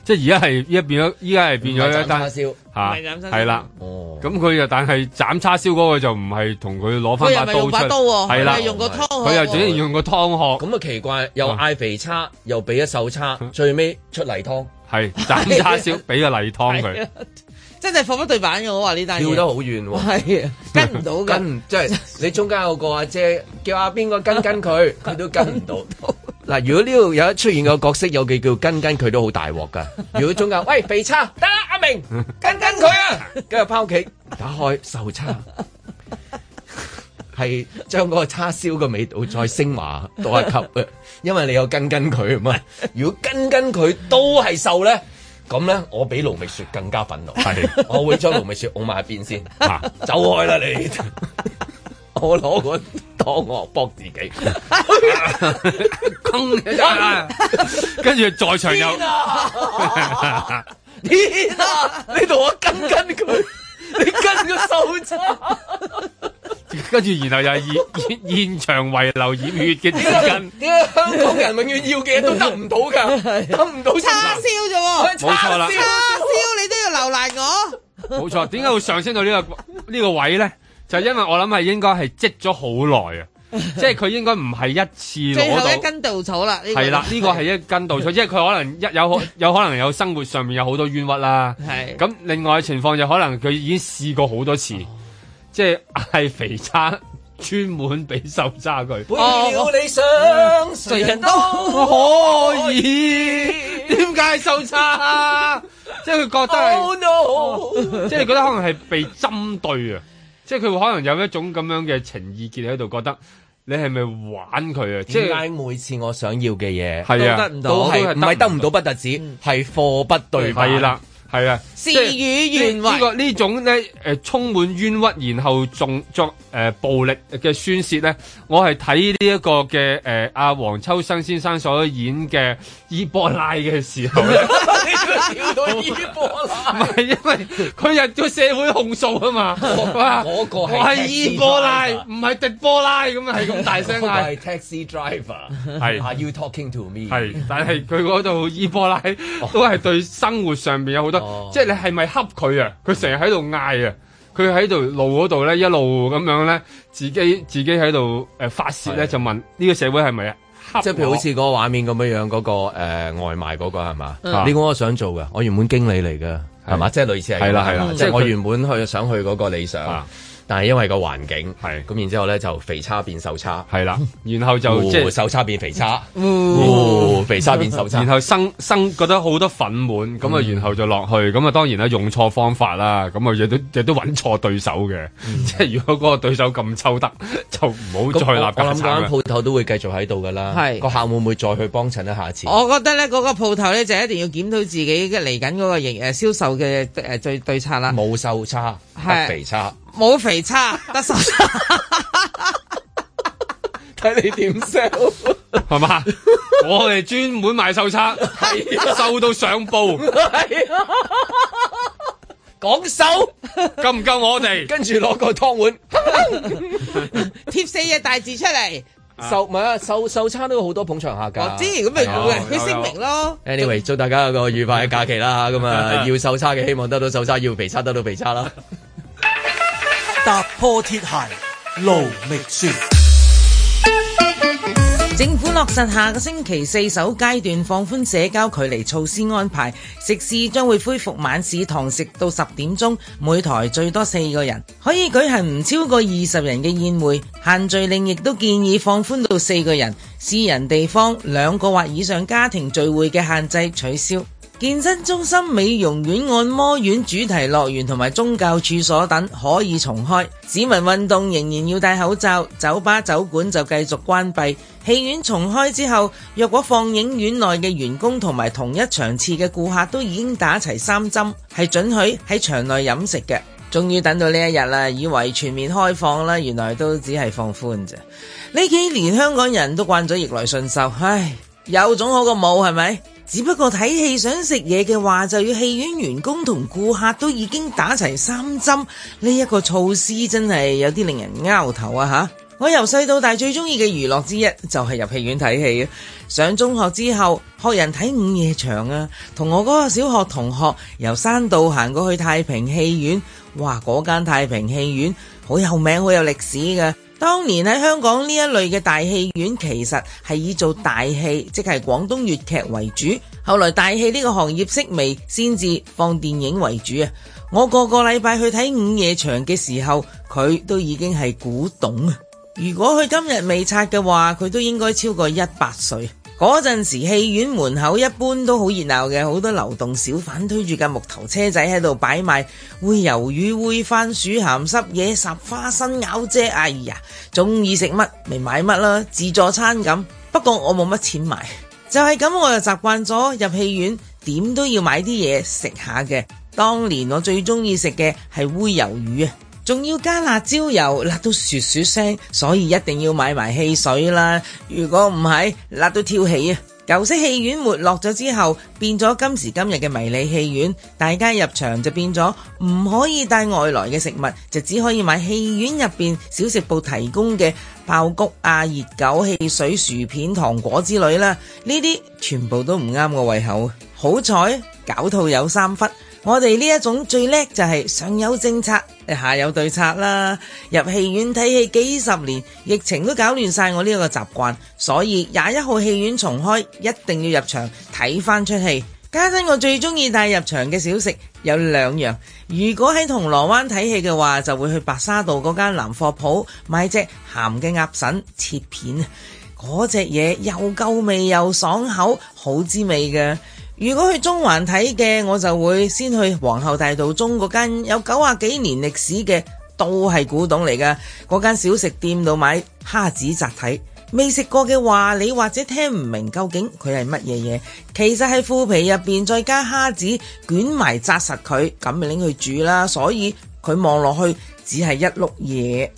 Speaker 1: 即係而家係依家變咗，依家係變咗
Speaker 2: 斬
Speaker 1: 一
Speaker 2: 叉
Speaker 1: 單
Speaker 2: 燒。
Speaker 1: 嚇
Speaker 5: 唔係斬叉燒
Speaker 1: 係啦。
Speaker 2: 哦，
Speaker 1: 咁佢就但係斬叉燒嗰個就唔係同佢攞
Speaker 5: 佢
Speaker 1: 翻
Speaker 5: 又咪用
Speaker 1: 把刀
Speaker 5: 把刀
Speaker 1: 出，
Speaker 5: 喎，
Speaker 1: 係啦
Speaker 5: 佢，用個湯
Speaker 1: 佢又整
Speaker 5: 整
Speaker 1: 用個湯殼，
Speaker 2: 咁啊嗯奇怪，又嗌肥叉，又俾咗瘦叉，最尾出泥湯，
Speaker 5: 啊 [laughs]
Speaker 1: 係斬叉燒俾個例湯佢。
Speaker 5: 真係貨不對版嘅，我話呢單
Speaker 2: 跳得
Speaker 5: 嘢
Speaker 2: 好遠喎。
Speaker 5: 係啊，跟唔到
Speaker 1: [laughs]
Speaker 5: 㗎。
Speaker 2: 跟唔即係你中間有個阿姐叫阿邊個跟 [laughs] 跟佢，佢都跟唔到。嗱，如果呢度有一出現個角色有嘅叫跟跟佢都好大鑊㗎。如果中間喂肥叉得啦， [laughs] 阿明跟跟佢啊，跟住翻屋企打開瘦叉，係將嗰個叉燒嘅味道再升華多一級嘅，因為你有跟跟佢啊嘛。如果跟跟佢都係瘦咧。咁咧，我比盧覓雪更加憤怒，係我會將盧覓雪拱埋一邊先，
Speaker 5: 啊
Speaker 2: 走開啦你！ [laughs] 我攞個當我搏自己，
Speaker 1: 砰一下啦，跟住在場又
Speaker 5: 啊
Speaker 2: 天啊！你同我跟跟佢，你跟個手叉，
Speaker 1: 跟住，然後又係現現現場遺留染血嘅紙
Speaker 5: [laughs]
Speaker 1: 巾，
Speaker 2: 點解香港人永遠要嘅嘢都得唔到㗎，得唔到
Speaker 5: 叉燒啫喎，
Speaker 1: 冇錯啦
Speaker 5: 叉燒你都要留難我，
Speaker 1: 冇錯，點解會上升到呢、個呢、個位咧？就因為我諗係應該係積咗好
Speaker 5: [laughs]
Speaker 1: 耐啊，即係佢應該唔係一次
Speaker 5: 最
Speaker 1: 攞
Speaker 5: 後
Speaker 1: 到
Speaker 5: 一。根稻草啦，呢個
Speaker 1: 係啦，呢個係一根 [laughs] 稻草，即係佢可能一有可有可能有生活上面有好多冤屈啦。
Speaker 5: 係
Speaker 1: 咁，另外嘅情況就可能佢已經試過好多次，即係嗌肥叉 [laughs] 專門俾手揸佢。
Speaker 2: 了理想，
Speaker 5: 誰
Speaker 2: 嗯
Speaker 5: 人都
Speaker 1: 可以，哦點解受差？即係佢覺得係
Speaker 2: Oh no！
Speaker 1: 即係你覺得可能係被針對啊！即係佢可能有一種咁樣嘅情意結喺度，覺得你係咪玩佢啊？即
Speaker 2: 點解
Speaker 1: 係
Speaker 2: 每次我想要嘅嘢
Speaker 1: 係啊
Speaker 2: 都得唔到，係唔係得唔到不特止，係貨不對版。
Speaker 1: 係啦，係啊，
Speaker 5: 事
Speaker 1: 即係
Speaker 5: 與願
Speaker 1: 呢呢
Speaker 5: 違。
Speaker 1: 個呢種咧誒充滿冤屈，然後仲作誒暴力嘅宣泄咧，我係睇呢一個嘅誒阿黃秋生先生所演嘅伊波拉嘅時 [laughs] 候咧。
Speaker 2: 跳到呢波
Speaker 1: [laughs]
Speaker 2: 啦！
Speaker 1: 唔係因為佢入咗社會控訴啊嘛，哇！
Speaker 2: 嗰個
Speaker 1: [laughs]
Speaker 2: 係
Speaker 1: 我係伊波拉，
Speaker 2: taxi driver
Speaker 1: 唔係迪波拉咁係咁大聲
Speaker 2: 嗰個
Speaker 1: 嗌
Speaker 2: 係。taxi driver，
Speaker 1: 係
Speaker 2: 啊，you talking to me？
Speaker 1: 係，但係佢嗰度伊波拉
Speaker 2: 哦
Speaker 1: 都係對生活上面有好多，即係你係咪恰佢啊？佢成日喺度嗌啊！佢喺度路嗰度咧，一路咁樣咧，自己自己喺度誒發泄咧，就問呢個社會係咪啊恰我？
Speaker 2: 即係譬如好似嗰個畫面咁樣樣，嗰、個、呃、外賣嗰個係嘛？
Speaker 1: 嗯
Speaker 2: 你估我想做嘅，我原本經理嚟嘅，係嘛？即係類似係咁
Speaker 1: 係啦係啦
Speaker 2: 係嘛即
Speaker 1: 即係
Speaker 2: 係我
Speaker 1: 佢
Speaker 2: 原本去想去嗰個理想，但係因為個環境係咁，然之後咧就肥叉變瘦叉，
Speaker 1: 係啦，然後就即
Speaker 2: 哦係
Speaker 1: 係
Speaker 2: 瘦叉變肥叉，
Speaker 1: 哦
Speaker 2: 哦肥叉變瘦叉，
Speaker 1: 然後生生覺得好多憤滿，咁啊，
Speaker 2: 嗯
Speaker 1: 然後就落去，咁啊，當然啦，用錯方法啦，咁啊，亦都亦都揾錯對手嘅， [laughs] 即係如果嗰個對手咁抽得，就唔好
Speaker 2: 嗯咁
Speaker 1: 再
Speaker 2: 我
Speaker 1: 立
Speaker 2: 我
Speaker 1: 架
Speaker 2: 諗
Speaker 1: 撐
Speaker 2: 嗰間
Speaker 1: 啦。
Speaker 2: 鋪頭都會繼續喺度㗎啦，
Speaker 5: 係
Speaker 2: 個客會唔會再去幫襯一下次？
Speaker 5: 我覺得咧，嗰、個鋪頭咧就一定要檢討自己嘅嚟緊嗰個營誒銷售嘅誒最對策啦。
Speaker 2: 冇瘦叉，
Speaker 5: 係
Speaker 2: 得肥叉，
Speaker 5: 冇肥差，得瘦差。 [laughs]
Speaker 2: 睇你點 sell
Speaker 1: 係嘛？我哋專門賣瘦叉， [laughs] 瘦到上報，
Speaker 2: [laughs] 講瘦，
Speaker 1: 夠唔夠我哋？
Speaker 2: 跟住攞個湯碗。
Speaker 5: 貼四隻大字出嚟，
Speaker 2: 受唔係啊，受受差都有好多捧場客㗎。
Speaker 5: 我知咁咪
Speaker 2: 係啊
Speaker 5: 佢聲明咯。
Speaker 2: Anyway，祝大家有個愉快嘅假期啦咁
Speaker 5: [laughs]
Speaker 2: 啊，要瘦差嘅希望得到瘦差，要肥差得到肥差啦。
Speaker 3: 踏破鐵鞋路未雪。
Speaker 5: 政府落實下個星期四首階段放寬社交距離措施安排，食肆將會恢復晚市堂食到十點鐘，每台最多四個人，可以舉行唔超過二十人嘅宴會。限聚令亦都建議放寬到四個人，私人地方兩個或以上家庭聚會嘅限制取消。健身中心、美容院、按摩院、主題樂園同埋宗教處所等可以重開，市民運動仍然要戴口罩，酒吧、酒館就繼續關閉。戲院重開之後，若果放映院內嘅員工同埋同一場次嘅顧客都已經打齊三針，係准許喺場內飲食嘅。終於等到呢一日啦，以為全面開放啦，原來都只係放寬啫。呢幾年香港人都慣咗逆來順受，唉，有種好過冇係咪？只不過睇戲想食嘢嘅話，就要戲院員工同顧客都已經打齊三針，呢一個措施真係有啲令人拗頭啊吓！我由細到大最中意嘅娛樂之一就係入戲院睇戲啊！上中學之後學人睇午夜場啊，同我嗰個小學同學由山道行過去太平戲院，哇！嗰間太平戲院好有名，好有歷史㗎。當年喺香港呢一類嘅大戲院，其實係以做大戲，即係廣東粵劇為主。後來大戲呢個行業式微，先至放電影為主啊！我個個禮拜去睇午夜場嘅時候，佢都已經係古董啊！如果佢今日未拆嘅話，佢都應該超過一百歲。嗰陣時戲院門口一般都好熱鬧嘅，好多流動小販推住架木頭車仔喺度擺賣，煨魷魚、煨番薯、鹹濕嘢、烚花生、咬啫，哎呀，中意食乜咪買乜啦，自助餐咁。不過我冇乜錢買，就係咁，我就習慣咗入戲院點都要買啲嘢食下嘅。當年我最中意食嘅係煨魷魚啊！仲要加辣椒油，辣到雪雪聲，所以一定要買埋汽水啦。如果唔係，辣到跳起啊！舊式戲院沒落咗之後，變咗今時今日嘅迷你戲院，大家入場就變咗唔可以帶外來嘅食物，就只可以買戲院入邊小食部提供嘅爆谷啊、熱狗、汽水、薯片、糖果之類啦。呢啲全部都唔啱我胃口。好彩狡兔有三窟。我哋呢一種最叻就係上有政策，下有對策啦。入戲院睇戲幾十年，疫情都搞亂晒我呢個習慣，所以廿一號戲院重開，一定要入場睇翻出戲。家陣我最中意帶入場嘅小食有兩樣，如果喺銅鑼灣睇戲嘅話，就會去白沙道嗰間南貨鋪買隻鹹嘅鴨腎切片啊！嗰隻嘢又夠味又爽口，好滋味嘅。如果去中環睇嘅，我就會先去皇后大道中嗰間有九啊幾年歷史嘅，都係古董嚟㗎。嗰間小食店度買蝦子扎體。未食過嘅話，你或者聽唔明究竟佢係乜嘢嘢，其實係腐皮入邊再加蝦子捲埋紮實佢，咁咪拎去煮啦。所以佢望落去只係一碌嘢。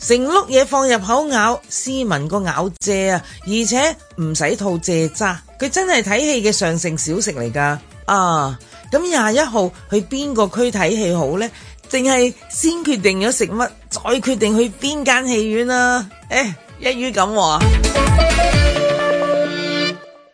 Speaker 5: 成碌嘢放入口咬，斯文個咬蔗啊，而且唔使吐蔗渣，佢真係睇戲嘅上乘小食嚟㗎啊！咁廿一號去邊個區睇戲好呢？淨係先啊決定咗食乜，再決定去邊間戲院啦、誒、一於咁話。